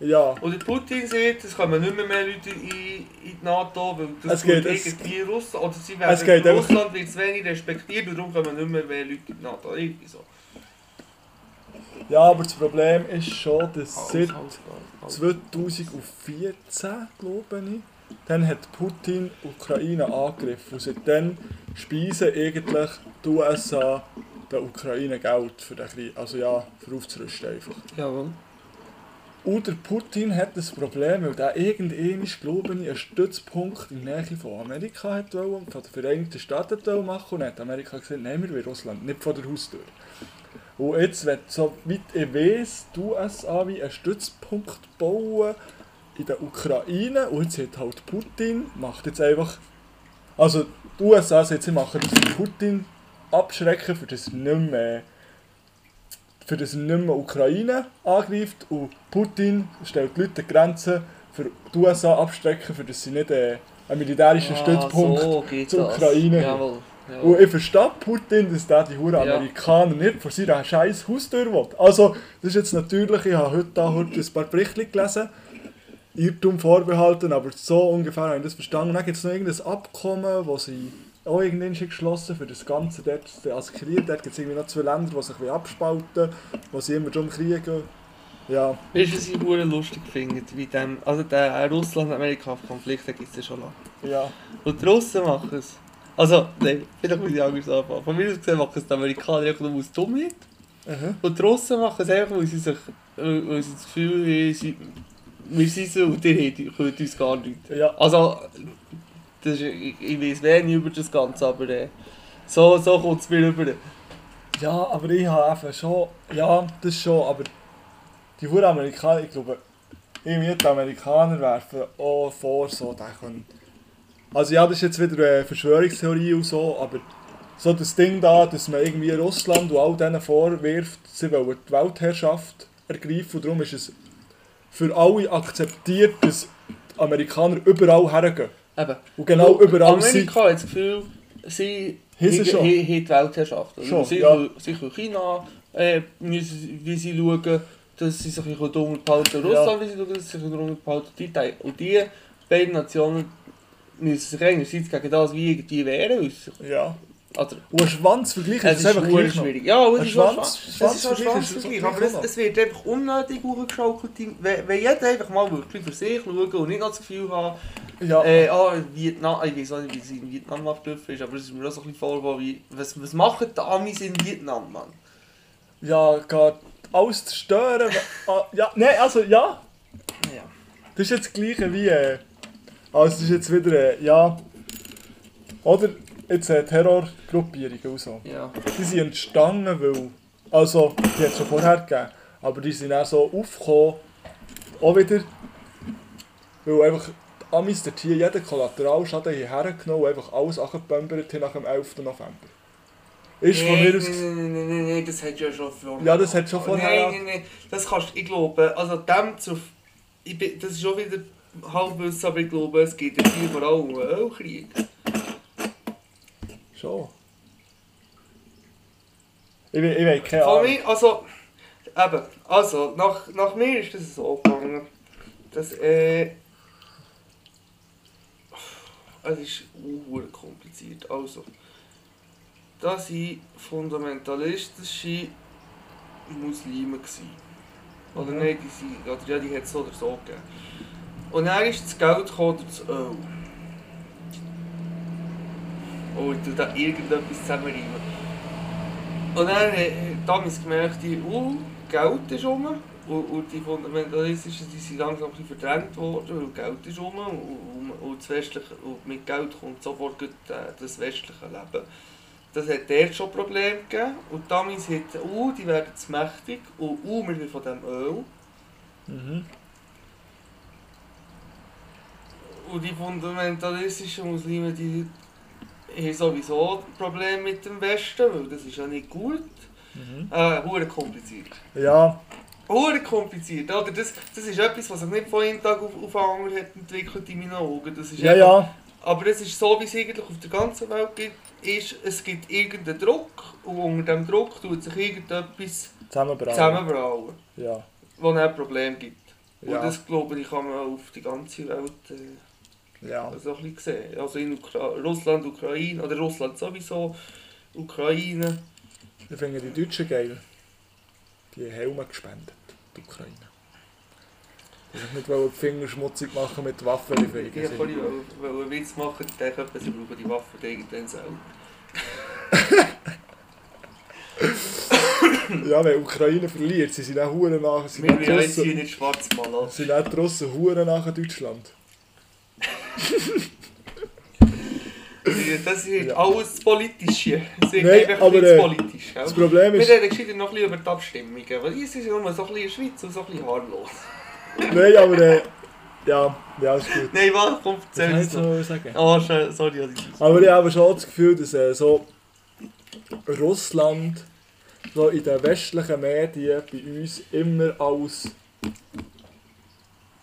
Speaker 3: Ja,
Speaker 4: Und der Putin sagt, es kommen nicht mehr, mehr Leute in, in die NATO, weil das
Speaker 3: Es geht-
Speaker 4: tut
Speaker 3: es-
Speaker 4: irgendwie Russland, oder sie
Speaker 3: es geht
Speaker 4: werden, in
Speaker 3: einfach-
Speaker 4: Russland wird zu wenig respektiert und darum kommen nicht mehr, mehr Leute in die NATO. Irgendwie so.
Speaker 3: ja, aber das Problem ist schon, dass seit
Speaker 4: Alles, alles, alles.
Speaker 3: 2014, glaube ich, Dann hat Putin Ukraine angegriffen und seitdem speisen eigentlich die USA der Ukraine Geld für den Krieg, also ja, für aufzurüsten einfach.
Speaker 4: Jawohl.
Speaker 3: Und der Putin hat das Problem, weil der irgendwann, glaube ich, einen Stützpunkt in der Nähe von Amerika hat wollen, von den Vereinigten Staaten wollen machen und hat Amerika gesagt, nein, wir wollen Russland, nicht vor der Haustür. Und jetzt wird, E soweit ich weiss, die USA wie einen Stützpunkt bauen in der Ukraine und jetzt hat halt Putin, macht jetzt einfach, also die USA sagt, sie machen das für Putin abschrecken, für das nicht mehr für das nicht mehr Ukraine angreift und Putin stellt die Leute an die Grenzen für die USA abstecken, für das sie nicht äh, einen militärischen
Speaker 4: Ah,
Speaker 3: Stützpunkt
Speaker 4: geht
Speaker 3: zur
Speaker 4: das.
Speaker 3: Ukraine haben.
Speaker 4: Jawohl.
Speaker 3: Und
Speaker 4: jawohl.
Speaker 3: ich verstehe Putin, dass der die Huren
Speaker 4: Ja.
Speaker 3: Amerikaner nicht vor seiner scheiß Haustür will. Also, das ist jetzt natürlich, ich habe heute, da, heute ein paar Berichte gelesen, Irrtum vorbehalten, aber so ungefähr habe ich das verstanden. Und dann gibt es noch irgendein Abkommen, das sie auch irgendwann schon geschlossen für das Ganze dort als Krieg. Dort gibt es irgendwie noch zwei Länder, die sich ein bisschen abspalten, wo sie immer drum kriegen. Ja,
Speaker 4: Weißt du, was ich hure lustig finde? Wie dem, also der Russland-Amerika-Konflikt gibt es ja schon lange.
Speaker 3: ja.
Speaker 4: Und die Russen machen es. Also, nein, vielleicht muss ich anders anfangen. Von mir aus gesehen machen es die Amerikaner einfach nur aus Dummheit. Und die Russen machen es einfach, weil sie, sich, weil weil sie das Gefühl haben, sie, wir sind so und ihr habt- könnt uns gar nicht.
Speaker 3: Ja.
Speaker 4: Also, das ist, ich, ich weiß wenig über das Ganze, aber äh, so, so kommt es mir rüber.
Speaker 3: Ja, aber ich habe einfach schon. Ja, das schon, aber die Huren Amerikaner, ich glaube, irgendwie die Amerikaner werfen auch vor, so den können. Also ja, das ist jetzt wieder eine Verschwörungstheorie und so, aber so das Ding da, dass man irgendwie Russland und all denen vorwirft, sie wollen die Weltherrschaft ergreifen und darum ist es für alle akzeptiert, dass die Amerikaner überall hergehen.
Speaker 4: Eben.
Speaker 3: Und genau
Speaker 4: Und
Speaker 3: überall sind.
Speaker 4: Amerika hat das Gefühl, sie
Speaker 3: Haben sie
Speaker 4: haben
Speaker 3: schon.
Speaker 4: haben- haben die Weltherrschaft. Also
Speaker 3: Schon,
Speaker 4: sie,
Speaker 3: ja.
Speaker 4: können, sie können China, äh, müssen, wie sie schauen, dass sie sich ein bisschen drunter behalten.
Speaker 3: Ja.
Speaker 4: Russland, wie sie schauen, dass sie sich drunter behalten. Die Teil- Und die beiden Nationen müssen sich einerseits gegen das wie irgendwie wehren. weil sie-
Speaker 3: Ja.
Speaker 4: Also,
Speaker 3: Und ein Schwanz vergleichen, das ist einfach
Speaker 4: verdammt
Speaker 3: gleich noch.
Speaker 4: schwierig. Ja, und
Speaker 3: Ein
Speaker 4: es ist auch
Speaker 3: Schwanz-
Speaker 4: schwa-
Speaker 3: Schwanz-
Speaker 4: es ist auch
Speaker 3: Vergleich ist
Speaker 4: Schwanzvergleich,
Speaker 3: das
Speaker 4: aber es,
Speaker 3: Gleiche.
Speaker 4: es wird einfach unnötig hochgeschaukelt. Wenn, wenn jeder einfach mal wirklich für sich schaut und nicht noch das Gefühl hat,
Speaker 3: Ja.
Speaker 4: Äh, ah, Vietnam, ich weiß auch nicht, wie es in Vietnam abgelaufen ist, aber es ist mir auch so ein bisschen vorgekommen, wie, was, was machen die Amis in Vietnam, Mann?
Speaker 3: Ja, geht alles zu stören. Ah, ja, nein, also ja.
Speaker 4: Ja.
Speaker 3: Das ist jetzt das gleiche wie. Äh, also das ist jetzt wieder. Äh, ja. Oder jetzt äh, Terrorgruppierungen und so.
Speaker 4: Ja.
Speaker 3: Die sind entstanden, weil. Also, die hat es schon vorher gegeben. Aber die sind auch so aufgekommen. Auch wieder. Weil einfach die Amis dort hier jeden Kollateralschaden hierher genommen und einfach alles angebömbert haben nach dem 11. November. Ist
Speaker 4: Äh,
Speaker 3: von mir aus.
Speaker 4: Nein, nein, nein, nein, nein, das hat ja schon vorher.
Speaker 3: Ja, das hat schon vorher-
Speaker 4: Nein, nein, nein, das kannst ich glaube, also dem zu. Ich bin, das ist schon wieder halbwissen, aber ich glaube, es geht jetzt hier vor allem um einen Ölkrieg.
Speaker 3: Schon. Ich, we- ich weiß keine
Speaker 4: Von
Speaker 3: Ahnung.
Speaker 4: mir, also, eben, also, nach, nach mir ist das so gegangen, dass, äh, es ist unhuere kompliziert, also, da sind fundamentalistische Muslime gewesen. Oder
Speaker 3: Mhm.
Speaker 4: nein, die sind, oder ja, die hat es so oder so gegeben. Und dann ist das Geld gekommen durch das Öl. Oh, ich tu da irgendetwas zusammenreimen. Und dann äh, damals gemerkt, die, oh, Geld ist rum. Und, und die Fundamentalistischen die sind langsam ein bisschen verdrängt worden, weil Geld ist rum. Und, und, und, das westliche, und mit Geld kommt sofort gut, äh, das westliche Leben. Das hat dort schon Probleme gegeben. Und damals hat, oh, die werden zu mächtig. Und, oh, wir wollen von dem Öl.
Speaker 3: Mhm.
Speaker 4: Und die fundamentalistischen Muslime, die haben sowieso ein Problem mit dem Westen, weil das ist ja nicht gut.
Speaker 3: Mhm.
Speaker 4: Äh, hure kompliziert.
Speaker 3: Ja,
Speaker 4: Hure kompliziert, oder? Das, das ist etwas, was sich nicht von einem Tag auf, auf den anderen hat entwickelt in meinen Augen. Das ist
Speaker 3: ja,
Speaker 4: einfach-
Speaker 3: ja.
Speaker 4: Aber es ist so, wie es eigentlich auf der ganzen Welt gibt, ist, es gibt irgendeinen Druck und unter diesem Druck tut sich irgendetwas
Speaker 3: Zusammenbrauen.
Speaker 4: zusammenbrauen,
Speaker 3: Ja.
Speaker 4: wo es ein Problem gibt. Und
Speaker 3: Ja.
Speaker 4: das, glaube ich, kann man auf die ganze Welt... Äh,
Speaker 3: ja.
Speaker 4: also ein bisschen gesehen. Also in Ukra Russland, Ukraine, oder Russland sowieso, Ukraine.
Speaker 3: Ich finde die Deutschen geil. Die Helme gespendet. Die Ukraine. Dass ich nicht wollte die Finger schmutzig machen mit Waffen.
Speaker 4: Ich wollte vorhin einen Witz machen, ich dachte, etwa, sie brauchen die Waffe irgendwann selber.
Speaker 3: Ja, wenn Ukraine verliert, sie sind auch Huren nachher. Sind
Speaker 4: Wir
Speaker 3: auch die
Speaker 4: wollen jetzt hier
Speaker 3: Russen,
Speaker 4: nicht schwarz malen. also.
Speaker 3: sind auch die Russen Huren nachher Deutschland.
Speaker 4: Das ist
Speaker 3: Ja.
Speaker 4: alles politisch hier. Das ist
Speaker 3: Nein,
Speaker 4: einfach
Speaker 3: aber,
Speaker 4: nicht
Speaker 3: äh,
Speaker 4: politisch. gell?
Speaker 3: Das Problem
Speaker 4: Wir
Speaker 3: ist,
Speaker 4: reden gescheiter noch ein bisschen über die Abstimmungen. Weil jetzt ist ja nur so ein bisschen in der Schweiz und so ein bisschen harmlos.
Speaker 3: nein, aber äh, ja, ja, ist gut.
Speaker 4: Nein, warte, komm, erzähl
Speaker 3: kann ich
Speaker 4: es
Speaker 3: jetzt
Speaker 4: noch.
Speaker 3: noch sagen?
Speaker 4: Ah, schön, sorry, dass ich
Speaker 3: Aber ich habe schon das Gefühl, dass äh, so Russland so in den westlichen Medien bei uns immer als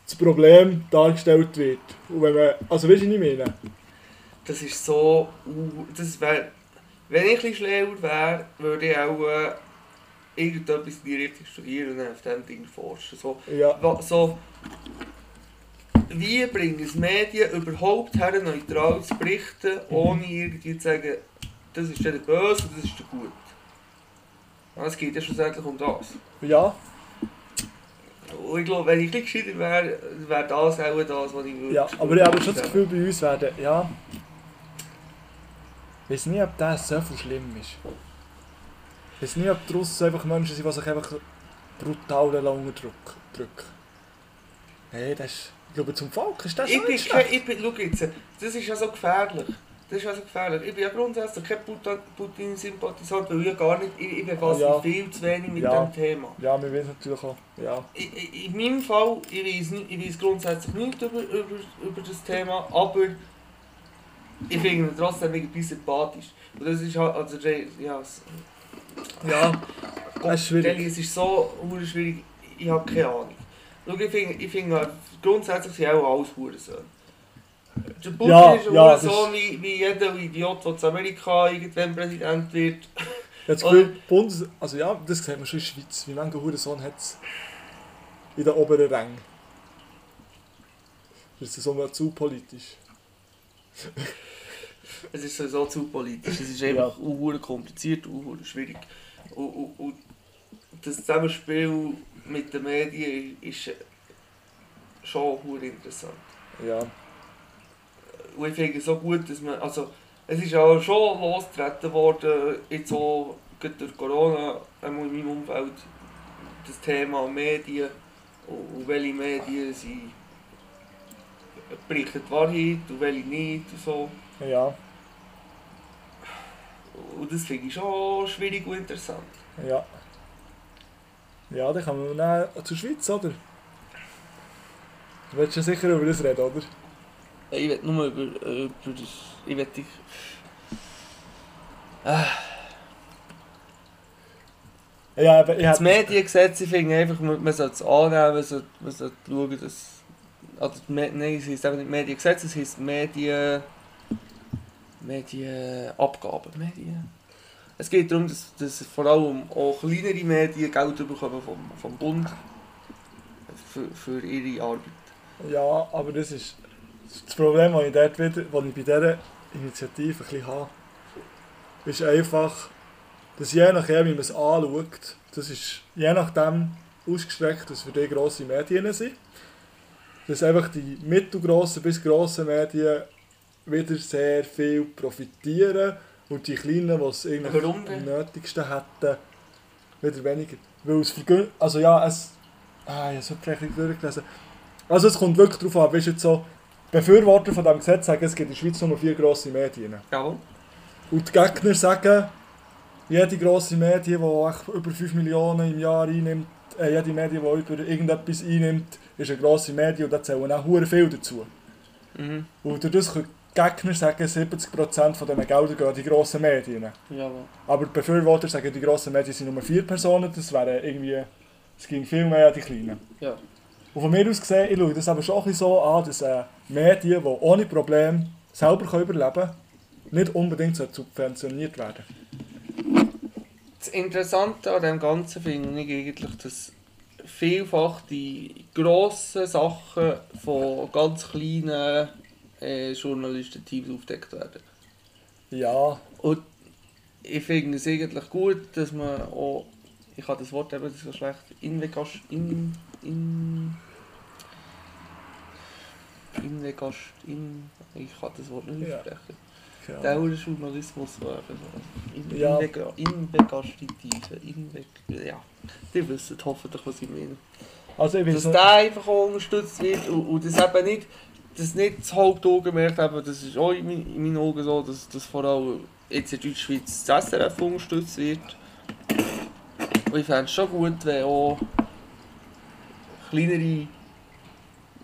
Speaker 3: das Problem dargestellt wird. Und wenn man, also weißt du, was ich meine?
Speaker 4: Das ist so. uh, Das wär, wenn ich ein bisschen schlauer wäre, würde ich auch äh, irgendetwas in die Richtung studieren und dann auf diesem Ding forschen. So,
Speaker 3: Ja,
Speaker 4: wa- so, wie bringen es Medien überhaupt her, neutral zu berichten,
Speaker 3: Mhm.
Speaker 4: ohne irgendwie zu sagen, das ist der Böse und das ist der Gut? Ja, Es geht ja schlussendlich um das.
Speaker 3: ja,
Speaker 4: Und ich glaube, wenn ich ein bisschen gescheiter wäre, wäre das auch das, was ich würde.
Speaker 3: ja. Aber ich habe schon das Gefühl, bei uns werden, ja. Ich weiß nicht, ob das so viel schlimm ist. Ich weiß nicht, ob die Russen einfach Menschen sind, die sich einfach brutal lange drücken. Nein, das ist. Ich glaube, zum Volk ist das
Speaker 4: Ich
Speaker 3: schon
Speaker 4: bin,
Speaker 3: nicht
Speaker 4: kein,
Speaker 3: schlecht.
Speaker 4: ich bin, schau jetzt, das ist ja so gefährlich. Das ist ja so gefährlich. Ich bin ja grundsätzlich kein Putin- Putin-Sympathisant, weil ich ja gar nicht, ich, ich befasse
Speaker 3: Ja.
Speaker 4: mich viel zu wenig mit
Speaker 3: Ja.
Speaker 4: dem Thema.
Speaker 3: Ja, wir wissen natürlich auch. Ja.
Speaker 4: Ich, ich, in meinem Fall, ich weiß, nicht, ich weiss grundsätzlich nichts über, über, über das Thema, aber ich finde ihn trotzdem irgendwie sympathisch. Und das ist halt, also, der- ja, es-
Speaker 3: Ja, das ist schwierig.
Speaker 4: Dennis, Es ist so hure schwierig, ich habe keine Ahnung. Schau, ich finde, ich find, äh, grundsätzlich sind auch alles Hurensohn. Der Putin
Speaker 3: Ja,
Speaker 4: ist ein
Speaker 3: ja, das
Speaker 4: Hurensohn wie, wie jeder Idiot, der zu Amerika irgendwann Präsident wird.
Speaker 3: Ich habe das
Speaker 4: Oder-
Speaker 3: Gefühl, Bundes... Also ja, das sieht man schon in der Schweiz. Wie lange Hurensohn hat es in den oberen Rängen? Das ist so mal zu politisch.
Speaker 4: Es ist sowieso zu politisch, es ist einfach hure kompliziert und hure schwierig. Und, und, und das Zusammenspiel mit den Medien ist äh, schon hure interessant.
Speaker 3: Ja.
Speaker 4: Und ich finde es so gut, dass man, also es ist ja schon losgetreten worden, jetzt auch gerade durch Corona, einmal in meinem Umfeld, das Thema Medien und, und welche Medien sind, berichten die Wahrheit und welche nicht und so.
Speaker 3: Ja.
Speaker 4: Und das finde ich schon schwierig und interessant.
Speaker 3: Ja. Ja, dann kommen wir dann zur Schweiz, oder? Du willst ja sicher über das reden, oder?
Speaker 4: Ich will nur über, äh, über ich will dich...
Speaker 3: Ja, eben, ich
Speaker 4: Das
Speaker 3: habe...
Speaker 4: Mediengesetz, ich finde einfach, man, man sollte es annehmen, man sollte, man sollte schauen, dass... Also, die Me- nein, es heisst eben nicht Mediengesetz, es heisst Medien... Medienabgaben, Medien... Es geht darum, dass, dass vor allem auch kleinere Medien Geld bekommen vom, vom Bund für, für ihre Arbeit.
Speaker 3: Ja, aber das ist das Problem, das ich, dort wieder, das ich bei dieser Initiative ein bisschen habe, ist einfach, dass je nachdem, wie man es anschaut, das ist je nachdem ausgestreckt, dass für die grosse Medien sind, dass einfach die mittelgrossen bis grossen Medien wieder sehr viel profitieren und die kleinen, die es eigentlich
Speaker 4: Warum denn?
Speaker 3: am nötigsten hätten, wieder weniger. Weil es vergün... Also ja, es... Ah, ich habe so gleich durchgelesen. Also es kommt wirklich darauf an, weißt du jetzt so, Befürworter von diesem Gesetz sagen, es gibt in der Schweiz nur vier grosse Medien.
Speaker 4: Jawohl.
Speaker 3: Und die Gegner sagen, jede grosse Medie, die echt über 5 Millionen im Jahr einnimmt, äh, jede Medie, die über irgendetwas einnimmt, ist eine grosse Medie und da zählen auch hure viel dazu.
Speaker 4: Mhm.
Speaker 3: Und durch das können die Gegner sagen, 70% von diesen Geldern gehen an die grossen Medien.
Speaker 4: Jawohl.
Speaker 3: Aber die Befürworter sagen, die grossen Medien sind nur vier Personen, das wäre irgendwie, es ging viel mehr an die kleinen.
Speaker 4: Ja.
Speaker 3: Und von mir aus gesehen, ich schaue das aber schon ein bisschen so an, dass äh, Medien, die ohne Probleme selber können überleben können, nicht unbedingt so subventioniert werden.
Speaker 4: Das Interessante an dem Ganzen finde ich eigentlich, dass vielfach die grossen Sachen von ganz kleinen äh, Journalistenteams aufgedeckt werden.
Speaker 3: Ja,
Speaker 4: Und ich finde es eigentlich gut, dass man auch, ich habe das Wort eben das ist so schlecht, Invegas, in, in, Innengast, Innen... Ich kann das Wort nicht
Speaker 3: Ja.
Speaker 4: aussprechen.
Speaker 3: Keine
Speaker 4: Der
Speaker 3: Ahnung.
Speaker 4: hohe Journalismus war eben so.
Speaker 3: Ja.
Speaker 4: Innenbegastitive, Innenbeg... Ja, die wissen hoffentlich, was ich meine.
Speaker 3: Also ich bin
Speaker 4: Dass
Speaker 3: so,
Speaker 4: der einfach auch unterstützt wird und, und das eben nicht... Das nicht das Hauptaugenmerk haben, das ist auch in, mein- in meinen Augen so, dass, dass vor allem jetzt in Deutschschweiz das SRF unterstützt wird. Und ich fände es schon gut, wenn auch kleinere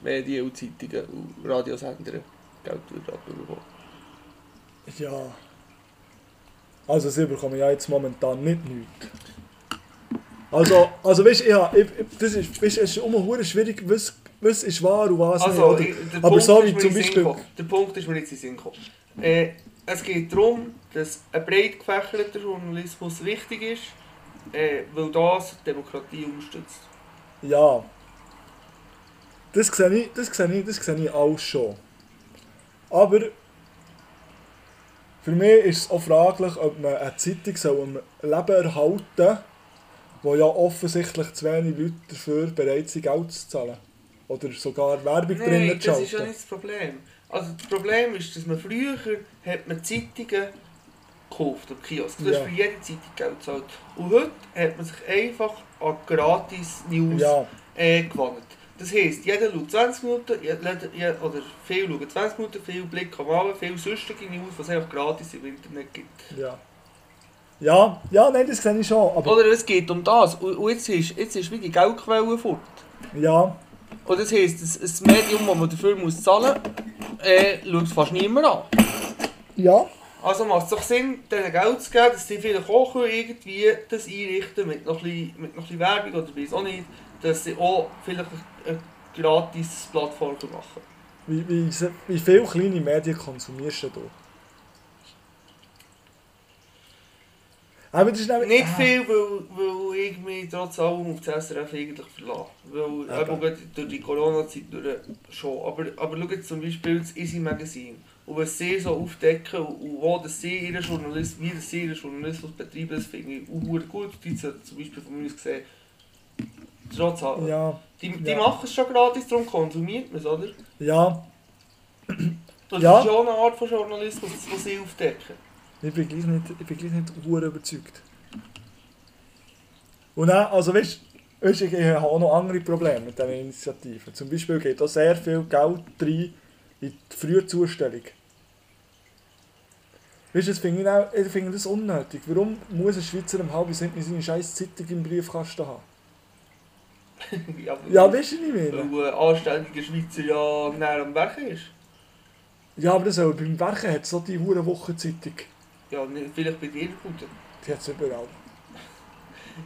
Speaker 4: Medien und Zeitungen und Radiosender Geld würden abbekommen.
Speaker 3: ja. Also sie bekommen ja jetzt momentan nicht nichts. Also, also weißt du, ich, hab- ich, ich- das ist, weißt, du, es ist immer hure schwierig, was, was ist wahr und was
Speaker 4: Also,
Speaker 3: nicht.
Speaker 4: ich-
Speaker 3: oder?
Speaker 4: der
Speaker 3: Aber
Speaker 4: Punkt
Speaker 3: so
Speaker 4: ist
Speaker 3: wie
Speaker 4: mir
Speaker 3: zum
Speaker 4: in den Sinn
Speaker 3: Beispiel...
Speaker 4: gekommen. Der Punkt ist mir jetzt in den Sinn gekommen. Äh, es geht darum, dass ein breit gefächerter Journalismus wichtig ist, äh, weil das die Demokratie unterstützt.
Speaker 3: Ja. Das sehe ich, das sehe ich, das sehe ich auch schon. Aber für mich ist es auch fraglich, ob man eine Zeitung soll am Leben erhalten soll, wo ja offensichtlich zu wenig Leute dafür bereit sind, Geld zu zahlen. Oder sogar Werbung
Speaker 4: Nein,
Speaker 3: drinnen zu
Speaker 4: das ist ja
Speaker 3: schalten.
Speaker 4: nicht das Problem. Also das Problem ist, dass man früher hat man Zeitungen gekauft am Kiosk. Du
Speaker 3: Ja.
Speaker 4: hast für jede Zeitung Geld gezahlt. Und heute hat man sich einfach an gratis News
Speaker 3: Ja,
Speaker 4: äh, gewonnen. Das heisst, jeder schaut 20 Minuten, jeder, jeder, oder viele schauen 20 Minuten, viel Blick am Abend, viel sonstige News, was es einfach gratis im Internet gibt.
Speaker 3: ja. Ja, ja, nein, das sehe ich schon. Aber
Speaker 4: Oder es geht um das. Und, und jetzt, ist, jetzt ist wie die Geldquelle fort. Oh.
Speaker 3: ja,
Speaker 4: Und das heisst, das, das Medium, das man dafür muss zahlen muss, äh, schaut fast niemand an.
Speaker 3: ja,
Speaker 4: Also macht es doch Sinn, denen Geld zu geben, dass sie vielleicht auch können irgendwie das einrichten mit noch ein bisschen, mit noch ein bisschen Werbung oder weiß auch nicht, dass sie auch vielleicht eine gratis Plattform machen können.
Speaker 3: wie, wie, wie viele kleine Medien konsumierst du denn? Aber das ist nämlich- Ah,
Speaker 4: Nicht viel, weil, weil ich mich trotz allem auf das SRF eigentlich verlasse. Weil
Speaker 3: Ah,
Speaker 4: eben
Speaker 3: okay.
Speaker 4: gerade durch die Corona-Zeit durch schon. Aber, aber schau jetzt zum Beispiel das Easy Magazine. Und was sie so aufdecken und, und wo dass sie ihren Journalismus, wie dass sie ihren Journalismus betreiben, das finde ich auch verdammt gut. Die sollten zum Beispiel von uns gesehen. Trotz allem.
Speaker 3: Ja,
Speaker 4: Die, die
Speaker 3: Ja.
Speaker 4: machen es schon gratis, darum konsumiert man es, oder?
Speaker 3: ja,
Speaker 4: Das
Speaker 3: Ja.
Speaker 4: ist schon eine Art von Journalismus, das sie aufdecken.
Speaker 3: ich bin gleich nicht, ich bin gleich nicht hure überzeugt. Und dann, also weißt du, ich habe auch noch andere Probleme mit diesen Initiativen. Zum Beispiel geht da sehr viel Geld rein in die frühe Zustellung. Weißt du, das finde ich, auch- ich finde das unnötig. Warum muss ein Schweizer im halben Cent nicht seine scheiß Zeitung im Briefkasten haben?
Speaker 4: ja, weil-
Speaker 3: Ja, weißt du, was ich meine?
Speaker 4: weil ein anständiger Schweizer ja näher am Weg ist.
Speaker 3: Ja, aber das soll, beim Werken hat es so die hure Wochenzeitung.
Speaker 4: Ja, ne- vielleicht bei dir gut.
Speaker 3: Die hat es überall.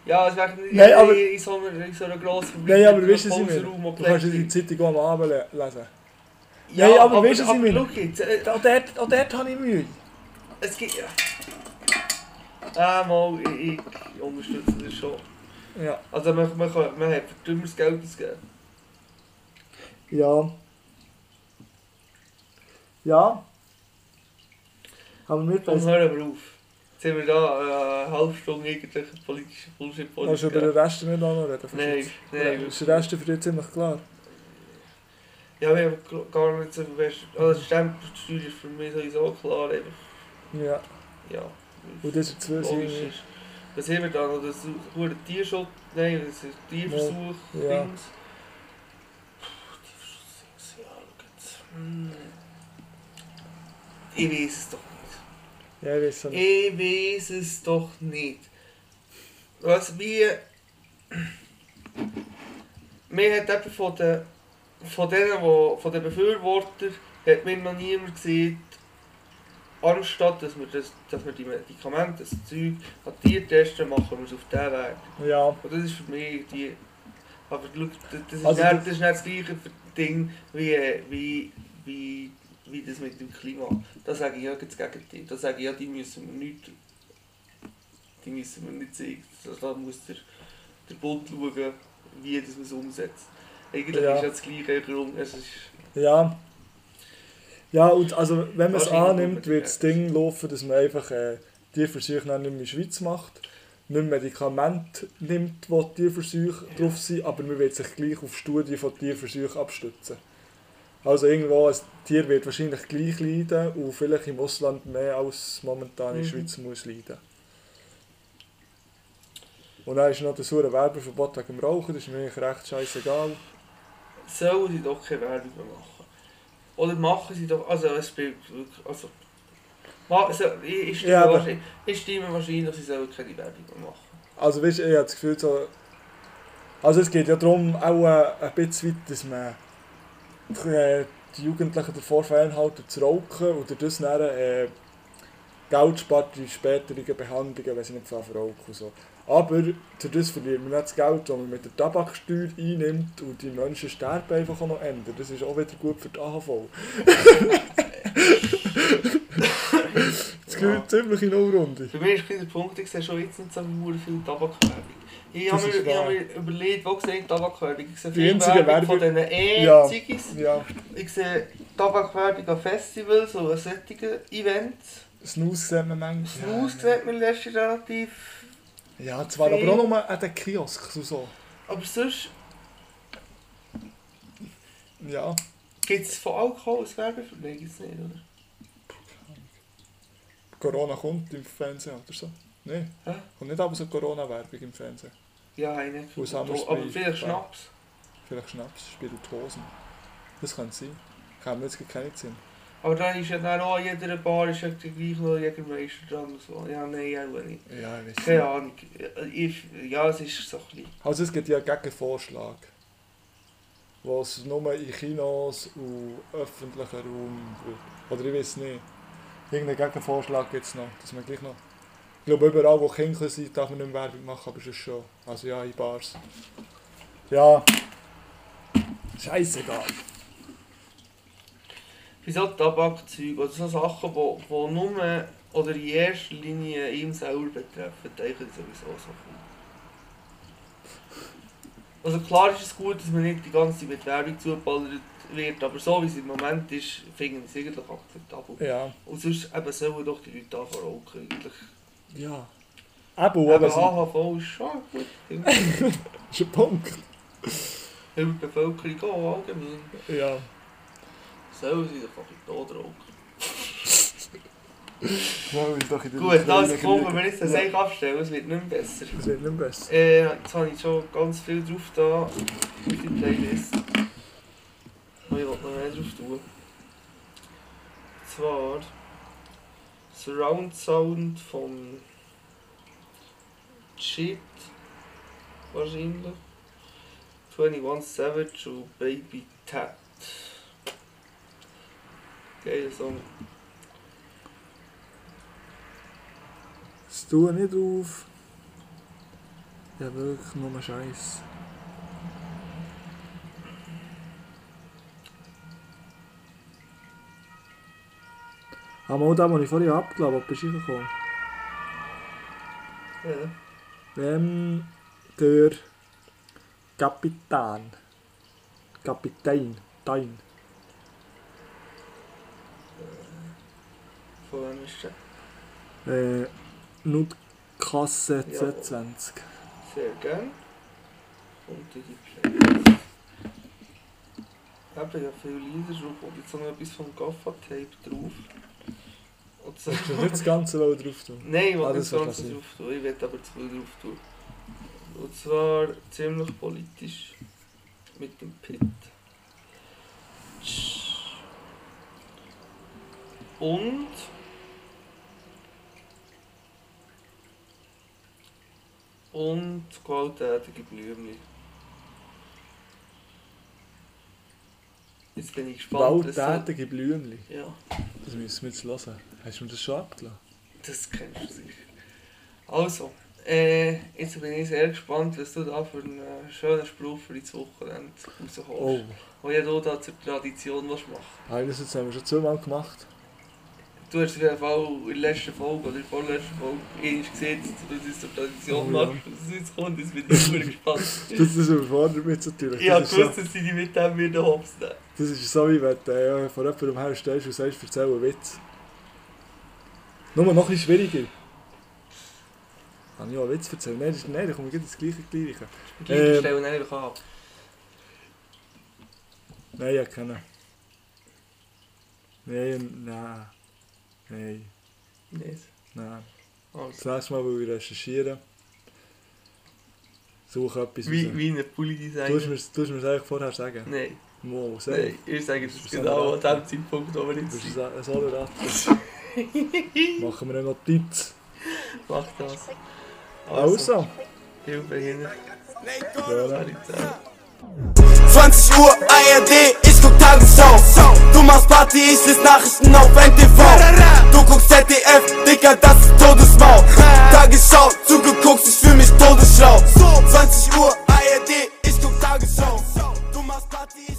Speaker 4: Ja, es wäre nicht
Speaker 3: Nein,
Speaker 4: in-
Speaker 3: aber-
Speaker 4: in, so einer, in so einer grossen
Speaker 3: Nein, aber
Speaker 4: mit einem
Speaker 3: weißt du, was ich meine?
Speaker 4: Pausenraum, wo
Speaker 3: Du kannst ja die
Speaker 4: Plätze-
Speaker 3: Zeitung auch am Abend le- lesen.
Speaker 4: Ja,
Speaker 3: Nein, aber weißt du, was ich meine?
Speaker 4: aber schau jetzt, äh,
Speaker 3: Auch dort, auch dort habe ich Mühe.
Speaker 4: es gibt... Ja. Ah, mal, ich, ich unterstütze das schon.
Speaker 3: Ja.
Speaker 4: Also man, man, kann, man hat für dümmeres Geld ausgegeben.
Speaker 3: Ja. Ja. Aber wir
Speaker 4: Komm,
Speaker 3: das
Speaker 4: hören wir auf. Jetzt sind wir da äh, eine halbe Stunde irgendwelche politische bullshit
Speaker 3: Kannst du über den Rest nicht auch noch reden?
Speaker 4: Nein, nein.
Speaker 3: Ist der dus Rest für dich ziemlich klar?
Speaker 4: Ja, wir haben gl- gar nicht so viel... Best- Also Stempelsteuer ist für mich sowieso klar, einfach,
Speaker 3: Ja.
Speaker 4: ja.
Speaker 3: Und das sind zwei
Speaker 4: Logisch
Speaker 3: Sinne.
Speaker 4: ist. Was haben wir da noch? Das wurde Tierschutz. Nein, das ist Tierversuch.
Speaker 3: Ja.
Speaker 4: Dings. Puh, Tierversuch. Ja, schau jetzt. Hm. Ich weiß es doch nicht.
Speaker 3: Ja, ich weiß auch nicht.
Speaker 4: Ich weiß es doch nicht. Was wir. Mir hat jemand von den. Von denen, wo, von den Befürwortern, hat mir noch niemand gesagt, anstatt dass wir, das, dass wir die Medikamente, das Zeug an Tier testen, machen wir es auf diesen Weg.
Speaker 3: Ja.
Speaker 4: Und das ist für mich die. Aber schau, das- das ist,
Speaker 3: Also
Speaker 4: nicht,
Speaker 3: das-
Speaker 4: das ist nicht das gleiche für Ding wie, äh, wie, wie, wie das mit dem Klima. Da sage ich ja das Gegenteil. Da sage ich ja, die müssen wir nicht. Die müssen wir nicht sehen. Da, da muss der, der Bund schauen, wie das man es umsetzt. Eigentlich
Speaker 3: Ja.
Speaker 4: ist ja das gleiche Grund. Es ist,
Speaker 3: Ja. Ja, und also, wenn man es
Speaker 4: Wahrscheinlich
Speaker 3: annimmt,
Speaker 4: nicht.
Speaker 3: wird das Ding laufen, dass man einfach äh, Tierversuche dann nicht mehr in der Schweiz macht, nicht mehr Medikamente nimmt, wo Tierversuche drauf sind, aber man wird sich gleich auf Studien von Tierversuchen abstützen. Also irgendwo, ein Tier wird wahrscheinlich gleich leiden und vielleicht im Ausland mehr als momentan in der Schweiz muss leiden. Und dann ist noch das hure Werbeverbot wegen dem Rauchen, das ist mir eigentlich recht scheißegal.
Speaker 4: Sollen sie doch keine Werbung mehr machen. Oder machen sie doch, also es spielt wirklich, also... Ma- so- Ich ich stimme,
Speaker 3: Ja, aber-
Speaker 4: wahrscheinlich, ich stimme wahrscheinlich, sie sollen keine Werbung mehr machen.
Speaker 3: Also weißt, ich habe das Gefühl so... Also es geht ja darum, auch äh, ein bisschen weit, dass man die, äh, die Jugendlichen davor fernhalten zu rauchen und durch das dann äh, Geld spart in späteren Behandlungen, wenn sie nicht anfangen zu rauchen und so. Aber durch das verliert man nicht das Geld, das man mit der Tabaksteuer einnimmt und die Menschen sterben einfach auch noch ändern. Das ist auch wieder gut für die AHV. *laughs* das gehört ziemlich in eine Runde.
Speaker 4: Für mich ist ein der Punkt, ich sehe schon jetzt nicht so verdammt viel Tabakwerbung. Ich
Speaker 3: Das
Speaker 4: habe
Speaker 3: ist
Speaker 4: mir, ich
Speaker 3: wahr.
Speaker 4: habe mir überlegt, wo sehe ich Tabakwerbung? Ich sehe
Speaker 3: Die
Speaker 4: viel
Speaker 3: einzige
Speaker 4: Werbung, von diesen
Speaker 3: Ja.
Speaker 4: E-Ziggis.
Speaker 3: Ja,
Speaker 4: Ich sehe Tabakwerbung an Festivals und an solchen Events.
Speaker 3: Snus sieht man manchmal.
Speaker 4: Snus sieht man letztens relativ...
Speaker 3: Ja, zwar
Speaker 4: Viel.
Speaker 3: aber auch nur an den Kiosks und so.
Speaker 4: Aber sonst
Speaker 3: Ja.
Speaker 4: gibt es von Alkohol ein Werbeverlag, gibt's nicht, oder?
Speaker 3: Corona kommt im Fernsehen oder so. Nein.
Speaker 4: Hä?
Speaker 3: Kommt nicht aber so Corona-Werbung im Fernsehen.
Speaker 4: Ja, eine.
Speaker 3: Aus Hammersbreif.
Speaker 4: Aber vielleicht
Speaker 3: Ja.
Speaker 4: Schnaps.
Speaker 3: Vielleicht Schnaps, Spirituosen. Das kann sein. Kann mir jetzt gar keinen Sinn.
Speaker 4: Aber dann ist ja dann auch an jeder Bar ist ja der gleiche noch Jägermeister dran und so. Ja, nein, auch nicht.
Speaker 3: Ja, ich weiß
Speaker 4: Keine Ahnung. Ich, eh, ja, es ist so ein bisschen.
Speaker 3: Also es gibt ja einen Gegenvorschlag. Was nur in Kinos und öffentlichen Raum wird. Oder ich weiß nicht. Irgendeinen Gegenvorschlag gibt es noch, dass man gleich noch... Ich glaube, überall wo Kinder sind, darf man nicht mehr Werbung machen, aber sonst schon. Also ja, in Bars. Ja. Scheißegal.
Speaker 4: Wieso Tabakzeug oder so Sachen, die wo, wo nur oder in erster Linie ihn selber betreffen, denke ich sowieso so viel. Also klar ist es gut, dass man nicht dus die ganze Zeit mit Werbung zugeballert wird, aber so wie es im Moment ist, finde ich es eigentlich akzeptabel.
Speaker 3: Ja.
Speaker 4: Und sonst eben sollen doch die Leute anfangen rauchen eigentlich.
Speaker 3: Ja. Eben,
Speaker 4: Aber
Speaker 3: aber sie...
Speaker 4: AHV ist schon gut.
Speaker 3: Das ist ein Punkt.
Speaker 4: Über die Bevölkerung auch allgemein.
Speaker 3: Ja.
Speaker 4: Sollen sie doch ein bisschen tot rauchen.
Speaker 3: Gut,
Speaker 4: Gut, das kommen wir jetzt das eigentlich abstellen, es wird nicht mehr besser.
Speaker 3: Das wird nicht besser.
Speaker 4: Äh, jetzt habe ich schon ganz viel drauf da auf die Playlist. Und ich wollte noch mehr drauf tun. Und zwar Surround Sound von Cheat wahrscheinlich. 21 Savage und Baby Tat. Geiler Song.
Speaker 3: Das tue nicht auf. Ja, wirklich nur Scheiß. Aber auch Ah, da, wo ich vorhin abgeladen habe, bist du gekommen.
Speaker 4: Ja.
Speaker 3: Ähm, der Kapitän. Kapitän. Dein.
Speaker 4: Von wem ist der?
Speaker 3: Äh, Nutkasse 22.
Speaker 4: Sehr gern. Und in die Playlist. Ich habe ja viele Lieder drauf und jetzt noch etwas vom Gaffa-Tape drauf. Und so.
Speaker 3: Du nicht das ganze Welt drauf tun.
Speaker 4: Nein, ich will
Speaker 3: Ah,
Speaker 4: nicht
Speaker 3: das
Speaker 4: das
Speaker 3: wird
Speaker 4: Ganze
Speaker 3: passieren.
Speaker 4: drauf tun, ich will aber zu viel drauf tun. Und zwar ziemlich politisch. Mit dem Pit. Und. Und gewalttätige Blümchen. Jetzt bin ich gespannt. was-
Speaker 3: Bautätige Blümchen.
Speaker 4: Ja.
Speaker 3: Das müssen wir jetzt hören. Hast du mir das schon abgelassen?
Speaker 4: Das kennst du sicher. Also, äh, jetzt bin ich sehr gespannt, was du da für einen äh, schönen Spruch für das Wochenende rausholst.
Speaker 3: Oh,
Speaker 4: Und ja, du da zur Tradition was machen.
Speaker 3: habe das jetzt haben wir schon zweimal gemacht.
Speaker 4: Du hast auf jeden Fall in der letzten Folge oder in der vorletzten Folge einmal gesehen, dass du das zur Tradition
Speaker 3: Oh ja.
Speaker 4: machst. Und das jetzt kommt, das bin ich
Speaker 3: *laughs*
Speaker 4: super gespannt.
Speaker 3: Das, das überfordert mich jetzt natürlich.
Speaker 4: Ich habe
Speaker 3: das, ist
Speaker 4: gewusst,
Speaker 3: so,
Speaker 4: dass sie dich mit dem wieder hops nehmen.
Speaker 3: das ist so, wie wenn du äh, vor jemandem herstehst und sagst, erzähl einen Witz. Nur noch ein bisschen schwieriger. Kann ich auch einen Witz erzählen? Nein, das ist, nein da komme ich gleich ins gleiche Gleiche.
Speaker 4: Die Leute
Speaker 3: Ähm.
Speaker 4: stellen einfach ab.
Speaker 3: Nein, ja, keine. Nein, nein. Nein,
Speaker 4: Nicht.
Speaker 3: nein. Das
Speaker 4: Also,
Speaker 3: nächste Mal will ich recherchieren. Suche etwas
Speaker 4: wie,
Speaker 3: raus.
Speaker 4: wie ein
Speaker 3: Du hast
Speaker 4: Pulli-Design.
Speaker 3: mir's- du hast mir das eigentlich vorher sagen?
Speaker 4: Nein,
Speaker 3: Mo, safe.
Speaker 4: nein, ich sage das
Speaker 3: Ist
Speaker 4: genau an
Speaker 3: das
Speaker 4: dem Zeitpunkt, wo wir jetzt
Speaker 3: Das
Speaker 4: sind.
Speaker 3: ist ein Soldat. Machen wir eine Notiz.
Speaker 4: Mach das.
Speaker 3: Also,
Speaker 4: Hilfe hinter.
Speaker 3: Leute.
Speaker 4: Polizei.
Speaker 2: 20 Uhr ARD, ich guck Tagesschau Du machst Party, ich lese Nachrichten auf NTV Du guckst ZDF, Dicker, das ist Todesmaul Tagesschau, zugeguckt, ich fühl mich todesschlau 20 Uhr ARD, ich guck Tagesschau Du machst Party, ich